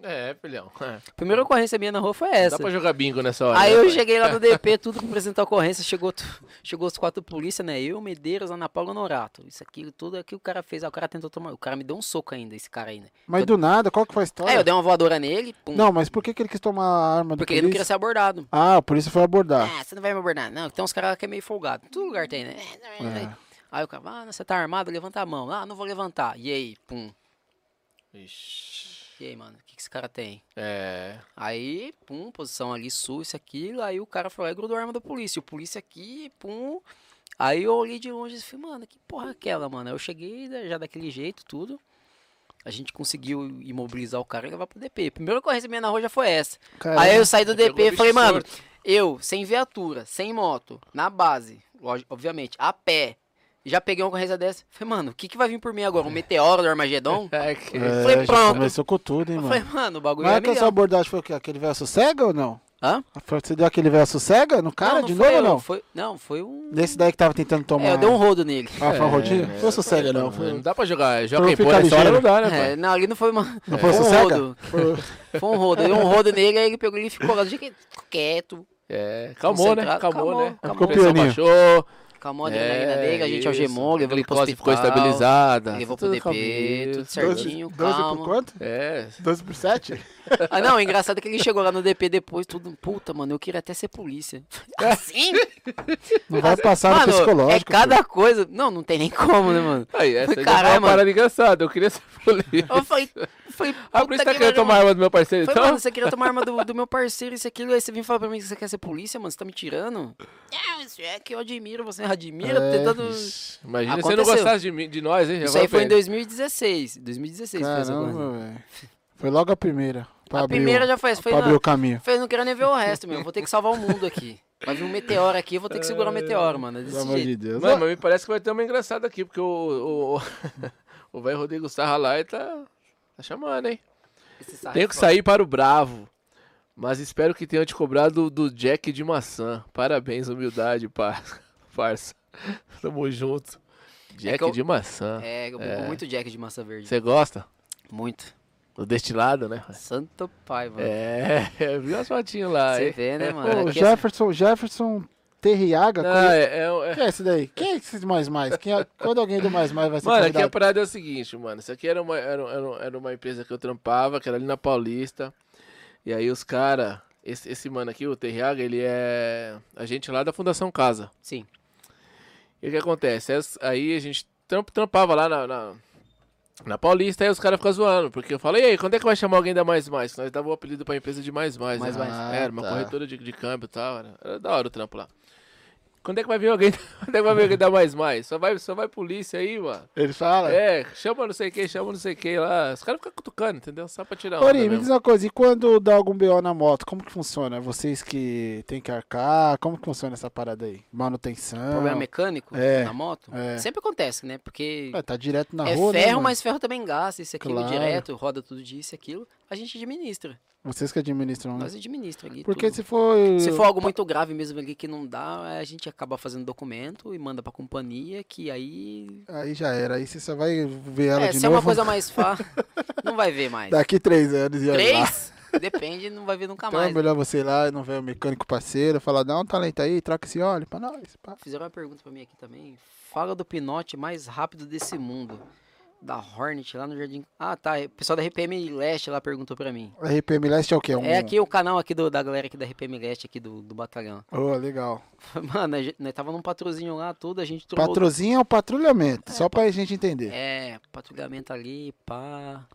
É, filhão. É. Primeira ocorrência minha na rua foi essa. Dá pra jogar bingo nessa hora. Aí né, eu pai? cheguei lá no DP, tudo pra apresentar a ocorrência, chegou, tu- chegou os quatro polícia, né? Eu, Medeiros, Ana Paula e Honorato. Isso aqui, tudo aqui o cara fez. Aí o cara tentou tomar. O cara me deu um soco ainda, esse cara ainda. Mas do nada, qual que foi a Aí É, eu história? dei uma voadora nele, pum, Não, mas por que, que ele quis tomar a arma do porque polícia? ele não queria ser abordado. Ah, a polícia foi abordar. Ah, você não vai me abordar, não. Então os caras que é meio folgado. Todo lugar tem, né? É. Aí o cara, ah, você tá armado, levanta a mão. Ah, não vou levantar. E aí, pum. Ixi. E aí, mano, o que, que esse cara tem? É. Aí, pum, posição ali, sul, isso, aquilo. Aí o cara foi lá e grudou a arma da polícia. O polícia aqui, pum. Aí eu olhei de longe e falei, mano, que porra é aquela, mano? Aí eu cheguei né, já daquele jeito, tudo. A gente conseguiu imobilizar o cara e levar pro DP. Primeira ocorrência minha na rua já foi essa. Caramba. Aí eu saí do Pegou o DP e bicho falei, mano, torto. eu, sem viatura, sem moto, na base, lógico, obviamente, a pé, já peguei uma ocorrência dessa. Falei, mano, o que, que vai vir por mim agora? Um meteoro do Armagedon? É que... É, Falei, já pronto. Começou com tudo, hein, Eu mano. falei, mano, o bagulho Mas é é que a sua milhão. abordagem foi o quê? Aquele velho sossega ou não? Hã? Foi- Você deu aquele velho sossega no cara de foi novo ou eu, não? Foi, não, foi um... Desse daí que tava tentando tomar. É, eu dei um rodo nele. Ah, foi um rodinho? Foi sossega, não. Não, Foi... não dá pra jogar. Joga Pra em ficar pô, nessa hora ligeiro. não dá, né, É, pai? não, ali não foi uma... tá. Não foi um sossega? rodo. Foi um rodo. Eu dei um rodo nele, aí ele pegou ele ficou lá, do jeito que- quieto. É. Calmou, né? Concentrado, Calmou, calmou, né? calmou. A pressão Ficou baixou. Calmou a É, adrenalina dele, a gente isso. algemou, levou ele pro glicose hospital. ficou estabilizada. Levou pro tudo DP, calminho. tudo certinho, 12, por calma. quanto? É, 12 por 7? Ah, não, o engraçado é que ele chegou lá no DP depois, tudo, puta, mano, eu queria até ser polícia. Assim? Não vai passar mano, no psicológico. é cada coisa. Não, não tem nem como, né, mano? Aí, essa já Caralho, foi uma mano. parada engraçada. Eu queria ser polícia. Eu falei, falei Ah, por puta isso tá que querendo pariu, tomar a arma do meu parceiro, Falei, então? mano, você queria tomar a arma do, do meu parceiro, isso e aquilo, aí você vem falar pra mim que você quer ser polícia, mano, você tá me tirando? É, isso é que eu admiro, você admira, É, tentando... Imagina se você não Aconteceu. gostasse de, mim- de nós, hein? Já Isso vai aí foi em aprender. 2016, 2016 foi essa coisa. Caramba, velho. Foi logo a primeira. Pra A abrir primeira o, já foi, foi pra na- abrir o caminho. Falei, não quero nem ver o resto, meu. Vou ter que salvar o mundo aqui. Vai vir um meteoro aqui, eu vou ter que segurar o meteoro, mano. É Pelo desse amor jeito. de Deus. Mano, mas me parece que vai ter uma engraçada aqui, porque o. O, o velho Rodrigo Sarra lá ele tá, tá chamando, hein? Esse saco, Tenho que pô. sair para o Bravo. Mas espero que tenham te cobrado do Jack de maçã. Parabéns, humildade, par... parça. Tamo junto. Jack eu- de maçã. É, eu bebo muito Jack de massa verde. Você gosta? Muito. Do destilado, né? Santo pai, mano. É, eu vi umas fotinhas lá. Você hein? vê, né, mano? Ô, Aqui é- Jefferson, Jefferson Terriaga. Ah, conhe- é, é, é- Quem é esse daí? Quem é esse de mais mais? Quem é- Quando alguém do mais mais vai ser Mano, aqui a convidado? parada é o seguinte, mano. Isso aqui era uma, era, era, era uma empresa que eu trampava, que era ali na Paulista. E aí os caras. Esse, esse mano aqui, o TRH, ele é agente lá da Fundação Casa. Sim. E o que acontece? As- Aí a gente tramp- trampava lá na, na, na Paulista, aí os caras ficam zoando. Porque eu falo, e aí, quando é que vai chamar alguém da Mais Mais? Nós dava o apelido pra empresa de Mais Mais. Mais né? Mais. Ah, Era uma tá. corretora de, de câmbio e tal. Era, era da hora o trampo lá. Quando é que vai vir alguém, quando é que vai vir alguém da Mais Mais? Só vai, só vai polícia aí, mano. Ele fala. É, chama não sei quem, chama não sei quem lá. Os caras ficam cutucando, entendeu? Só pra Tá tirar onda Ori, me diz mesmo. uma coisa, e quando dá algum BO na moto, como que funciona? Vocês que tem que arcar, como que funciona essa parada aí? Manutenção? Problema mecânico É, na moto. é. Sempre acontece, né? Porque É, tá direto na é rua, né, ferro, mano? mas ferro também gasta. Isso aquilo Claro. direto, roda tudo disso, aquilo. A gente administra. Vocês que administram, né? Nós administramos ali. Porque tudo. se tá for... Se for algo muito grave mesmo ali que não dá, a gente acaba fazendo documento e manda pra companhia, que aí. Aí já era, aí você só vai ver ela É, de se novo é uma coisa mais fácil, não vai ver mais. daqui três anos e olha lá. Três? Depende, não vai ver nunca Então é mais. melhor você ir lá e não ver o mecânico parceiro, falar, dá um talento aí, troca esse óleo pra nós. pá." Fizeram uma pergunta pra mim aqui também. Fala do pinote mais rápido desse mundo. Da Hornet lá no Jardim. Ah, tá. O pessoal da RPM Leste lá perguntou pra mim. RPM Leste é o quê? Um... É aqui o canal aqui do- da galera aqui da RPM Leste, aqui do, do batalhão. Oh, legal. Mano, a gente, nós tava num patrozinho lá, tudo, a gente trocou. Patrozinho é o patrulhamento, só pra gente entender. É, patrulhamento ali, pá.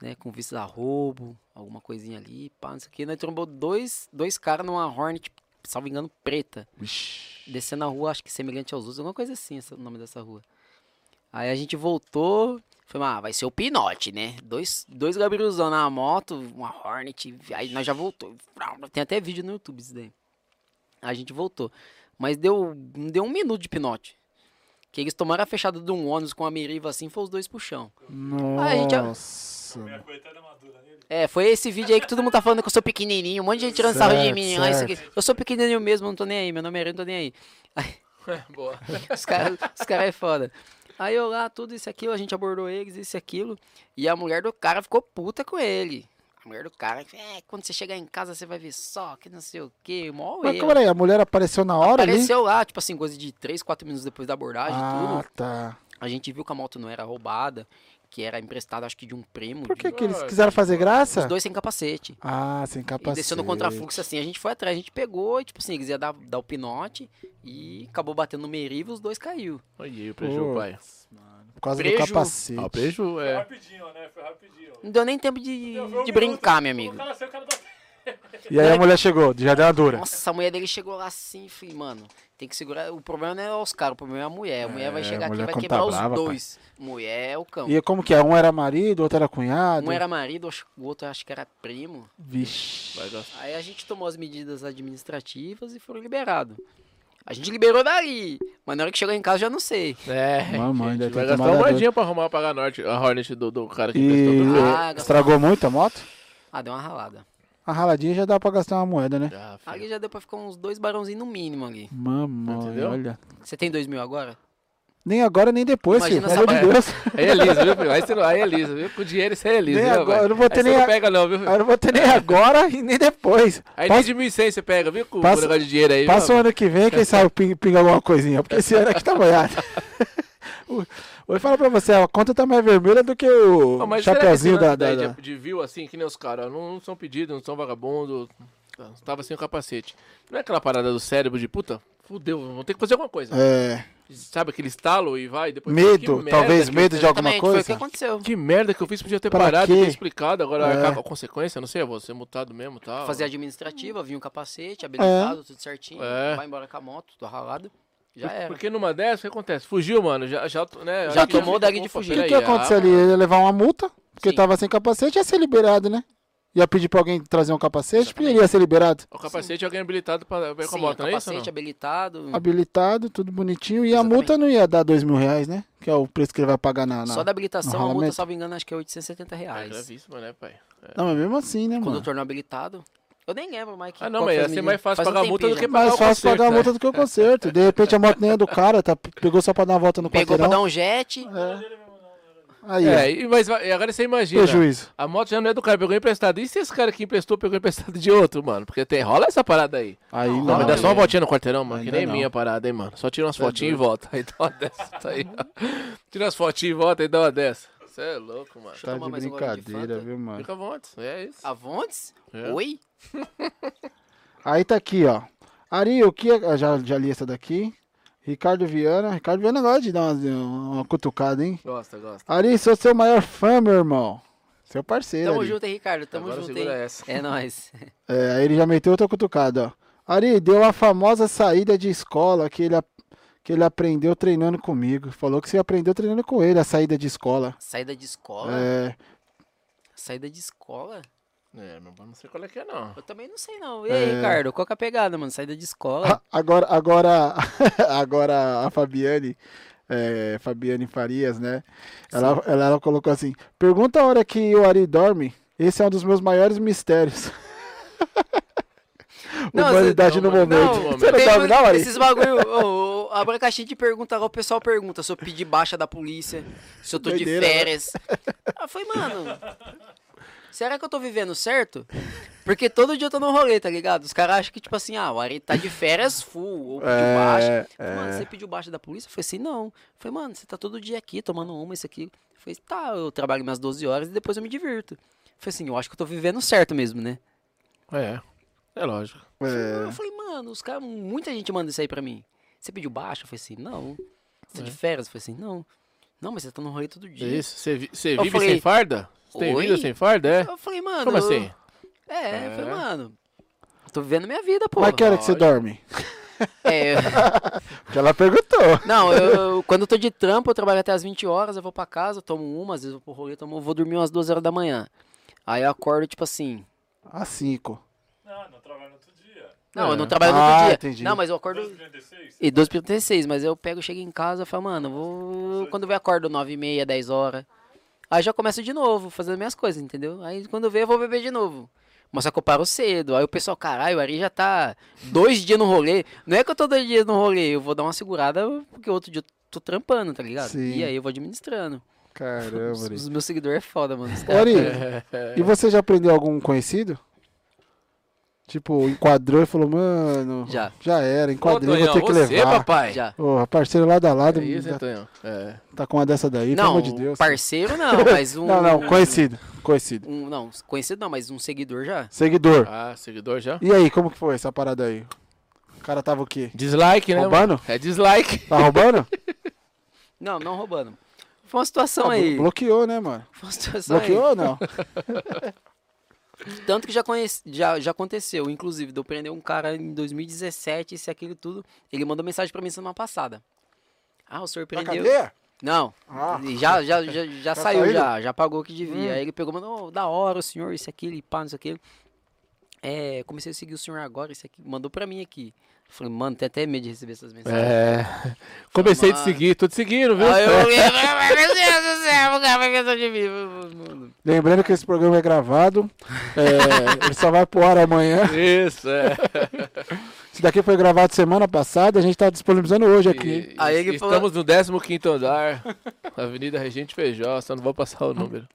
Né, com vista a roubo, alguma coisinha ali, pá, não sei o que. Nós trombou dois, dois caras numa Hornet, tipo, salvo engano, preta. Descendo a rua, acho que semelhante aos outros, alguma coisa assim, esse é o nome dessa rua. Aí a gente voltou, foi, ah, vai ser o Pinote, né? Dois, dois Gabrielzão na moto, uma Hornet, aí nós já voltou. Tem até vídeo no YouTube isso daí. A gente voltou. Mas deu, deu um minuto de Pinote. Que eles tomaram a fechada de um ônibus com a miriva assim, foi os dois pro chão. a gente- Nossa. Minha coitada madura nele. É, foi esse vídeo aí que todo mundo tá falando que eu sou pequenininho, um monte de gente tirando sarro de Certo, mim. Ah, isso aqui. Eu sou pequenininho mesmo, não tô nem aí, meu nome é Ariano, não tô nem aí. Boa. Os caras os cara é foda. Aí eu lá, tudo isso e aquilo, a gente abordou eles, isso e aquilo. E a mulher do cara ficou puta com ele. A mulher do cara, é, quando você chegar em casa você vai ver só que não sei o que, mó Mas erro. calma aí, a mulher apareceu na hora Apareceu lá, tipo assim, coisa de 3, 4 minutos depois da ali? abordagem, Ah, tudo. tá. A gente viu que a moto não era roubada, que era emprestada, acho que de um primo. Por que, de... que eles quiseram fazer graça? Os dois sem capacete. Ah, sem Ele capacete. desceu no contrafluxo assim, a gente foi atrás, a gente pegou, e, tipo assim, eles iam dar, dar o pinote e acabou batendo no Meriva, os dois caiu. Olha aí o preju, Pô. pai. Por causa do Preju. capacete. Ah, o preju Foi é. rapidinho, né? Foi rapidinho. Não deu nem tempo de, Eu vi um de minuto, brincar, meu amigo. O cara saiu, o cara bateu. E aí a mulher chegou, já deu uma dura. Nossa, a mulher dele chegou lá assim, falei, mano, tem que segurar. O problema não é os caras, o problema é a mulher. A mulher vai É, a chegar aqui e mulher vai quando quebrar tá os brava, dois. Mulher é o cão. E como que é? Um era marido, outro era cunhado? Um era marido, acho- o outro acho que era primo. Vixe. Vai gostar. Aí a gente tomou as medidas administrativas e foram liberados. A gente liberou dali, mas na hora que chegou em casa eu já não sei. É. Mamãe, gente, ainda tem vai que gastar tomar uma da dor. moedinha pra arrumar pra pagar a Norte- a Hornet do, do cara que E emprestou. Ah, gastou. estragou muito a moto? Ah, deu uma ralada. A raladinha já dá pra gastar uma moeda, né? Ah, filho. Ali já deu pra ficar uns dois barãozinhos no mínimo ali. Mamãe, Entendeu? olha. Você tem dois mil agora? Nem agora, nem depois, filho. Imagina Pelo amor essa de Deus. Aí é liso, viu, filho? Aí, você não, aí é liso, viu? Com dinheiro você é liso, Nem viu, agora, rapaz? eu não vou ter aí nem Você não a- pega, não, viu? filho? Eu não vou ter nem agora e nem depois. Aí Passa- nem de 1.100 você pega, viu? Com o passa- negócio de dinheiro aí. Passa o viu? ano que vem, quem sabe ping- pinga alguma coisinha, porque esse ano aqui tá boiado. Vou falar pra você, a conta tá mais vermelha do que o Pô, mas será que esse chapeuzinho da, lance da, daí da... de, de view, assim, que nem os caras, não, não são pedidos, não são vagabundos, tava sem o capacete. Não é aquela parada do cérebro de puta? Fudeu, vão ter que fazer alguma coisa. É, Sabe aquele estalo e vai depois. Medo, "Que merda talvez que eu medo de fiz". alguma Exatamente, foi o que coisa. aconteceu. Que merda que eu fiz, podia ter Pra parado quê? e ter explicado. Agora É. acaba a consequência, não sei, eu vou ser multado mesmo e tal. Fazer administrativa, vinha o capacete, habilitado, tudo certinho. É. Vai embora com a moto, tô ralado. Já Por- era. Porque numa dessa, o que acontece? Fugiu, mano. Já, já, né, Já aí que eu tomou fico, o dag de opa, fugir. O que, peraí, que ia acontecer ah, ali? Ele ia levar uma multa, porque Sim. tava sem capacete, ia ser liberado, né? Ia pedir pra alguém trazer um capacete, porque ele ia ser liberado. O capacete é alguém habilitado pra ver com a Sim, moto, não é isso? capacete ou não? habilitado. Habilitado, tudo bonitinho. E Hum. Exatamente. a multa não ia dar dois mil reais, né? Que é o preço que ele vai pagar na. na- Só da habilitação, no a multa, rolamento. salvo engano, acho que é 870 É reais. gravíssimo, né, pai? É. Não, mas mesmo assim, né, mano? Condutor não é habilitado. Eu nem lembro, mais que Ah, não, qual mas que ia eu me ser lembro. mais fácil Faz um pagar a multa do tempinho que já. pagar É Mais o fácil conserto, pagar a né? multa do que o conserto. De repente a moto nem é do cara, tá, pegou só pra dar uma volta no Pegou pra quarteirão. dar um jet. Aí, ó, É, e- mas vai- e agora você imagina. prejuízo. A moto já não é do cara, pegou emprestado. E se esse cara que emprestou pegou emprestado de outro, mano? Porque tem, rola essa parada aí. Aí não, Não, mas dá só uma voltinha no quarteirão, mano. Ainda que nem não. é minha parada, hein, mano. Só tira umas fotinhas e volta. Aí dá uma dessa. Tá aí. ó. Tira umas fotinhas e volta e dá uma dessa. Você é louco, mano. Deixa eu tomar mais um gole de Fanta. Tá viu, mano? Fica à vontade. É isso. Avontes? É. Oi? Aí tá aqui, ó. Ari, o que é... ah, já, já li essa daqui. Ricardo Viana. Ricardo Viana gosta de dar uma, uma cutucada, hein? Gosta, gosta. Ari, sou seu maior fã, meu irmão. Seu parceiro. Tamo Ari. junto, hein, Ricardo? Tamo Agora junto, hein? segura essa. É nóis. É, aí ele já meteu outra cutucada, ó. Ari, deu a famosa saída de escola que ele, a- que ele aprendeu treinando comigo. Falou que você aprendeu treinando com ele a saída de escola. Saída de escola? É, Saída de escola? É, meu mano, não sei qual é que é, não. Eu também não sei, não. E aí, Ricardo? Qual que é a pegada, mano? Saída de escola? a- Ah, agora, agora, agora a Fabiane, é, Fabiane Farias, né? Ela, ela, ela colocou assim: pergunta a hora que o Ari dorme. Esse é um dos meus maiores mistérios. Não, Humanidade você- no não, momento. não, Você não Tem dorme, não, Ari? Esses bagulho, ô, ô, abre a caixinha de pergunta lá, o pessoal pergunta se eu pedi baixa da polícia, se eu tô Doideira, né? de férias. Ah, foi, mano. Será que eu tô vivendo certo? Porque todo dia eu tô no rolê, tá ligado? Os caras acham que, tipo assim, ah, o Ari tá de férias full, ou pediu É, baixa. Eu falei, Mano, você pediu baixa da polícia? Eu falei assim, não. Eu falei, mano, você tá todo dia aqui tomando uma, isso aqui. Eu falei, tá, eu trabalho minhas 12 horas e depois eu me divirto. Eu falei assim, eu acho que eu tô vivendo certo mesmo, né? É. É lógico. É. Eu falei, mano, os caras, muita gente manda isso aí pra mim. Você pediu baixo? Eu falei assim, não. Você tá de férias? Eu falei assim, não. Não, mas você tá no rolê todo dia. É. Isso. Você vi- você Eu vive falei, sem farda? Você tem "Oi?" vida sem farda? É? Eu falei, mano. Como eu- assim? É, eu É. falei, mano. Tô vivendo minha vida, pô. Mas que hora que você dorme? É, eu- Que ela perguntou. não, eu, quando eu tô de trampo, eu trabalho até as 20 horas, eu vou pra casa, eu tomo uma, às vezes eu vou pro rolê, eu tomo, vou dormir umas 12 horas da manhã. Aí eu acordo, tipo assim. Às 5. Ah, Não, não trabalha no outro dia. Não, eu É. não trabalho no Ah, outro dia. entendi. Não, mas eu acordo. 2h36? E 12 para 36, mas eu pego, chego em casa e falo, mano, vou. Quando eu acordo 9 e meia, 10 horas. Aí já começo de novo, fazendo minhas coisas, entendeu? Aí quando vê, eu vou beber de novo. Mas só que eu paro cedo. Aí o pessoal, caralho, o Ari já tá dois dias no rolê. Não é que eu tô dois dias no rolê, eu vou dar uma segurada, porque outro dia eu tô trampando, tá ligado? Sim. E aí eu vou administrando. Caramba, Os, Ari. os meus seguidores é foda, mano. Os Ô, caras- Ari, É. e você já aprendeu algum conhecido? Tipo, enquadrou e falou, mano. Já. era. era, enquadrei, Ô, vou ter Tonhão, que você, levar. papai. Já. Ô, parceiro lado a lado, É isso, já então. É. tá com uma dessa daí, pelo Não, amor de Deus. parceiro não, mas um. Não, não, conhecido. Conhecido. um- não, conhecido não, mas um seguidor já. Seguidor. Ah, seguidor já? E aí, como que foi essa parada aí? O cara tava o quê? Dislike, né? Roubando? mano? É dislike. Tá roubando? Não, não roubando. Foi uma situação Ah, aí. blo- bloqueou, né, mano? Foi uma situação Bloqueou ou não? aí. Tanto que já, conhece, já, já aconteceu, inclusive, de eu prender um cara em 2017, isso e aquilo tudo. Ele mandou mensagem pra mim semana passada. Ah, o senhor Na prendeu. cadeia? Não. Ah. Tá Hum. ele Já, já, já, já saiu, saiu? já. Já pagou o que devia. Aí ele pegou, mandou, "Ô, da hora o senhor, isso, aquilo, e pá, não sei o que. É, comecei a seguir o senhor agora, isso aqui. Mandou pra mim aqui. Eu falei, mano, tem até medo de receber essas mensagens. É. Comecei a te seguir, tô te seguindo, viu? Aí eu olhei, eu falei, "Mas, meu Deus do céu, o cara vai pensar de mim. Lembrando que esse programa é gravado. é, ele só vai pro ar amanhã. Isso, é. Se Esse daqui foi gravado semana passada, a gente tá disponibilizando hoje aqui. hein? E- Aí ele falou- estamos no 15 andar, Avenida Regente Feijó, só não vou passar o número.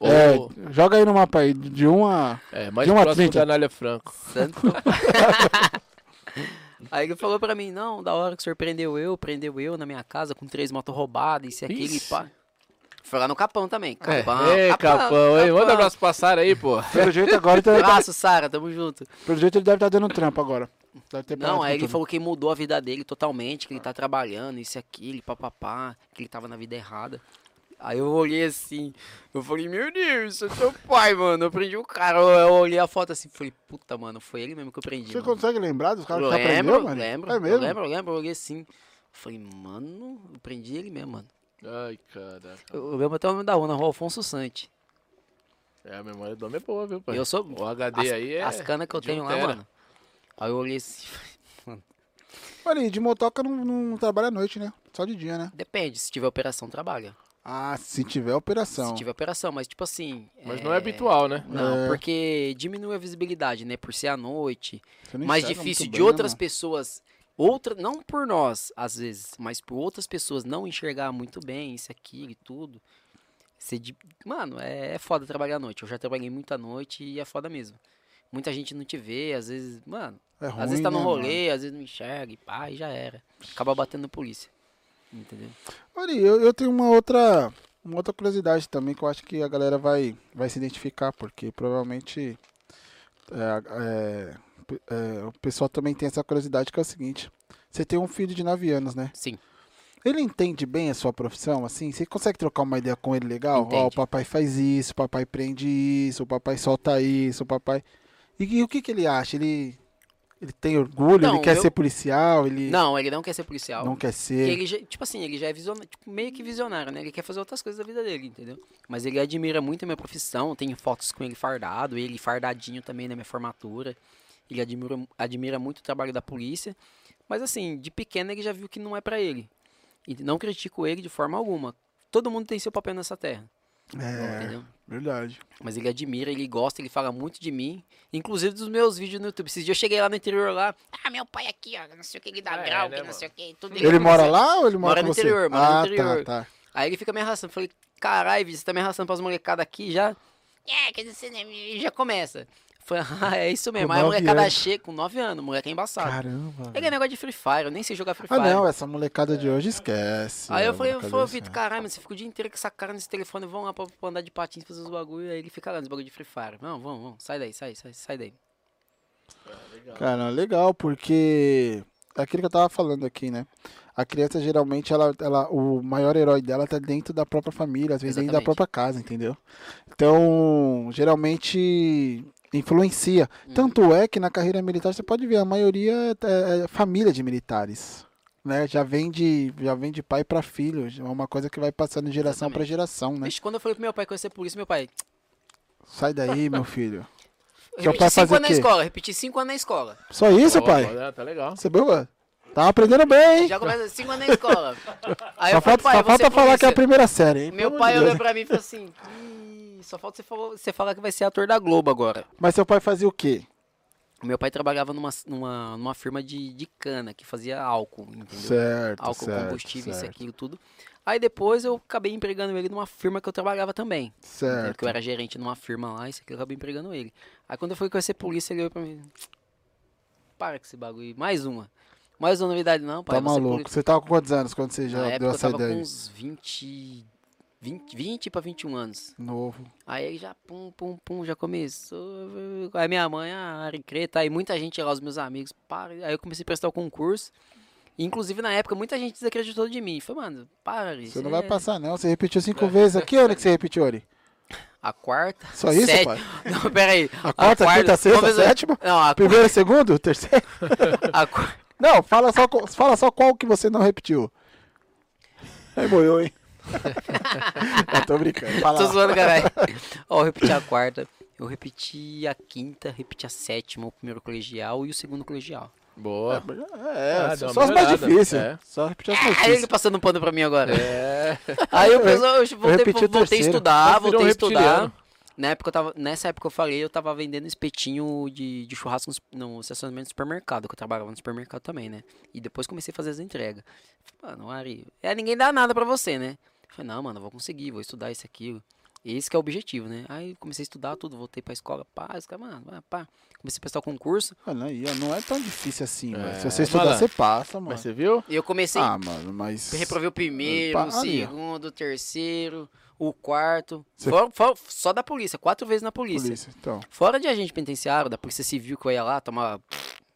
Ou- É, joga aí no mapa aí, de 1 a. é, mais de um a próximo 30. da Anália Franco. Santo. Aí ele falou pra mim, não, da hora que o senhor prendeu eu, prendeu eu na minha casa com três motos roubadas, isso e aquilo e Ixi. pá. Foi lá no Capão também. Capão, é, Ei, capão, hein? Manda um abraço pra Sara aí, pô. Pelo jeito agora, ele tá- Abraço, Sara, tamo junto. pelo jeito ele deve estar dando trampo agora. Deve tá ter parado Não, com aí ele tudo. falou que mudou a vida dele totalmente, que ele tá trabalhando, isso e aquilo, e papapá, que ele tava na vida errada. Aí eu olhei assim, eu falei, meu Deus, eu sou pai, mano, eu prendi o cara. Eu, eu olhei a foto assim, falei, puta, mano, foi ele mesmo que eu prendi. Você mano. consegue lembrar dos caras Eu que você lembro, aprendeu, tá mano? lembro, É eu mesmo? lembro, eu lembro, eu olhei assim. Eu falei, mano, eu prendi ele mesmo, mano. Ai, caraca. Eu, eu lembro até o nome da ONU, Rua Alfonso Sante. É, a memória do homem é boa, viu, pai? Eu sou. O HD as, aí é. As canas que eu de um tenho lá, tera. mano. Aí eu olhei assim, Olha aí, de motoca não, não trabalha à noite, né? Só de dia, né? depende, se tiver operação, trabalha. Ah, se tiver operação. Se tiver operação, mas tipo assim. Mas não é habitual, né? Não, É. porque diminui a visibilidade, né? Por ser à noite. Você não mais enxerga difícil muito de bem, né, outras mano? pessoas. Outra, não por nós, às vezes, mas por outras pessoas não enxergar muito bem isso aqui e tudo. Ser de- Mano, é, é foda trabalhar à noite. Eu já trabalhei muito à noite e é foda mesmo. Muita gente não te vê, às vezes, mano, É ruim, às vezes tá no né, mano? rolê, às vezes não enxerga e pá, e já era. Acaba batendo na polícia. Entendeu? Olha, aí, eu, eu tenho uma outra, uma outra curiosidade também que eu acho que a galera vai, vai se identificar, porque provavelmente é, é, p- é, o pessoal também tem essa curiosidade que é o seguinte. Você tem um filho de 9 anos, né? Sim. Ele entende bem a sua profissão, assim? Você consegue trocar uma ideia com ele legal? Ó, Entende. o papai faz isso, o papai prende isso, o papai solta isso, o papai. E, que- o que, que ele acha? Ele, ele tem orgulho? Não, ele quer eu- ser policial? Ele Não, ele não quer ser policial. não quer Porque ser? ele já- tipo assim, ele já é visionário, meio que visionário, né? Ele quer fazer outras coisas da vida dele, entendeu? Mas ele admira muito a minha profissão, tem fotos com ele fardado, ele fardadinho também na minha formatura. Ele admira, admira muito o trabalho da polícia. Mas assim, de pequeno ele já viu que não é pra ele. E não critico ele de forma alguma. Todo mundo tem seu papel nessa terra, É, entendeu? verdade. Mas ele admira, ele gosta, ele fala muito de mim. Inclusive dos meus vídeos no YouTube. Esses dias eu cheguei lá no interior lá. Ah, meu pai aqui, ó, não sei o que, ele dá Ah, é, grau, que né, não mano? sei o que. Tudo Ele mora lá ou ele mora, Mora com no você? interior, mora no ah, interior. tá, tá. Aí ele fica me arrastando. Falei, caralho, Vitor, você tá me arrastando pras molecadas aqui já? É, quer dizer, e já começa. Falei, ah, é isso mesmo. Com Aí a nove molecada anos. chega com 9 anos, o moleque é embaçado. Caramba. Ele é negócio de Free Fire, eu nem sei jogar Free Ah, Fire. não, essa molecada de hoje esquece. É Aí eu a falei, eu molecada falei, de hoje Vitor, caralho, mas você fica o dia inteiro com essa cara nesse telefone, vamos lá pra, pra andar de patins, fazer os bagulho, aí ele fica lá nos bagulho de Free Fire. Não, vamos, vamos, sai daí, sai, sai, sai daí. Cara, legal, porque é aquilo que eu tava falando aqui, né? A criança geralmente ela, ela o maior herói dela tá dentro da própria família, às vezes dentro da Exatamente. própria casa, entendeu? Então, geralmente influencia. Uhum. Tanto é que na carreira militar você pode ver a maioria é, é família de militares, né? Já vem de já vem de pai para filho, é uma coisa que vai passando de geração para Exatamente. geração, né? Vixe, quando eu falei pro meu pai que eu ia ser polícia, meu pai. Sai daí, meu filho. eu Seu Repeti pai 5 fazia anos o na quê? escola, repeti 5 anos na escola. Só isso, Ó, pai? ó, Tá legal. Você viu? mano? Tá aprendendo bem, hein? Já começa 5 anos na escola. Aí só eu falei, falta, pai, só eu vou ser falta falar que é a polícia. primeira série, hein? Pelo Meu amor pai de Deus. olhou pra mim e falou assim: "Ih, só falta você falar, você falar que vai ser ator da Globo agora. Mas seu pai fazia o quê? O Meu pai trabalhava numa, numa, numa firma de, de cana que fazia álcool, entendeu? Certo, álcool, certo, combustível, isso e certo, aquilo, tudo. Aí depois eu acabei empregando ele numa firma que eu trabalhava também. entendeu? certo. Porque eu era gerente numa firma lá, isso aqui eu acabei empregando ele. Aí quando eu fui conhecer polícia, ele olhou pra mim. Para com esse bagulho. Mais uma. Mais uma novidade, não, pai. Tá você é maluco. Você tava com quantos anos quando você Na já deu época eu essa tava com ideia? uns 20, 20, 20 pra 21 anos. Novo. Aí ele já pum, pum, pum, já começou. Aí minha mãe, a Aricreta, aí muita gente lá, os meus amigos, para. Aí eu comecei a prestar o concurso. Inclusive, na época, muita gente desacreditou de mim. Falei, mano, para. Você isso não é- vai passar, não. Você repetiu cinco vezes. aqui ano que você repetiu, Ori? A quarta. Só isso, sete- pai? Não, peraí. A quarta, quinta, sexta, Vamos ver- sétima? Não, a, qu- Primeiro, segundo, terceiro? a qu- Não, fala só, qual- fala só qual que você não repetiu. Aí boiou, hein? eu tô brincando. Fala Tô lá. zoando, caralho. Ó, eu repeti a quarta, eu repeti a quinta, repeti a sétima, o primeiro colegial e o segundo colegial. Boa. É, Ah, só deu só uma as mais melhorada. difíceis. É. Só repetir as mais Aí né? ele difíceis. passando pano pra mim agora. É. Aí Eu- eu, pensou, eu repeti voltei, o voltei a terceiro. estudar, Quase virou voltei a um estudar. reptiliano. Na época eu tava, nessa época eu falei, eu tava vendendo espetinho de, de churrasco no, no estacionamento do supermercado, que eu trabalhava no supermercado também, né? E depois comecei a fazer as entregas. Falei, Mano, Ari, é, ninguém dá nada pra você, né? Eu falei, não, mano, eu vou conseguir, vou estudar isso aqui. Esse que é o objetivo, né? Aí eu comecei a estudar tudo, voltei pra escola, pá, os caras, mano, ah, pá. Comecei a prestar o concurso. Mano, aí, ó, não é tão difícil assim, velho. Se É, você estudar, malandro. você passa, mano. Mas você viu? E eu comecei Ah, mano, mas. Reprovei o primeiro, Pá, o ali, ó. segundo, o terceiro, o quarto. Cê- Fora- fora- só da polícia, quatro vezes na polícia. Polícia, então. Fora de agente penitenciário, da polícia civil que eu ia lá, tomava.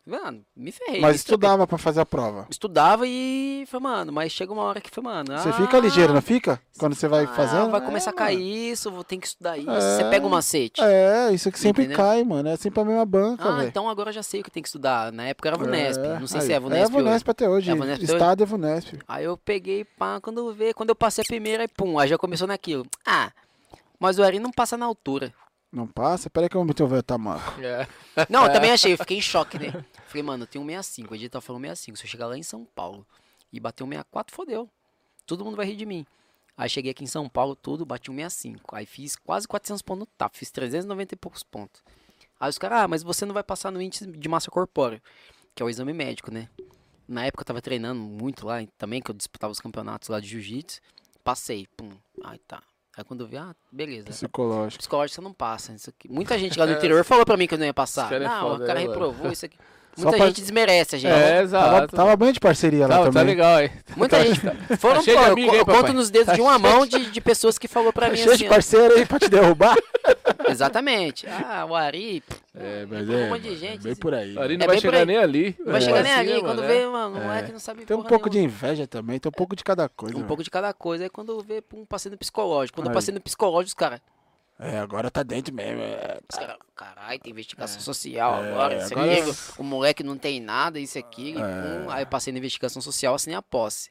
Mano, me ferrei. Mas me estrepei. estudava pra fazer a prova. Estudava e. Foi, mano, mas chega uma hora que foi, mano. Você ah, fica ligeiro, não fica? Quando você vai ah, fazendo? Vai É, começar a mano. cair isso, vou ter que estudar isso. É. Você pega o macete. É, isso que sempre Entendeu? cai, mano. É sempre a mesma banca, ah, velho. então agora eu já sei o que tem que estudar. Na época era a Vunesp. É, Não sei aí. se é a Vunesp. É hoje. Vunesp até hoje. É a Vunesp até Estado é Vunesp. Aí eu peguei, pá, quando eu ver, quando eu passei a primeira, aí pum, aí já começou naquilo. Ah, mas o Ari não passa na altura. Não passa? Peraí que eu vou meter o tá, velho tamanco. É. Não, eu também achei, eu fiquei em choque, né? Falei, mano, eu tenho 65, o edital falou 65. Se eu chegar lá em São Paulo e bater um 64, fodeu. Todo mundo vai rir de mim. Aí cheguei aqui em São Paulo, tudo, bati um 65. Aí fiz quase 400 pontos no TAP, fiz 390 e poucos pontos. Aí os caras, ah, mas você não vai passar no índice de massa corpórea, que é o exame médico, né? Na época eu tava treinando muito lá e também, que eu disputava os campeonatos lá de jiu-jitsu. Passei, pum, aí tá. Aí quando eu vi, ah, beleza. Psicológico. Psicológico você não passa. Isso aqui. Muita gente lá do interior falou pra mim que eu não ia passar. Esse cara é não, foda, o cara né, mano? reprovou isso aqui. Só Muita pra- gente desmerece a gente. É, Tava, exato. tava bem de parceria lá Tá, tá também. legal aí. Muita gente. Foram, cheio de pô, eu amigo co- aí, eu papai. conto nos dedos Tá de uma mão de, de pessoas que falou pra mim Tá Cheio assim. de ó. parceiro aí pra te derrubar. Exatamente. Ah, o Ari. pff, É, mas Um monte de gente. Bem por aí. O Ari É não bem vai por chegar aí. nem ali. Vai chegar nem Assim, ali. né, Quando mano? vê, mano, um moleque não sabe Tem um porra pouco de nenhuma. inveja também, tem um pouco de cada coisa. Um velho. pouco de cada coisa. Aí quando vê, pum, passei no psicológico. Quando Aí. eu passei no psicológico, os caras. É, agora tá dentro mesmo. é. Os caras, caralho, tem investigação social agora, isso agora- aqui, o moleque não tem nada, isso aqui. pum. Aí eu passei na investigação social, assinei a posse.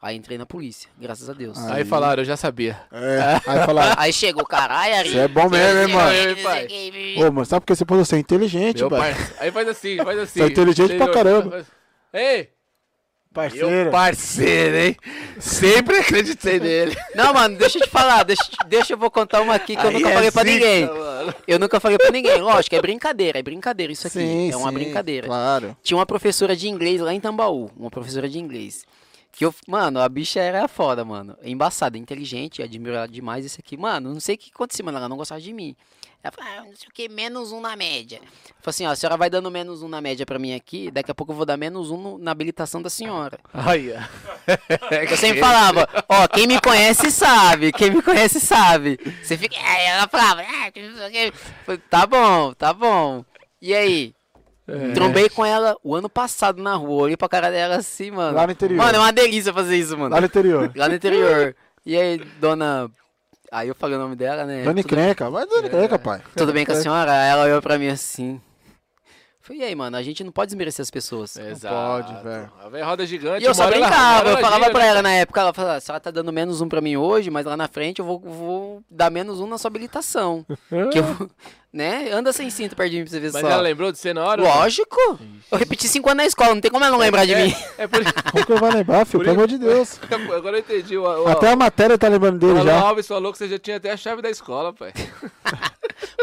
Aí entrei na polícia, graças a Deus. Aí falaram, eu já sabia. É. Aí fala, Aí chegou, caralho, Ari. Você é bom mesmo, hein, mano? Aí, pai. ô, mano, sabe por que você falou? Você é inteligente, Meu velho. parceiro. Aí faz assim, faz assim. Você é inteligente pra caramba. Ei! Parceiro. parceiro, hein? Sempre acreditei nele. Não, mano, deixa eu te falar, deixa, deixa eu vou contar uma aqui que eu Aí nunca é falei pra zica, ninguém. Eu nunca falei pra ninguém, lógico, é brincadeira, é brincadeira isso aqui, Sim, é uma sim, brincadeira. Claro. Tinha uma professora de inglês lá em Tambaú, uma professora de inglês. Que eu, mano, a bicha era foda, mano. Embaçada, inteligente, admiro ela demais esse aqui. Mano, não sei o que aconteceu, mano, ela não gostava de mim. Ela falou, ah, não sei o que, menos um na média. Eu Falei assim, ó, a senhora vai dando menos um na média pra mim aqui, daqui a pouco eu vou dar menos um no- na habilitação da senhora. Aí, Eu sempre falava, ó, quem me conhece sabe, quem me conhece sabe. Você fica. Aí ela falava, ah, que não sei o quê. Falei, tá bom, tá bom. E aí? É. Trombei com ela o ano passado na rua, olhei pra cara dela assim, mano. Lá no interior. Mano, é uma delícia fazer isso, mano. Lá no interior. Lá no interior. E aí, dona. Aí eu falei o nome dela, né? Dani Tudo- É. Crenca. Vai, Dani Crenca, pai. tudo bem com a senhora? Aí Ela olhou pra mim assim. Falei, e aí, mano, a gente não pode desmerecer as pessoas. É, Exato. pode, velho. A velha roda gigante. E eu só uma hora ela- uma brincava, hora eu ela falava gira, pra né? ela na época, ela falava, a senhora tá dando menos um pra mim hoje, mas lá na frente eu vou, vou dar menos um na sua habilitação. que eu, vou- né? Anda sem cinto perto de mim pra você ver Mas só. ela é lembrou de você na hora? Lógico! Eu repeti cinco anos na escola, não tem como ela não lembrar de mim. É por Como que eu vou lembrar, filho? Pelo amor de é. Deus. Agora eu entendi. O, o, Até a matéria tá lembrando o dele Alan já. Alves falou que você já tinha até a chave da escola, pai.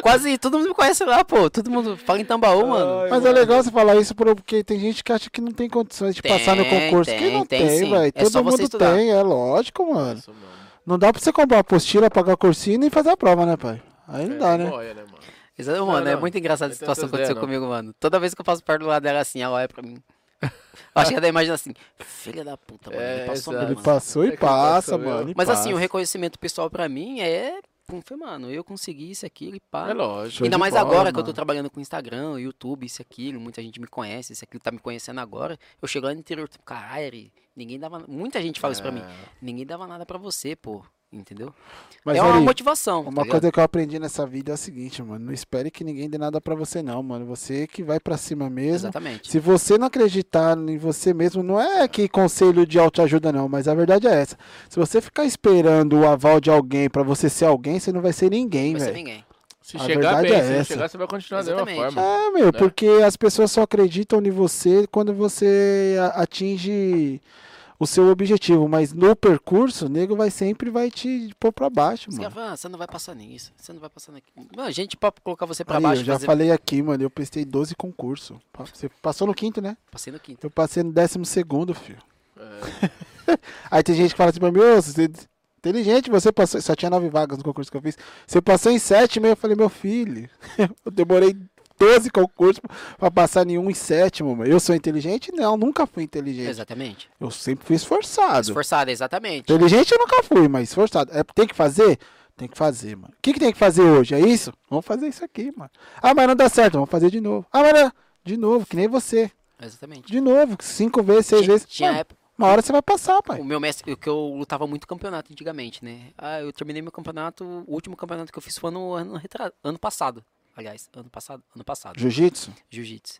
Quase todo mundo me conhece lá, pô. Todo mundo fala em Tambaú, mano. Mas é legal você falar isso porque tem gente que acha que não tem condições de Tem, passar no concurso. tem, que não tem tem, sim. velho. É Todo só você mundo estudar. tem, é lógico, mano. Isso, mano. Não dá pra você comprar apostila, pagar cursinho e fazer a prova, né, pai? Aí É, não dá, né? Boia, né, mano? Exato, mano, é não. muito engraçada a Não tem situação que essas aconteceu ideias, comigo, mano. Toda vez que eu passo perto do lado dela assim, ela olha pra mim. Eu acho que ela imagina assim, filha da puta, mano. É, ele passou exato. mal, Ele mano. passou É e que passa, passou, meu. mano. e Mas assim, o passa. reconhecimento pessoal pra mim é. Pum, foi, mano, eu consegui isso, aquilo e pá. É lógico. Show Tá. Ainda de mais bola, agora que eu mano. tô trabalhando com Instagram, YouTube, isso, aquilo, muita gente me conhece, isso, aquilo, tá me conhecendo agora. Eu chego lá no interior, tipo, caralho, Ari, ninguém dava. Muita gente fala isso pra mim. É. É. Ninguém dava nada pra você, pô. Entendeu? Mas, é uma Ari, motivação. tá Uma ligado? coisa que eu aprendi nessa vida é o seguinte, mano. Não espere que ninguém dê nada pra você, não, mano. Você que vai pra cima mesmo. Exatamente. Se você não acreditar em você mesmo, não é que conselho de autoajuda, não, mas a verdade é essa. Se você ficar esperando o aval de alguém pra você ser alguém, você não vai ser ninguém, Vai ser velho. ninguém. Se A chegar verdade bem, é se não essa. chegar, você vai continuar da mesma Exatamente. forma. É, né? meu, porque as pessoas só acreditam em você quando você a- atinge o seu objetivo, mas no percurso, o nego vai sempre vai te pôr pra baixo, Os caras mano. falam, "Ah, você não vai passar nisso, você não vai passar naquilo. Mano, gente pra colocar você pra Aí, baixo, eu já fazer- falei aqui, mano, eu prestei 12 concursos. Você passou no quinto, né? passei no quinto. Eu passei no décimo segundo, filho. É. Aí tem gente que fala assim pra mim, ô, você é inteligente, você passou. Só tinha nove vagas no concurso que eu fiz. Você passou em sétimo, aí eu falei, meu filho, eu demorei 12 concursos pra passar nenhum em sétimo, mano. Eu sou inteligente? Não, nunca fui inteligente. Exatamente. Eu sempre fui esforçado. Esforçada, exatamente. Inteligente eu nunca fui, mas esforçado. É, tem que fazer? Tem que fazer, mano. O que, que tem que fazer hoje? É isso? Vamos fazer isso aqui, mano. Ah, mas não dá certo, vamos fazer de novo. Ah, mas não... de novo, que nem você. Exatamente. De novo, cinco vezes, seis Tinha- vezes. tinha Mano, época- Uma hora você vai passar, O pai. meu mestre, o que eu lutava muito campeonato antigamente, né? Ah, eu terminei meu campeonato, o último campeonato que eu fiz foi no ano, retra- ano passado. Aliás, ano passado, ano passado, Jiu-jitsu? jiu-jitsu.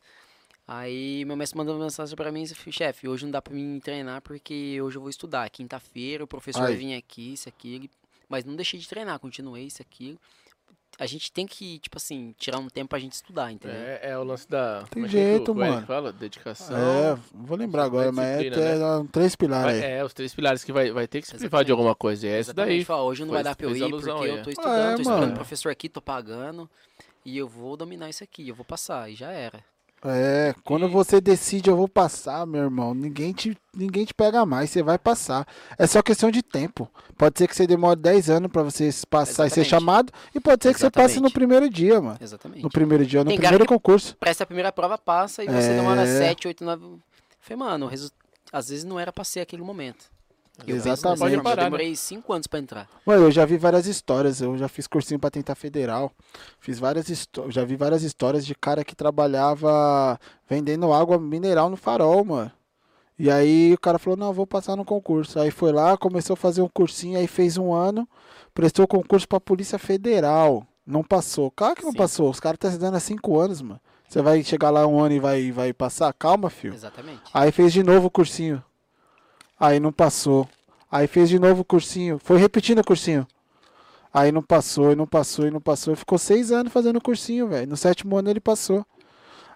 Aí meu mestre mandou uma mensagem pra mim e disse, chefe, hoje não dá pra mim treinar porque hoje eu vou estudar. Quinta-feira o professor vai Aí. vir aqui, isso, aquilo. Mas não deixei de treinar, continuei isso, aquilo. A gente tem que, tipo assim, tirar um tempo pra gente estudar, entendeu? É, é o lance da. Tem como é que o- jeito, como é que mano. Fala, dedicação. É, vou lembrar agora, mas é, disciplina, é, três pilares Vai- aí. é, os três pilares que vai, vai ter que se privar de alguma coisa. E é essa Exatamente, daí. fala, hoje não foi- vai dar pra eu fez ir alusão porque aí, eu tô é. estudando, Ah, é, tô estudando mano. professor aqui, tô pagando e eu vou dominar isso aqui, eu vou passar, e já era. É, quando você decide eu vou passar, meu irmão, ninguém te, ninguém te pega mais, você vai passar. É só questão de tempo. Pode ser que você demore 10 anos pra você passar e ser Exatamente. chamado, e pode ser que você passe no Exatamente. primeiro dia, mano. Exatamente. No primeiro dia, no Tem cara primeiro que- concurso. Presta a primeira prova, passa e você demora É. 7, 8, 9. Falei, mano, o resu- às vezes não era pra ser aquele momento. E eu penso dessa Exatamente. Pode forma, reparar, né? eu demorei 5 anos pra entrar. Mano, eu já vi várias histórias, eu já fiz cursinho pra tentar federal, fiz várias histó- já vi várias histórias de cara que trabalhava vendendo água mineral no farol, mano. E aí o cara falou, não, vou passar no concurso. Aí foi lá, começou a fazer um cursinho, aí fez um ano, prestou concurso pra Polícia Federal, não passou. Claro que não Sim. passou, os caras estão se dando há cinco anos, mano. Você vai chegar lá um ano e vai, vai passar? Calma, filho. Exatamente. Aí fez de novo o cursinho. Aí não passou. Aí fez de novo o cursinho. Foi repetindo o cursinho. Aí não passou, e não passou, e não passou. E ficou seis anos fazendo o cursinho, velho. No sétimo ano ele passou.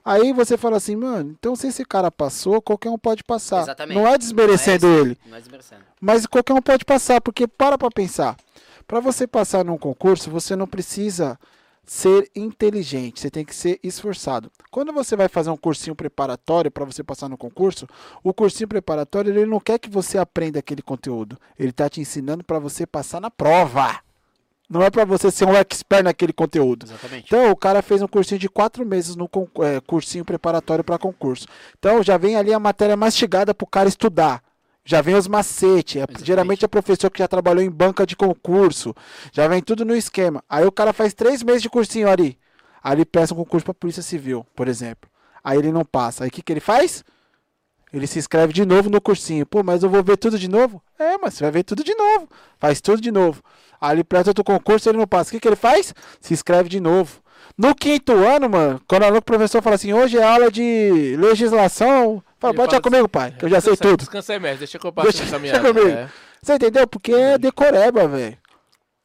Aí você fala assim, mano, então se esse cara passou, qualquer um pode passar. Exatamente. Não é desmerecendo Não é- ele. Não é desmerecendo. Mas qualquer um pode passar, porque para pra pensar. Pra você passar num concurso, você não precisa ser inteligente, você tem que ser esforçado. Quando você vai fazer um cursinho preparatório para você passar no concurso, o cursinho preparatório ele não quer que você aprenda aquele conteúdo. Ele tá te ensinando para você passar na prova. Não é para você ser um expert naquele conteúdo. Exatamente. Então, o cara fez um cursinho de quatro meses no con- é, cursinho preparatório para concurso. Então, já vem ali a matéria mastigada pro cara estudar. Já vem os macetes. É- Exatamente. geralmente é professor que já trabalhou em banca de concurso. Já vem tudo no esquema. Aí o cara faz três meses de cursinho ali. Aí ele peça um concurso pra Polícia Civil, por exemplo. Aí ele não passa. Aí o que, que ele faz? Ele se inscreve de novo no cursinho. Pô, mas eu vou ver tudo de novo? É, mas você vai ver tudo de novo. Faz tudo de novo. Aí ele presta outro concurso ele não passa. O que, que ele faz? Se inscreve de novo. No quinto ano, mano, quando o professor fala assim, hoje é aula de legislação, fala, Ele pode já fala comigo, pai, que eu já sei Descansa- tudo. Descansa aí, mestre. Deixa que eu passo Deixa, essa deixa caminhada. comigo. É. Você entendeu? Porque é decoreba, velho.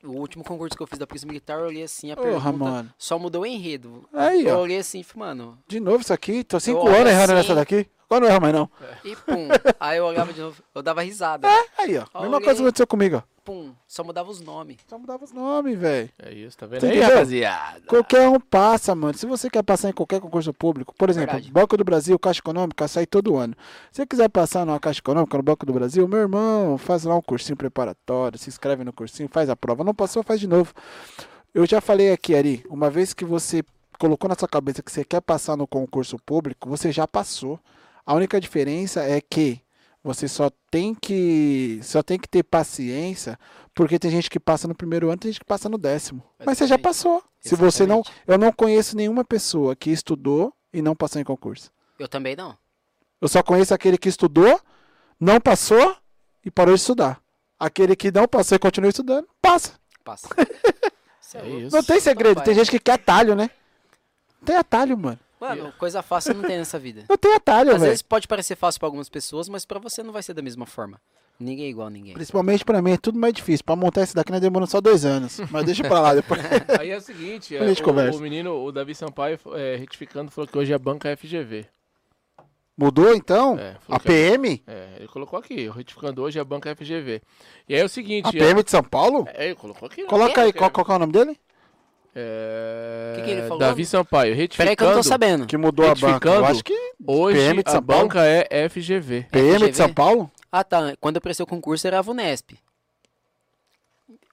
O último concurso que eu fiz da Polícia Militar, eu olhei assim, a Porra, pergunta mano. só mudou o enredo. Aí, eu ó. olhei assim, e falei, mano, De novo isso aqui, tô cinco Olha, anos errando sim. nessa daqui. Agora não erro mais não. É. e pum. Aí eu olhava de novo, eu dava É, risada. Aí, ó, mesma Olha coisa que aí. aconteceu comigo, ó. Pum, só mudava os nomes. Só mudava os nomes, velho. É isso, tá vendo Você aí, entendeu? rapaziada? Qualquer um passa, mano. Se você quer passar em qualquer concurso público, por exemplo, Verdade. Banco do Brasil, Caixa Econômica, sai todo ano. Se você quiser passar numa Caixa Econômica, no Banco do Brasil, meu irmão, faz lá um cursinho preparatório, se inscreve no cursinho, faz a prova. Não passou, faz de novo. Eu já falei aqui, Ari, uma vez que você colocou na sua cabeça que você quer passar no concurso público, você já passou. A única diferença é que você só tem que só tem que ter paciência, porque tem gente que passa no primeiro ano, tem gente que passa no décimo. Mas você já Exatamente. passou. Se você não, Exatamente. eu não conheço nenhuma pessoa que estudou e não passou em concurso. Eu também não. Eu só conheço aquele que estudou, não passou e parou de estudar. Aquele que não passou e continua estudando, passa. Passa. Cê É louco. isso. Não tem segredo. Tem gente que quer atalho, né? Não tem atalho, mano. Mano, coisa fácil não tem nessa vida. Não tem atalho, Às velho. vezes pode parecer fácil pra algumas pessoas, mas pra você não vai ser da mesma forma. Ninguém é igual a ninguém. Principalmente pra mim, é tudo mais difícil. Pra montar esse daqui nós demoramos só dois anos. Mas deixa pra lá depois. Aí é o seguinte, é, A gente o, conversa. o menino, o Davi Sampaio, é, retificando, falou que hoje é banca FGV. Mudou então? É, falou a que PM? É, ele colocou aqui, o retificando hoje é a banca FGV. E aí é o seguinte. A PM de São Paulo? É, ele colocou aqui. né? Coloca aí, É, qual, qual que é o nome dele? É... Que que ele falou? Davi Sampaio, retificando. Peraí que eu não tô sabendo. Que mudou a banca. Eu Retificando. acho que Hoje PM de a São Paulo? banca é FGV. PM de FGV? São Paulo? Ah, tá. Quando eu prestei o concurso era a VUNESP.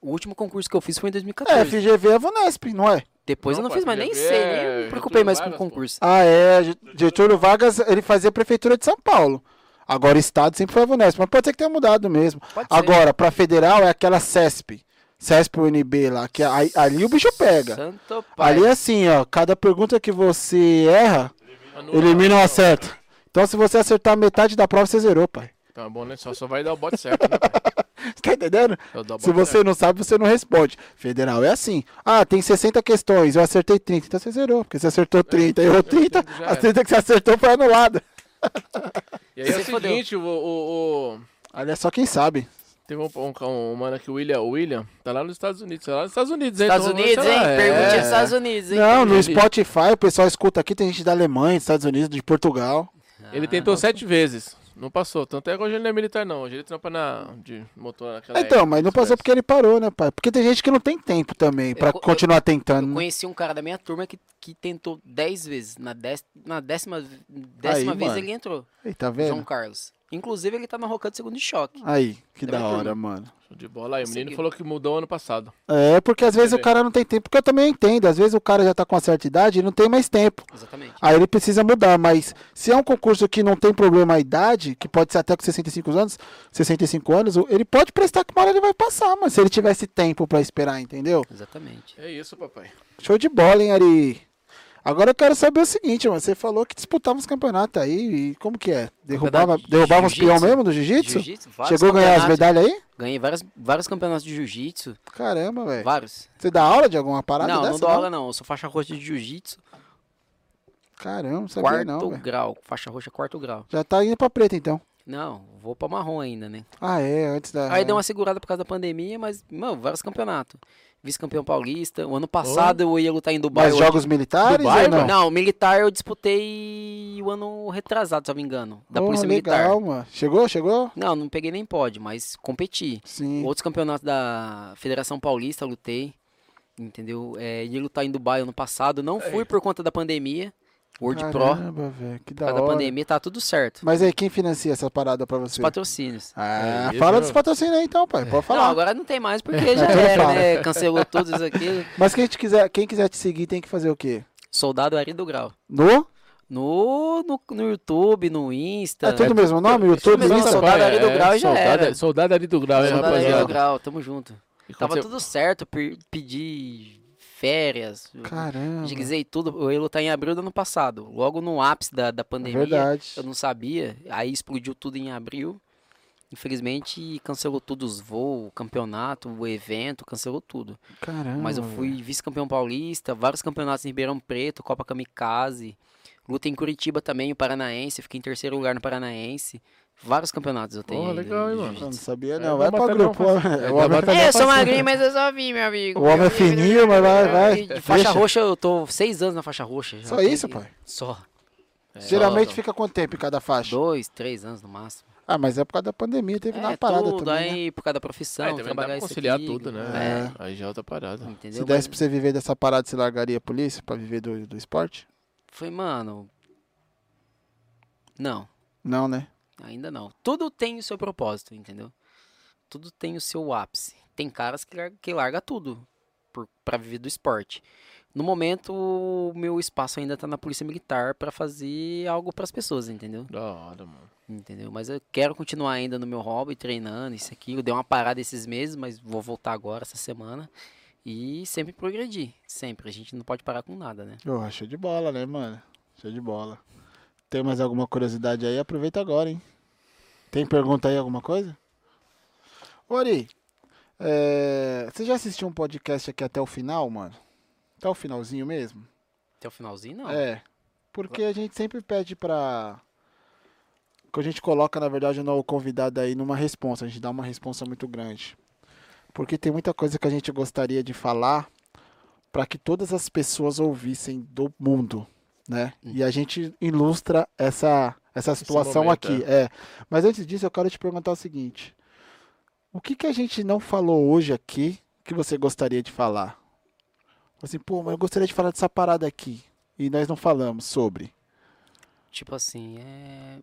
O último concurso que eu fiz foi em É, 2014. FGV é a Vunesp, não é? Depois eu Não, não fiz pô, mais, nem FGV sei, é nem me Getúlio preocupei mais com o Vargas, pô. concurso. Ah, é. Get- Getúlio Vargas, ele fazia a prefeitura de São Paulo. Agora o estado sempre foi a Vunesp, mas pode ser que tenha mudado mesmo. Pode ser. Agora, pra federal é aquela CESP. CESP UNB lá, que aí- ali o bicho pega. Santo pai. Ali é assim, ó, cada pergunta que você erra, Anula. elimina um acerto. Então se você acertar metade da prova, você zerou, pai. Tá bom, né? Só, só vai dar o bote certo, né, cara? Você tá entendendo? Eu dou a Se bola você não sabe, você não responde. Federal é assim. Ah, tem 60 questões, eu acertei 30. Então você zerou, porque você acertou 30, errou 30, já as era. 30 que você acertou foi anulada. E aí é o Se fodeu. seguinte, o, o- o- Olha é só quem sabe. Teve um, um, um mano aqui, o William, o William, tá lá nos Estados Unidos, tá lá nos Estados Unidos, hein? Estados Então, Unidos, sei hein? lá, é. Pergunte aos Estados Unidos, hein? Não, no entendi. Spotify o pessoal escuta aqui, tem gente da Alemanha, dos Estados Unidos, de Portugal. Ah. Ele tentou sete vezes, não passou. Tanto é que hoje ele não é militar, não. Hoje ele trampa na, de motor naquela então, mas não passou porque ele parou, né, pai? Porque tem gente que não tem tempo também pra co- eu- continuar tentando. Eu né? conheci um cara da minha turma que, que tentou 10 vezes. Na, dez, na décima, décima Aí, vez mano. ele entrou, Aí, tá João vendo? Carlos. Inclusive, ele tá na Rocando Segundo Choque. Aí, que da Da minha hora, mano. Show de bola aí. O menino Conseguiu. falou que mudou ano passado. É, porque às vezes o ver. cara não tem tempo. Porque eu também entendo, às vezes o cara já tá com uma certa idade e não tem mais tempo. Exatamente. Aí ele precisa mudar, mas se é um concurso que não tem problema a idade, que pode ser até com 65 anos, 65 anos, ele pode prestar que uma hora ele vai passar, mas se ele tivesse tempo pra esperar, entendeu? Exatamente. É isso, papai. Show de bola, hein, Ari? Agora eu quero saber o seguinte, mano. Você falou que disputava uns campeonatos aí, e como que é? Derrubava, Campeonato de derrubava uns peão jiu-jitsu? mesmo do jiu-jitsu? Jiu-jitsu, vários Chegou a ganhar as campeonatos. medalhas aí? Ganhei várias, vários campeonatos de jiu-jitsu. Caramba, velho. Vários. Você dá aula de alguma parada não, dessa? não dou aula não. Eu sou faixa roxa de jiu-jitsu. Caramba, não sabia Quarto não, velho. grau. Faixa roxa, quarto grau. Já tá indo pra preta, então. Não, vou pra marrom ainda, né? Ah, é, antes da... Aí deu um uma segurada por causa da pandemia, mas, mano, vários campeonatos. Vice-campeão paulista. O ano passado eu ia lutar em Dubai. Mas eu- jogos militares Dubai, ou não? não. militar eu disputei o ano retrasado, se eu não me engano. Da Porra, Polícia legal, Militar. mano. Chegou, chegou? Não, não peguei nem pode, mas competi. Sim. Outros campeonatos da Federação Paulista eu lutei. Entendeu? É, ia lutar em Dubai ano passado. Não fui por conta da pandemia. World Pro. É. Caramba, velho, que Por da causa da hora. pandemia tá tudo certo. Mas aí, quem financia essa parada pra Os você? patrocínios. Ah, É, fala isso, dos né? patrocínios aí então, pai. Pode falar. Não, agora não tem mais porque já Então era, fala. né? Cancelou todos isso aqui. Mas quem, te quiser, quem quiser te seguir tem que fazer o quê? Soldado Ari do Grau. No? No, no, no YouTube, no Insta. É tudo o mesmo nome? Então, tudo YouTube, mesmo, Insta? soldado ali do grau e já É, soldado, era. Soldado ali do grau, hein, Soldado Ari do rapaziada. Grau, tamo junto. E quando Tava você- tudo certo, pe- pedi férias. Caramba. é Desliguei tudo. Eu ia lutar em abril do ano passado, logo no ápice da, da pandemia. Verdade. Eu não sabia. Aí explodiu tudo em abril. Infelizmente, cancelou tudo os voos, o campeonato, o evento, cancelou tudo. Caramba. Mas eu velho. fui Hum. vice-campeão paulista, vários campeonatos em Ribeirão Preto, Copa Kamikaze, luta em Curitiba também, o Paranaense, fiquei em terceiro lugar no Paranaense. Vários campeonatos eu tenho. Porra, ainda legal, de hein, mano? Eu não jiu-jitsu. sabia, É, não. Vai dá pra batalhão, grupo. faz- homem. é, O dá homem- batalhão, É, eu sou faz- magrinho, mas eu só vim, meu amigo. O homem é fininho, mas vai, vai. De faixa Deixa. roxa, eu tô seis anos na faixa roxa. já Só tem- isso, pai? Só. É, Geralmente só- fica quanto tempo em cada faixa? Dois, três anos no máximo. Ah, mas é por causa da pandemia, teve é, uma parada tudo, também. né? aí por causa da Ah, profissão, e também dá Então, trabalhar pra isso conciliar aqui, tudo, né? É. Aí já é outra parada. Entendeu? Se desse Mas pra você viver dessa parada, você largaria a polícia pra viver do, do esporte? Foi, mano... Não. Não, né? Ainda não. Tudo tem o seu propósito, entendeu? Tudo tem o seu ápice. Tem caras que larga, que larga tudo por, pra viver do esporte. No momento, o meu espaço ainda tá na polícia militar pra fazer algo pras pessoas, entendeu? Da hora, mano. Entendeu? Mas eu quero continuar ainda no meu hobby, treinando, isso aqui. Eu dei uma parada esses meses, mas vou voltar agora, essa semana. E sempre progredir. Sempre. A gente não pode parar com nada, né? Eu show de bola, né, mano? Show de bola. Tem mais alguma curiosidade aí? Aproveita agora, hein? Tem pergunta aí, alguma coisa? Ô, Ari, é, você já assistiu um podcast aqui até o final, mano? Até o finalzinho mesmo? Até o finalzinho, não. É. Porque a gente sempre pede pra. Que a gente coloca, na verdade, o convidado aí numa responsa. A gente dá uma responsa muito grande. Porque tem muita coisa que a gente gostaria de falar pra que todas as pessoas ouvissem do mundo, né? E a gente ilustra essa, essa situação momento, aqui. É. Mas antes disso, eu quero te perguntar o seguinte: o que que a gente não falou hoje aqui que você gostaria de falar? Assim, pô, mas eu gostaria de falar dessa parada aqui. E nós não falamos sobre. Tipo assim, é.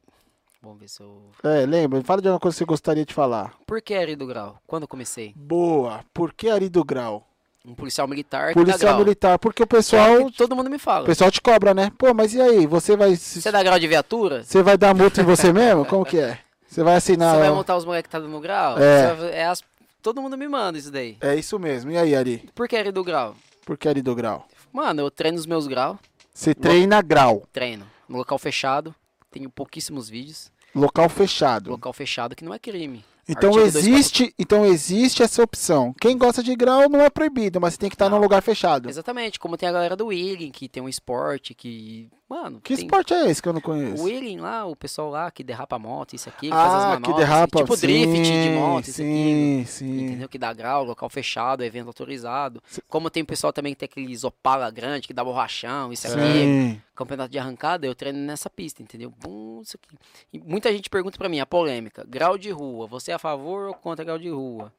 Vamos ver se eu. É, lembra? Fala de uma coisa que você gostaria de falar. Por que Ari do Grau? Quando eu comecei? Boa. Por que Ari do Grau? Um policial militar que dá Policial grau. militar. Porque o É o pessoal, que todo mundo me o fala. pessoal te cobra, né? Pô, mas e aí? Você vai, se- Você dá grau de viatura? você vai dar multa em você mesmo? Como que é? Você vai assinar? um- Você vai ó, montar os moleques que tá dando grau? É. Você vai- é as- Todo mundo me manda isso daí. É isso mesmo. E aí, Ari? Por que Ari do Grau? Por que Ari do Grau? Mano, eu treino os meus graus. Você treina grau, Treino. No local fechado. Tenho pouquíssimos vídeos. local No fechado. local fechado que não é crime. Então Artigo existe, então existe essa opção. Quem gosta de grau não é proibido, mas você tem que estar num lugar fechado. Exatamente, como tem a galera do Willing, que tem um esporte que. Mano, Que tem esporte é esse que eu não o conheço? Willing lá, o pessoal lá que derrapa a moto, isso aqui, que faz as ah, manobras. que derrapa. Tipo drift de sim, moto, isso aqui. Sim, sim. Entendeu? Que dá grau, local fechado, evento autorizado. Como tem o pessoal também que tem aqueles opala grande, que dá borrachão, isso aqui. Sim. Campeonato de arrancada, eu treino nessa pista, entendeu? Bum, isso aqui. E muita gente pergunta pra mim, a polêmica, grau de rua, você é a favor ou contra grau de rua?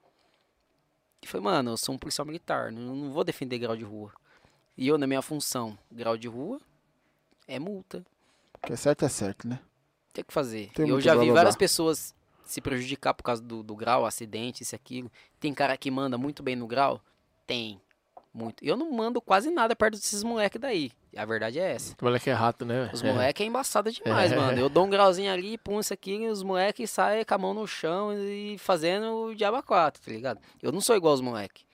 E foi, mano, eu sou um policial militar, não, não vou defender grau de rua. E eu, na minha função, grau de rua é multa, O Que é certo é certo, né? tem que fazer. Tem eu muito já blá, vi blá, várias blá. pessoas se prejudicar por causa do, do grau, acidente, isso e aquilo. Tem cara que manda muito bem no grau? Tem, muito. Eu não mando quase nada perto desses moleques daí, a verdade é essa. O moleque é rato, né? Os É. moleques é embaçado demais, É. mano. Eu dou um grauzinho ali, pum, isso aqui, e os moleques saem com a mão no chão e fazendo o diabo a quatro, tá ligado? Eu não sou igual aos moleques.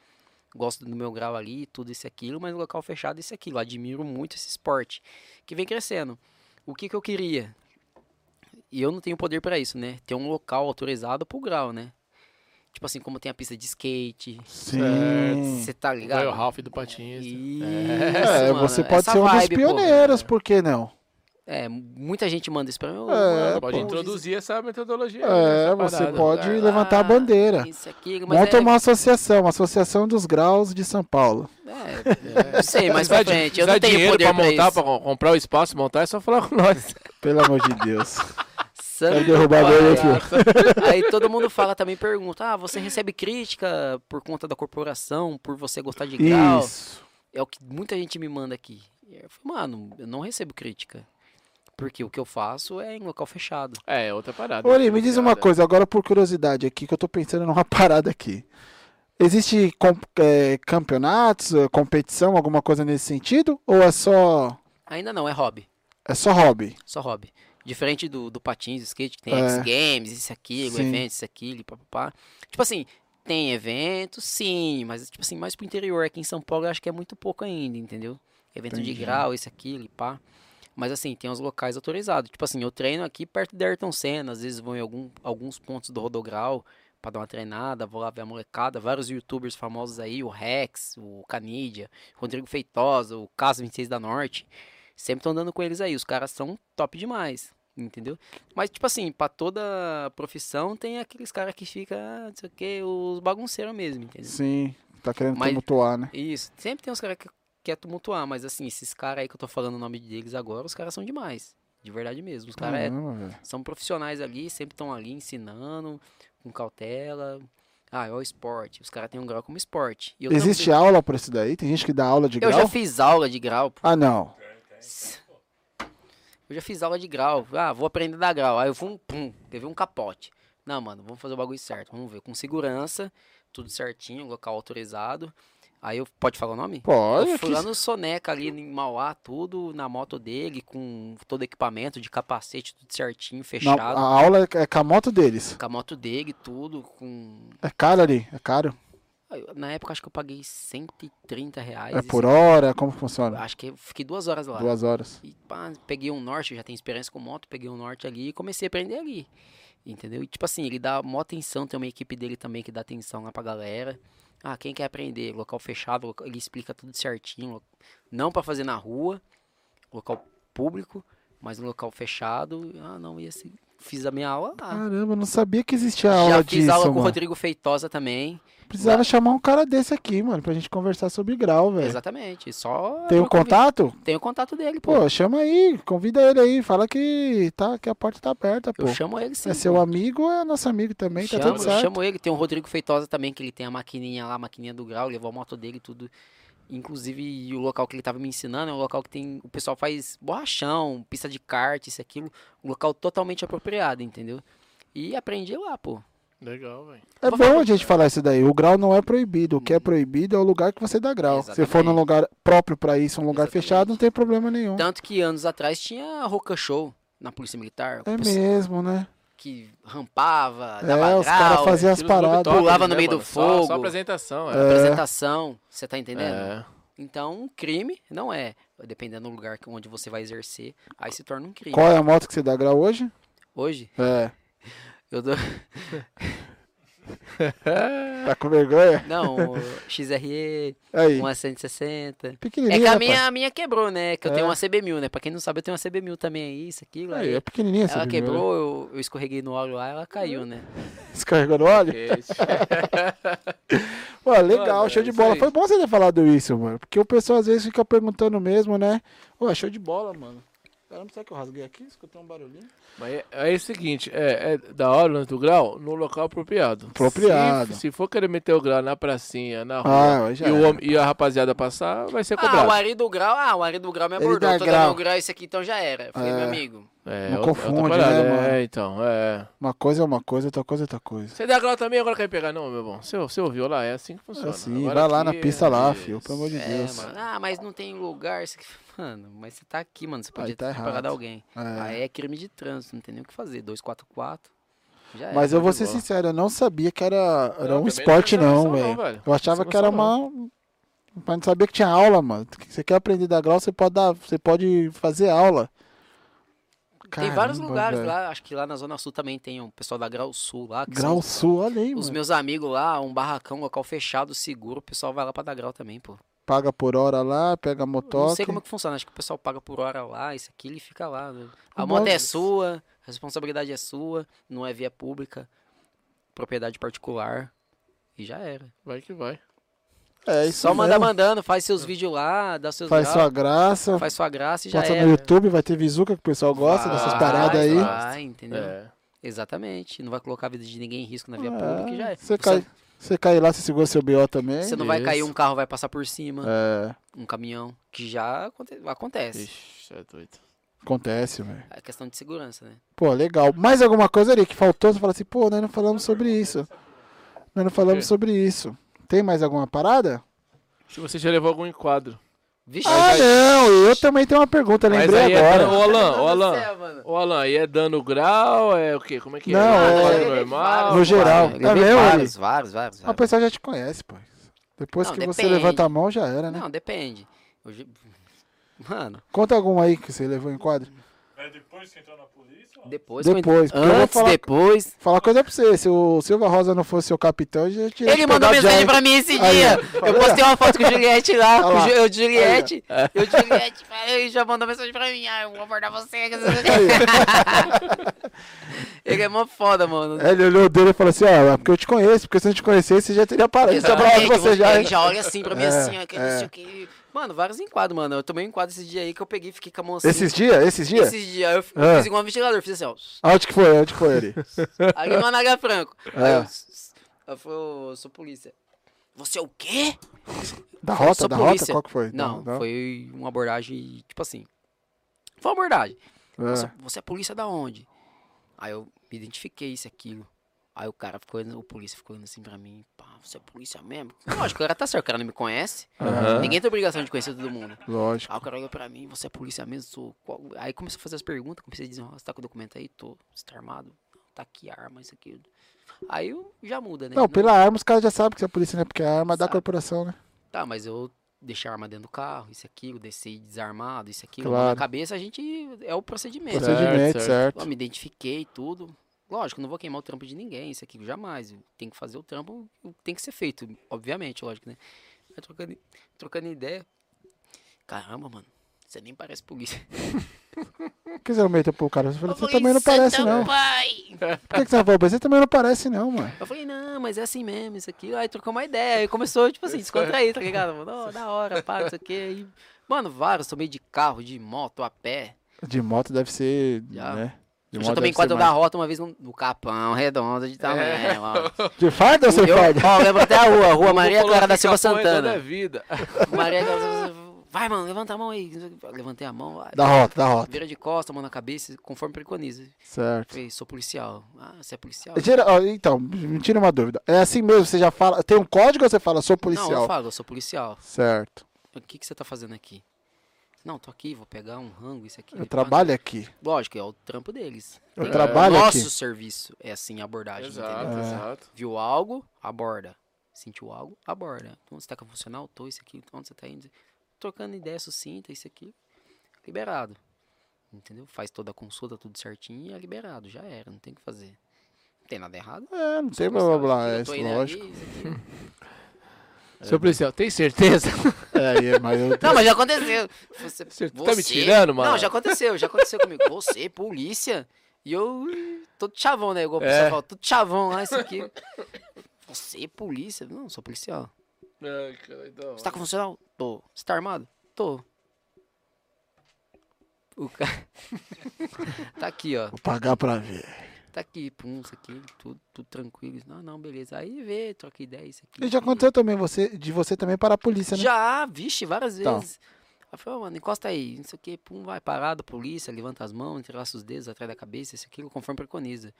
Gosto do meu grau ali, tudo isso e aquilo, mas no local fechado isso e aquilo. Admiro muito esse esporte, que vem crescendo. O que que eu queria? E eu não tenho poder pra isso, né? Ter um local autorizado pro grau, né? Tipo assim, como tem a pista de skate, Sim. você tá ligado? Vai o Ralph do Patins. Isso, É, mano, você pode essa ser um dos vibe, pô. pioneiros, por que não? É, muita gente manda isso pra mim. Ô, É, mano, Pode pô, introduzir essa metodologia. É, essa você parada. pode né? lugar levantar a lá, bandeira. Ah, Isso aqui, mas Monta é, uma associação, uma Associação dos Graus de São Paulo. é, não sei, mas Se dá pra di- frente, se eu dá não tenho dinheiro poder pra pra, montar, isso. pra com- comprar o espaço, montar, é só falar com nós. Pelo amor de Deus. Santo Quero derrubar pai. meu filho. Aí todo mundo fala também, pergunta, ah, você recebe crítica por conta da corporação, por você gostar de grau? Isso. É o que muita gente me manda aqui. E Eu falo, mano, eu não recebo crítica. Porque o que eu faço é em local fechado. É, outra parada. Ô, Oli, me diz uma Obrigado. coisa, agora por curiosidade aqui, que eu tô pensando numa parada aqui. Existe com- é, campeonatos, é, competição, alguma coisa nesse sentido? Ou é só, Ainda não, é hobby. é só hobby? Só hobby. Diferente do, do patins, do skate, que tem É. X Games, isso, aquilo, Sim. eventos, isso, aquilo, e papapá. Tipo assim, tem eventos, sim, mas tipo assim, mais pro interior. Aqui em São Paulo eu acho que é muito pouco ainda, entendeu? Evento de Entendi. grau, isso, aquilo, e pá. Mas assim, tem os locais autorizados. Tipo assim, eu treino aqui perto da Ayrton Senna, às vezes vou em algum, alguns pontos do Rodograu pra dar uma treinada, vou lá ver a molecada, vários youtubers famosos aí, o Rex, o Canidia, Rodrigo Feitosa, o Caso 26 da Norte. Sempre tô andando com eles aí. Os caras são top demais. Entendeu? Mas, tipo assim, pra toda profissão tem aqueles caras que ficam, não sei o que, os bagunceiros mesmo, entendeu? Sim, tá querendo Mas- tumultuar, né? Isso. Sempre tem uns caras que quer tumultuar, mas assim, esses caras aí que eu tô falando o nome deles agora, os caras são demais. De verdade mesmo. Os caras é Caramba, velho. são profissionais ali, sempre estão ali ensinando, com cautela. Ah, é o esporte. Os caras têm um grau como esporte. E eu também- Existe aula pra isso daí? Tem gente que dá aula de Eu grau? já fiz aula de grau, pô. Ah, não. Eu já fiz aula de grau. Ah, vou aprender a dar grau. Aí eu fui um pum, teve um capote. Não, mano, vamos fazer o bagulho certo. Vamos ver. Com segurança, tudo certinho, local autorizado. Aí eu. Pode falar o nome? Pode. Eu fui que- lá no Soneca, ali em Mauá, tudo na moto dele, com todo equipamento de capacete, tudo certinho, Não, fechado. a aula é com a moto deles. Com a moto dele, tudo, com. É caro ali, é caro. Ah, eu- Na época acho que eu paguei 130 reais. É isso- por hora, como funciona? Acho que eu fiquei duas horas lá. Duas horas. E pá, peguei um norte, eu já tenho experiência com moto, peguei um norte ali e comecei a aprender ali. Entendeu? E tipo assim, ele dá mó atenção, tem uma equipe dele também que dá atenção lá pra galera. Ah, quem quer aprender? Local fechado, loca- ele explica tudo certinho. lo- Não pra fazer na rua, local público. mas no local fechado, ah, não ia ser. Fiz a minha aula lá. Caramba, eu não sabia que existia Ah. Já Ah, aula fiz disso, aula com o mano. Rodrigo Feitosa também. Precisava chamar um cara desse aqui, mano, pra gente conversar sobre grau, velho. Exatamente. Só. É. Tem abrir o contato? convite. Tem o contato dele, pô. Pô, chama aí, convida ele aí, fala que, tá, que a porta tá aberta, pô. eu chamo ele sim. é seu pô. amigo, é nosso amigo também, tá chamo, tudo eu certo. chamo ele. Tem o Rodrigo Feitosa também, que ele tem a maquininha lá, a maquininha do grau, levou a moto dele e tudo. Inclusive, e o local que ele tava me ensinando é um local que tem. O pessoal faz borrachão, pista de kart, isso e aquilo. Um local totalmente apropriado, entendeu? E aprendi lá, pô. Legal, velho. É Vou falar bom com a gente falar isso daí. O grau não é proibido. O que é proibido é o lugar que você dá grau. Se for num Uhum. Exatamente. lugar próprio pra isso, um lugar Exatamente. fechado, não tem problema nenhum. Tanto que anos atrás tinha Roca Show na Polícia Militar. o É pessoal mesmo, né? que rampava, dava É, os caras grau, faziam as Tira os paradas. globetrotters, Pulava no meio né, mano? do Só, fogo. só apresentação, é. apresentação, você tá entendendo? É. Então, crime não é, dependendo do lugar que- onde você vai exercer, aí se torna um crime. Qual é a moto que você dá grau hoje? Hoje, É. eu dou... Tá com vergonha? Não, o XRE, Aí. uma 160... É Pequenininha. que a rapaz. minha, a minha quebrou, né? Que eu tenho É. uma CB1000, né? Pra quem não sabe, eu tenho uma CB1000 também, é isso, aquilo. Aí, Aí é pequenininha essa ela de mim, né? quebrou, eu, eu escorreguei no óleo lá, ela caiu, né? Descarregou no óleo? Pô, legal, Mano, show é de isso bola. aí. Foi bom você ter falado isso, mano. Porque o pessoal às vezes fica perguntando mesmo, né? Ô, é show de bola, mano. Caramba, será que eu rasguei aqui? Escutei um barulhinho. Mas é, é o seguinte, é, é da hora o lance do grau no local apropriado. Apropriado. Se, se for querer meter o grau na pracinha, na Ah, rua, aí já e, o era. homem- e a rapaziada passar, vai ser Ah, cobrado. o Ari do Grau, ah, o Ari do Grau me Ele abordou, dá tô grau. dando o grau, isso aqui então já era. Eu Falei, É. meu amigo, é, Não outra- confunde, outra parada, né, mano? É, então, é. Uma coisa é uma coisa, outra coisa é outra coisa. Você dá grau também, agora quer pegar? Não, meu bom, você, você ouviu lá, é assim que funciona. Assim, Agora vai lá na aqui pista é- lá, fio, pelo amor de É, Deus. mano. Ah, mas não tem lugar. isso aqui- Mano, mas você tá aqui, mano. Você podia tá ter errado. pagado alguém. É. Aí é crime de trânsito, não tem nem o que fazer. 244. Já Mas era. tá eu vou ser bola. sincero, eu não sabia que era, era Não, um também esporte, não tinha não, noção não, velho. velho. Eu achava Tinha que era noção uma. Mas não sabia que tinha aula, mano. Que Você quer aprender da grau, você pode dar. Você pode fazer aula. Tem vários Caramba, lugares velho. lá. Acho que lá na Zona Sul também tem um pessoal da Grau Sul lá. Que Grau são Sul, olha aí, os mano. meus amigos lá, um barracão, local fechado, seguro. O pessoal vai lá pra dar grau também, pô. Paga por hora lá, pega a Não motoca. sei como é que funciona. Acho que o pessoal paga por hora lá, isso aqui, ele fica lá. né? O A moto bom- é sua, a responsabilidade é sua, não é via pública, propriedade particular. E já era. Vai que vai. É isso Só manda mesmo. mandando, faz seus vídeos lá, dá seus Faz grau, sua graça. faz sua graça e já Bota era. Ah, no YouTube, vai ter Vizuca que o pessoal gosta dessas Vai, paradas aí. vai. Vai, entendeu? É. Exatamente. Não vai colocar a vida de ninguém em risco na via É, pública e já é. Você cai, você cai lá, você segura seu BO também. você não vai Isso. cair, um carro vai passar por cima, É, um caminhão, que já aconte- acontece. Ixi, é doido. acontece, velho. É questão de segurança, né? Pô, legal. Mais alguma coisa ali que faltou? Você fala assim, pô, nós não falamos sobre isso. Nós não falamos quê? sobre isso. Tem mais alguma parada? Se você já levou algum enquadro. Vixe, Ah, meu não! Eu também tenho uma pergunta, aí lembrei é agora. dano, ô Alan, ô Deus do Alan, céu, mano. ô Alan, aí é dano grau, é o quê? Como é que é? Não, é... é- enquadro normal? No geral. Eu Tá levei mesmo, vários, vários, vários, A vários. pessoa já te conhece, pô. Depois Não, que você depende. levanta a mão, já era, né? Não, depende. Eu ge- Mano, Conta alguma aí que você levou em quadro. É depois que entrar na polícia? ó. depois... Depois, porque eu vou antes, falar- depois... Falar coisa pra você, se o Silva Rosa não fosse seu capitão, já tinha. Ele te mandou pegado tipo, já, mensagem hein? pra mim esse Aí, dia. ó. Eu postei uma foto com o Juliette lá. Olha lá. com o Ju- Eu, Juliette. Eu, Juliette. Ele já mandou mensagem pra mim. Ah, eu vou abordar você. que você- Ele é mó foda, mano. Ele olhou o dele e falou assim: ó, é porque eu te conheço, porque se eu não te conhecesse, já teria parado. Ele tinha parado Exatamente, de você você- já. Ele hein? já olha assim pra mim, É, assim, ó, que não é. sei o que. Mano, vários enquadros, mano. Eu tomei um enquadro esse dia aí que eu peguei e fiquei com a mão assim. Esses dias? Esses dias? Esses dias. Eu f- Ah. fiz igual um ventilador. Fiz assim, ó. Onde que foi? Onde que foi ele? Aí no Anaga Franco. Aí É. eu, eu falei, "Ô, sou polícia. Você é o quê? Da Foi rota? só Da rota? polícia. Qual que foi? Não, foi uma abordagem, tipo assim. Foi uma abordagem. Você, É. você é polícia da onde? Aí eu me identifiquei isso e aquilo. Aí o cara ficou olhando, o polícia ficou olhando assim pra mim, pá, você é polícia mesmo? Lógico, o cara tá certo, o cara não me conhece. Aham. Ninguém tem obrigação de conhecer todo mundo. Lógico. Aí o cara olhou pra mim, você é polícia mesmo? Sou qual?" Aí começou a fazer as perguntas, comecei a dizer, "Ó, você tá com o documento aí? Tô. Você tá armado? Tá aqui arma, isso aqui. Aí eu- já muda, né? Não, pela arma os caras já sabem que você é polícia, né? Porque a arma é da Sabe. corporação, né? Tá, mas eu deixei a arma dentro do carro, isso aqui, eu desci desarmado, isso aqui, Claro. na cabeça a gente é o procedimento. Procedimento, certo. Eu me identifiquei tudo. Lógico, não vou queimar o trampo de ninguém, isso aqui jamais. Tem que fazer o trampo, o que tem que ser feito, obviamente, lógico, né? Aí trocando, trocando ideia. Caramba, mano. Você nem parece polícia. Por que você não meteu um pro cara? Eu falei, você Polícia então, também não parece, não. tá Pai. Por que, que você falou? Você também não parece, não, mano. Eu falei, não, mas é assim mesmo, isso aqui. Aí trocou uma ideia. Aí começou, tipo é assim, descontrair, tá ligado? Mano, Ó, da hora, pá, isso aqui. Aí, mano, vários, tomei de carro, de moto, a pé. De moto deve ser. Já. Né? De Eu moto já tomei deve ser quadro da mais- É. rota uma vez no, no Capão Redondo de tamanho. ó. De farda ou sem Eu, farda? ó, eu lembro até a rua, Rua Maria Vou Clara da assim, colocar Silva Capão é toda a Santana. vida. Maria Clara da Silva Santana. Vai, mano, levanta a mão aí. Levantei a mão. vai. Da rota, da rota. Vira de costa, mão na cabeça, conforme preconiza. Certo. Falei, sou policial. Ah, você é policial? Geral- ó, então, me tira uma dúvida. É assim mesmo, você já fala. Tem um código ou você fala, sou Não, é policial? eu falo, eu sou policial. Certo. O que, que você tá fazendo aqui? Não, tô aqui, vou pegar um rango, isso aqui. Eu pá. trabalho aqui. Lógico, é o trampo deles. Eu É, trabalho Nosso aqui. É. serviço é assim a abordagem, Exato, entendeu? exato. Viu algo, aborda. Sentiu algo, aborda. Então você tá com funcional, tô isso aqui, onde você tá indo? Trocando ideia sucinta, isso aqui. Liberado. Entendeu? Faz toda a consulta, tudo certinho e é liberado. Já era, não tem o que fazer. Não tem nada errado. É, não tem blá policial, blá blá, é isso aqui, eu tô isso, indo ali, lógico. isso aqui. Seu policial, tem certeza? É, é, mas eu. Não, mas já aconteceu. Você, Você tá me tirando, mano? Não, já aconteceu, já aconteceu comigo. Você, polícia. E eu todo chavão, né? Igual o pessoal É. fala, todo chavão lá, isso aqui. Você, polícia? Não, sou policial. Ai, cara, então. da hora. Você tá com funcional? Tô. Você tá armado? Tô. O cara. tá aqui, ó. Vou pagar pra ver. Tá aqui, pum, isso aqui, tudo, tudo tranquilo. Não, não, beleza. Aí vê, troca ideia, isso aqui. E já aconteceu também você, de você também parar a polícia, né? Já, vixe, várias Então. vezes. Ela falou, "Ô, mano, encosta aí, não sei o que, pum, vai, parado, polícia, levanta as mãos, entrelaça os dedos atrás da cabeça, isso aqui, conforme preconiza.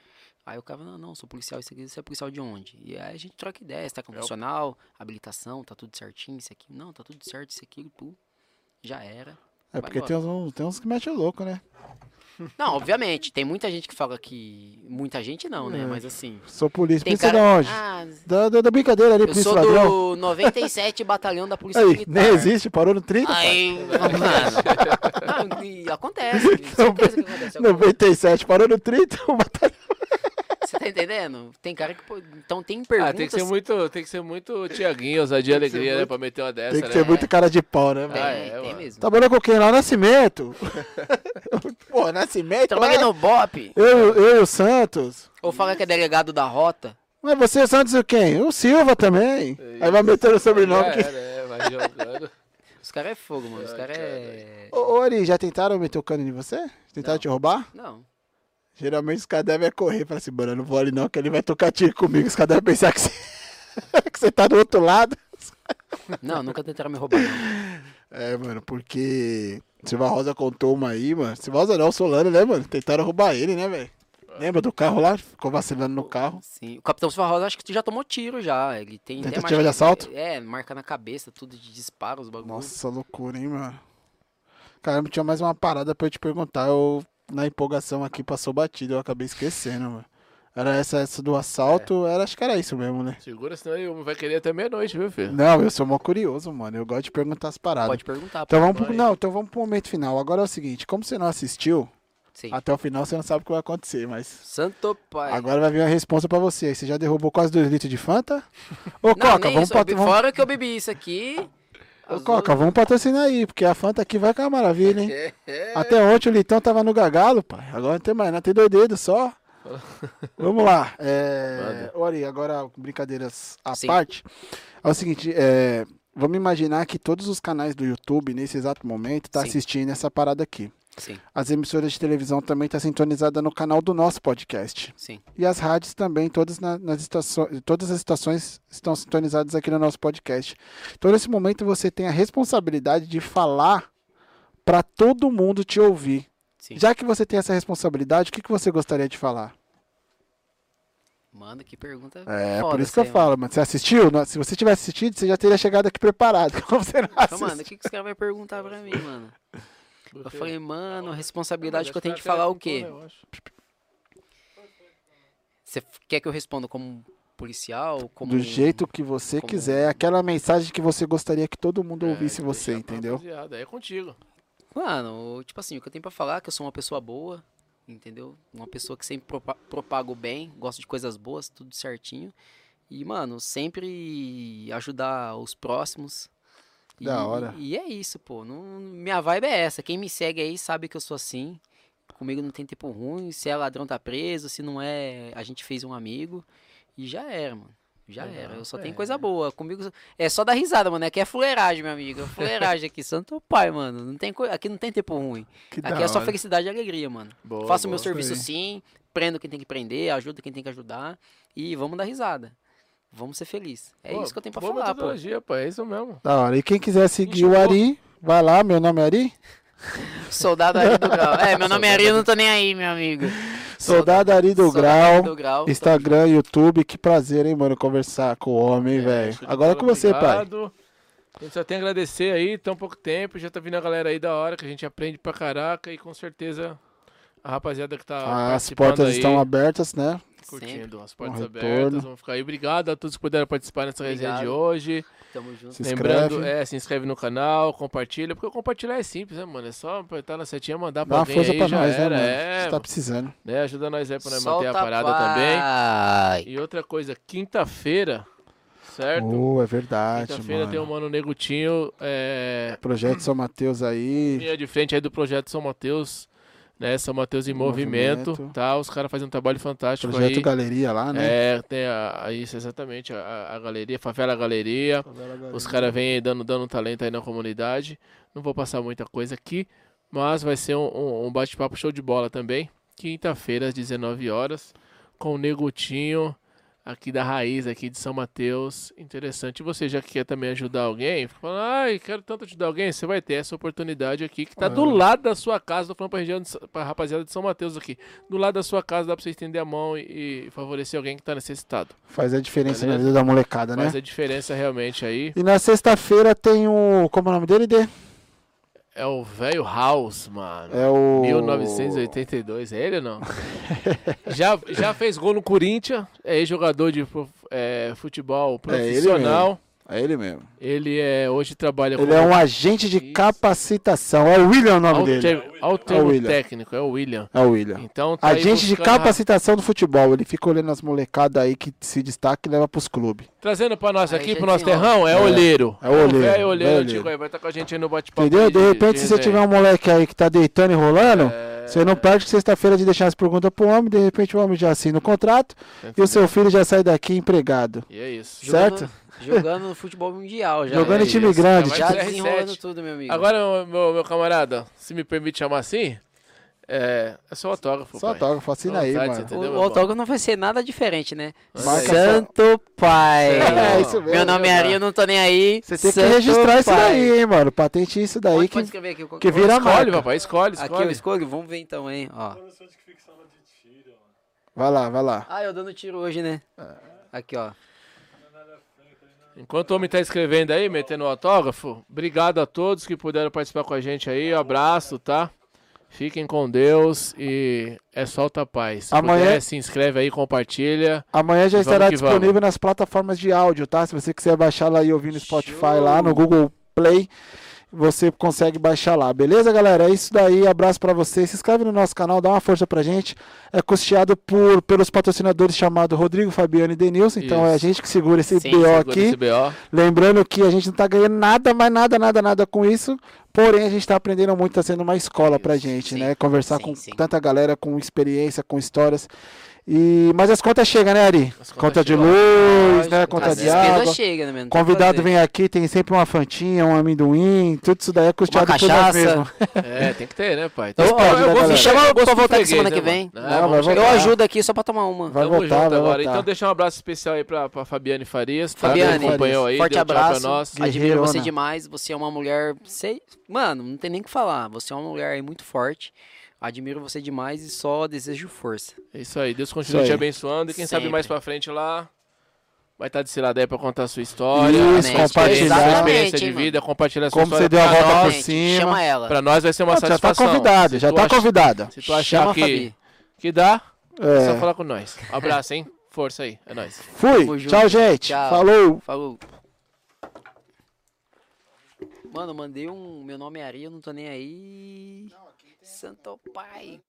Aí o cara, não, não, sou policial, isso aqui, você é policial de onde? E aí a gente troca ideia, você É tá com funcional, habilitação, tá tudo certinho, isso aqui, não, tá tudo certo, isso aqui, pum, já era. é vai porque embora." tem uns, tem uns que mexem o louco, né? Não, obviamente, tem muita gente que fala que... Muita gente não, né, mas assim... Sou polícia. Tem polícia cara... É. de onde? Ah, Da, da, da brincadeira ali, eu polícia sou ladrão. do 97 Batalhão da Polícia Aí, Militar. Ah, nem existe, parou no 30. pai. Aí, mano. Não, e acontece. certeza que acontece alguma coisa. 97, parou no 30, o batalhão. Você tá entendendo? Tem cara que. pô, Então tem Ah, perguntas. tem que ser muito, tem que ser muito Tiaguinho, ousadia e alegria, né? muito- Pra meter uma dessa, Tem que né? ter muito cara de pau, né, Tem, velho? Ah, é, tem mano. mesmo. Trabalhou com quem lá? Nascimento. Pô, Nascimento? Trabalhei lá? no BOP. Eu, eu e o Santos. Ou fala que é delegado da rota. Mas você, o Santos e o quem? O Silva também. Aí vai metendo o sobrenome. Já Que... era, é, vai jogando. Os caras é fogo, mano. Os caras é. Ô, ô, Ari, já tentaram meter o cano em você? Tentaram te roubar? Não. Geralmente os caras devem é correr e falar assim, mano, eu não vou ali não, que ele vai tocar tiro comigo. Os caras devem pensar que você... que você tá do outro lado. Não, nunca tentaram me roubar. não. É, mano, porque Silva Rosa contou uma aí, mano. Silva Rosa não, Solano, né, mano? Tentaram roubar ele, né, velho? Lembra do carro lá? Ficou vacilando no carro. Sim. O Capitão Silva Rosa acho que já tomou tiro já. Ele tem. até Tentativa marca- de assalto? É, marca na cabeça, tudo de disparo, os bagulhos. Nossa, loucura, hein, mano? Caramba, tinha mais uma parada pra eu te perguntar. Eu, na empolgação aqui, passou batido, eu acabei esquecendo, mano. Era essa, essa do É. assalto, era, acho que era isso mesmo, né? Segura, senão ele vai querer até meia-noite, viu, filho? Não, eu sou mó curioso, mano. Eu gosto de perguntar as paradas. Pode perguntar. Então pô. vamos pro, não, então vamos pro momento final. Agora é o seguinte, como você não assistiu, Sim. até o final você não sabe o que vai acontecer, mas Santo Pai. Agora vai vir a resposta pra você. aí. Você já derrubou quase 2 litros de Fanta? Ô, Não, Coca, nem vamos, isso. eu pat... bebi- vamos... Fora que eu bebi isso aqui. Ô, as Coca, vamos patrocinar aí, porque a Fanta aqui vai com a maravilha, hein? Até ontem o Litão tava no gagalo, pai. Agora não tem mais, não tem dois dedos só. vamos lá. É... Ori, agora brincadeiras à Sim. parte. É o seguinte, é... vamos imaginar que todos os canais do YouTube, nesse exato momento, tá Sim. assistindo essa parada aqui. Sim, As emissoras de televisão também estão tá sintonizadas no canal do nosso podcast. sim. e as rádios também, todas, na- nas estações, todas as estações estão sintonizadas aqui no nosso podcast. Então, nesse momento, você tem a responsabilidade de falar para todo mundo te ouvir. Sim. Já que você tem essa responsabilidade, o que, que você gostaria de falar? Mano, que pergunta. É, foda por isso que eu aí, falo, mano. Você assistiu? Não- Se você tivesse assistido, você já teria chegado aqui preparado. Como você não mano. Então, mano, o assistiu? que, que os caras vão perguntar pra mim, mano? Eu falei, mano, a Mas responsabilidade que eu acho tenho de ela falar quer o quê? contar, eu acho. Você f- quer que eu responda como policial? Como... Do jeito que você como- quiser, aquela mensagem que você gostaria que todo mundo É, ouvisse você, deixa pra entendeu? rapaziada, É contigo. Mano, tipo assim, o que eu tenho pra falar é que eu sou uma pessoa boa, entendeu? Uma pessoa que sempre propa propago bem, gosto de coisas boas, tudo certinho. E, mano, sempre ajudar os próximos, E- Da hora. E é isso, pô. Não- minha vibe é essa. Quem me segue aí sabe que eu sou assim. Comigo não tem tempo ruim. Se é ladrão, tá preso. Se não é, a gente fez um amigo. E já era, mano. Já Legal, era. Eu só é. tenho coisa boa. Comigo é só dar risada, mano. Aqui é fuleiragem, meu amigo. É Fuleiragem aqui. Santo pai, mano. Não tem, co- aqui não tem tempo ruim. Que Aqui da é só hora. felicidade e alegria, mano. Boa, Faço o meu boa. serviço aí. sim. Prendo quem tem que prender. Ajudo quem tem que ajudar. E vamos dar risada. Vamos ser felizes. É Pô, isso que eu tenho pra boa falar, pô. metodologia, pô. É isso mesmo. Da hora. E quem quiser seguir o Enxugou. Ari, vai lá, meu nome é Ari. Soldado Ari do Grau. É, meu nome é Ari, eu não tô nem aí, meu amigo. Soldado Ari do Soldado Grau. Ari do Grau. então. Instagram, YouTube, que prazer, hein, mano, conversar com o homem, velho. Isso, de Agora é bola, com você, pai. obrigado. A gente só tem a agradecer aí, tão pouco tempo. Já tá vindo a galera aí da hora que a gente aprende pra caraca e com certeza a rapaziada que tá. As portas participando aí, estão abertas, né? Sempre. Curtindo, as portas Um retorno. abertas. Vamos ficar aí. Obrigado a todos que puderam participar nessa resenha de Obrigado. hoje. Tamo junto. Se Lembrando, inscreve. é, se inscreve no canal, compartilha, porque compartilhar é simples, né, mano? É só apertar na setinha, mandar Dá pra uma alguém força aí, pra já nós, né, era. mano? É, Você tá precisando. né? Ajuda nós aí pra nós Solta manter a parada também. pai. E outra coisa, quinta-feira, certo? Oh, é verdade, Quinta-feira mano. tem o Mano Negutinho, é, Projeto São Mateus aí. linha de frente aí do Projeto São Mateus, né? São Mateus em movimento, Movimento. tá? Os caras fazem um trabalho fantástico Projeto aí. Galeria lá, né? É, tem a, a- isso exatamente, a, a galeria, Favela Galeria. Os caras vêm aí dando, dando talento aí na comunidade. Não vou passar muita coisa aqui, mas vai ser um, um- um bate-papo show de bola também. Quinta-feira, às 19 horas, com o Negutinho, aqui da raiz, aqui de São Mateus. Interessante. E você já que quer também ajudar alguém, fica falando, ai, quero tanto ajudar alguém, você vai ter essa oportunidade aqui, que tá do lado da sua casa. Tô falando pra, região de, Sa- pra rapaziada de São Mateus aqui. Do lado da sua casa dá pra você estender a mão e, e favorecer alguém que tá necessitado. Faz a diferença na Beleza. vida da molecada, né? Faz a diferença realmente aí. E na sexta-feira tem o. Como é o nome dele, Dê? É o velho House, mano. É o. 1982, é ele ou não? já, já fez gol no Corinthians, é jogador de fu- é, futebol É ele profissional. É ele mesmo. ele, é hoje trabalha Ele como é um agente de Isso. capacitação. É o William o nome alter, dele. alterno É o William. técnico, é o William. É o William. Então tá aí Agente de buscando a- capacitação do futebol. Ele fica olhando as molecadas aí que se destaca e leva pros clubes. Trazendo pra nós Aí aqui, já pro nosso desenrola. terrão, é, olheiro. É o olheiro, velho velho olheiro olheiro. antigo aí, vai estar com a gente aí no bate-papo. Entendeu? De de- repente, se você resenha. tiver um moleque aí que tá deitando e rolando, você não perde sexta-feira de deixar as perguntas pro homem. De repente, o homem já assina o contrato e o seu filho já sai daqui empregado. E é isso. Jogando- Certo? Jogando no futebol mundial já. Jogando é em time isso. grande. Vai Já pro desenrolando R7. tudo, meu amigo. Agora, meu, meu camarada, se me permite chamar assim, é, é só autógrafo. Só pai. toca, assina aí, Vontade, mano. o, você entendeu, meu o irmão? autógrafo não vai ser nada diferente, né? Marca Santo Pai. É, isso mesmo. Meu nome é Ari, eu não tô nem aí. Você tem que Santo registrar isso pai. daí, hein, mano. Patente isso daí Pode, que, pode escrever aqui. qual- que vira Escolhe, marca. papai, escolhe, Aqui escolhe. eu escolho? Vamos ver então, hein? Ó. Eu não sou de ficção lá de tiro, mano. Vai lá, vai lá. Ah, eu dando tiro hoje, né? É. Aqui, ó. Enquanto o homem tá escrevendo aí, metendo o autógrafo, obrigado a todos que puderam participar com a gente aí. Um abraço, tá? Fiquem com Deus e é solta a paz. Se Amanhã- puder, se inscreve aí, compartilha. Amanhã já Vamos estará que vamos. disponível nas plataformas de áudio, tá? Se você quiser baixar lá e ouvir no Spotify, lá no Google Play, você consegue baixar lá. Beleza, galera? É isso daí. Abraço pra vocês. Se inscreve no nosso canal, dá uma força pra gente. É custeado por, pelos patrocinadores chamado Rodrigo, Fabiano e Denilson. Então Isso. é a gente que segura esse Sim, BO Segura aqui. esse BO. Lembrando que a gente não tá ganhando nada, mas nada, nada, nada com isso. Porém, a gente tá aprendendo muito, tá sendo uma escola pra gente, Sim, né? Conversar sim, com sim. tanta galera, com experiência, com histórias. E... Mas as contas chegam, né, Ari? As contas Conta de chegam. luz, né? Lógico, Conta As de despesas água. despesas chegam, né, mano? Tem que Convidado fazer. vem aqui, tem sempre uma fantinha, um amendoim, tudo isso daí é custeado por nós cachaça. mesmo. É, tem que ter, né, pai? Então, ó, eu vou- Me galera? chama pra voltar aqui freguês, semana né, que mano? vem. Não, Não, vamos vai chegar. Eu voltar. ajudo aqui só pra tomar uma. Vai Tamo voltar, junto vai agora. voltar. Então deixa um abraço especial aí pra, pra Fabiane Farias, tá? Fabiane, que acompanhou aí, forte deu tchau abraço. pra nós. Admiro você Guerreirona. demais. Você é uma mulher. sei- Mano, não tem nem o que falar. Você é uma mulher aí muito forte. Admiro você demais e só desejo força. É isso aí, Deus continue Isso te aí. abençoando e quem sabe Sempre. mais pra frente lá vai estar desse lado aí pra contar a sua história. né? Isso, sua experiência, compartilhar. sua experiência de Exatamente, vida, compartilhar a sua Como você história deu a pra volta nós. por Gente, cima. Chama ela. Pra nós vai ser uma Não, já tá satisfação. convidado, Se já tu tá acha- convidada. Se tu achar Chama a que, Fabi. que dá, é só É. falar com nós. Abraço, hein? Força aí, é nóis. Fui, Tamo junto. tchau, gente. Tchau. Falou. Falou. Mano, mandei um. Meu nome é Ari, eu não tô nem aí. Santo Pai.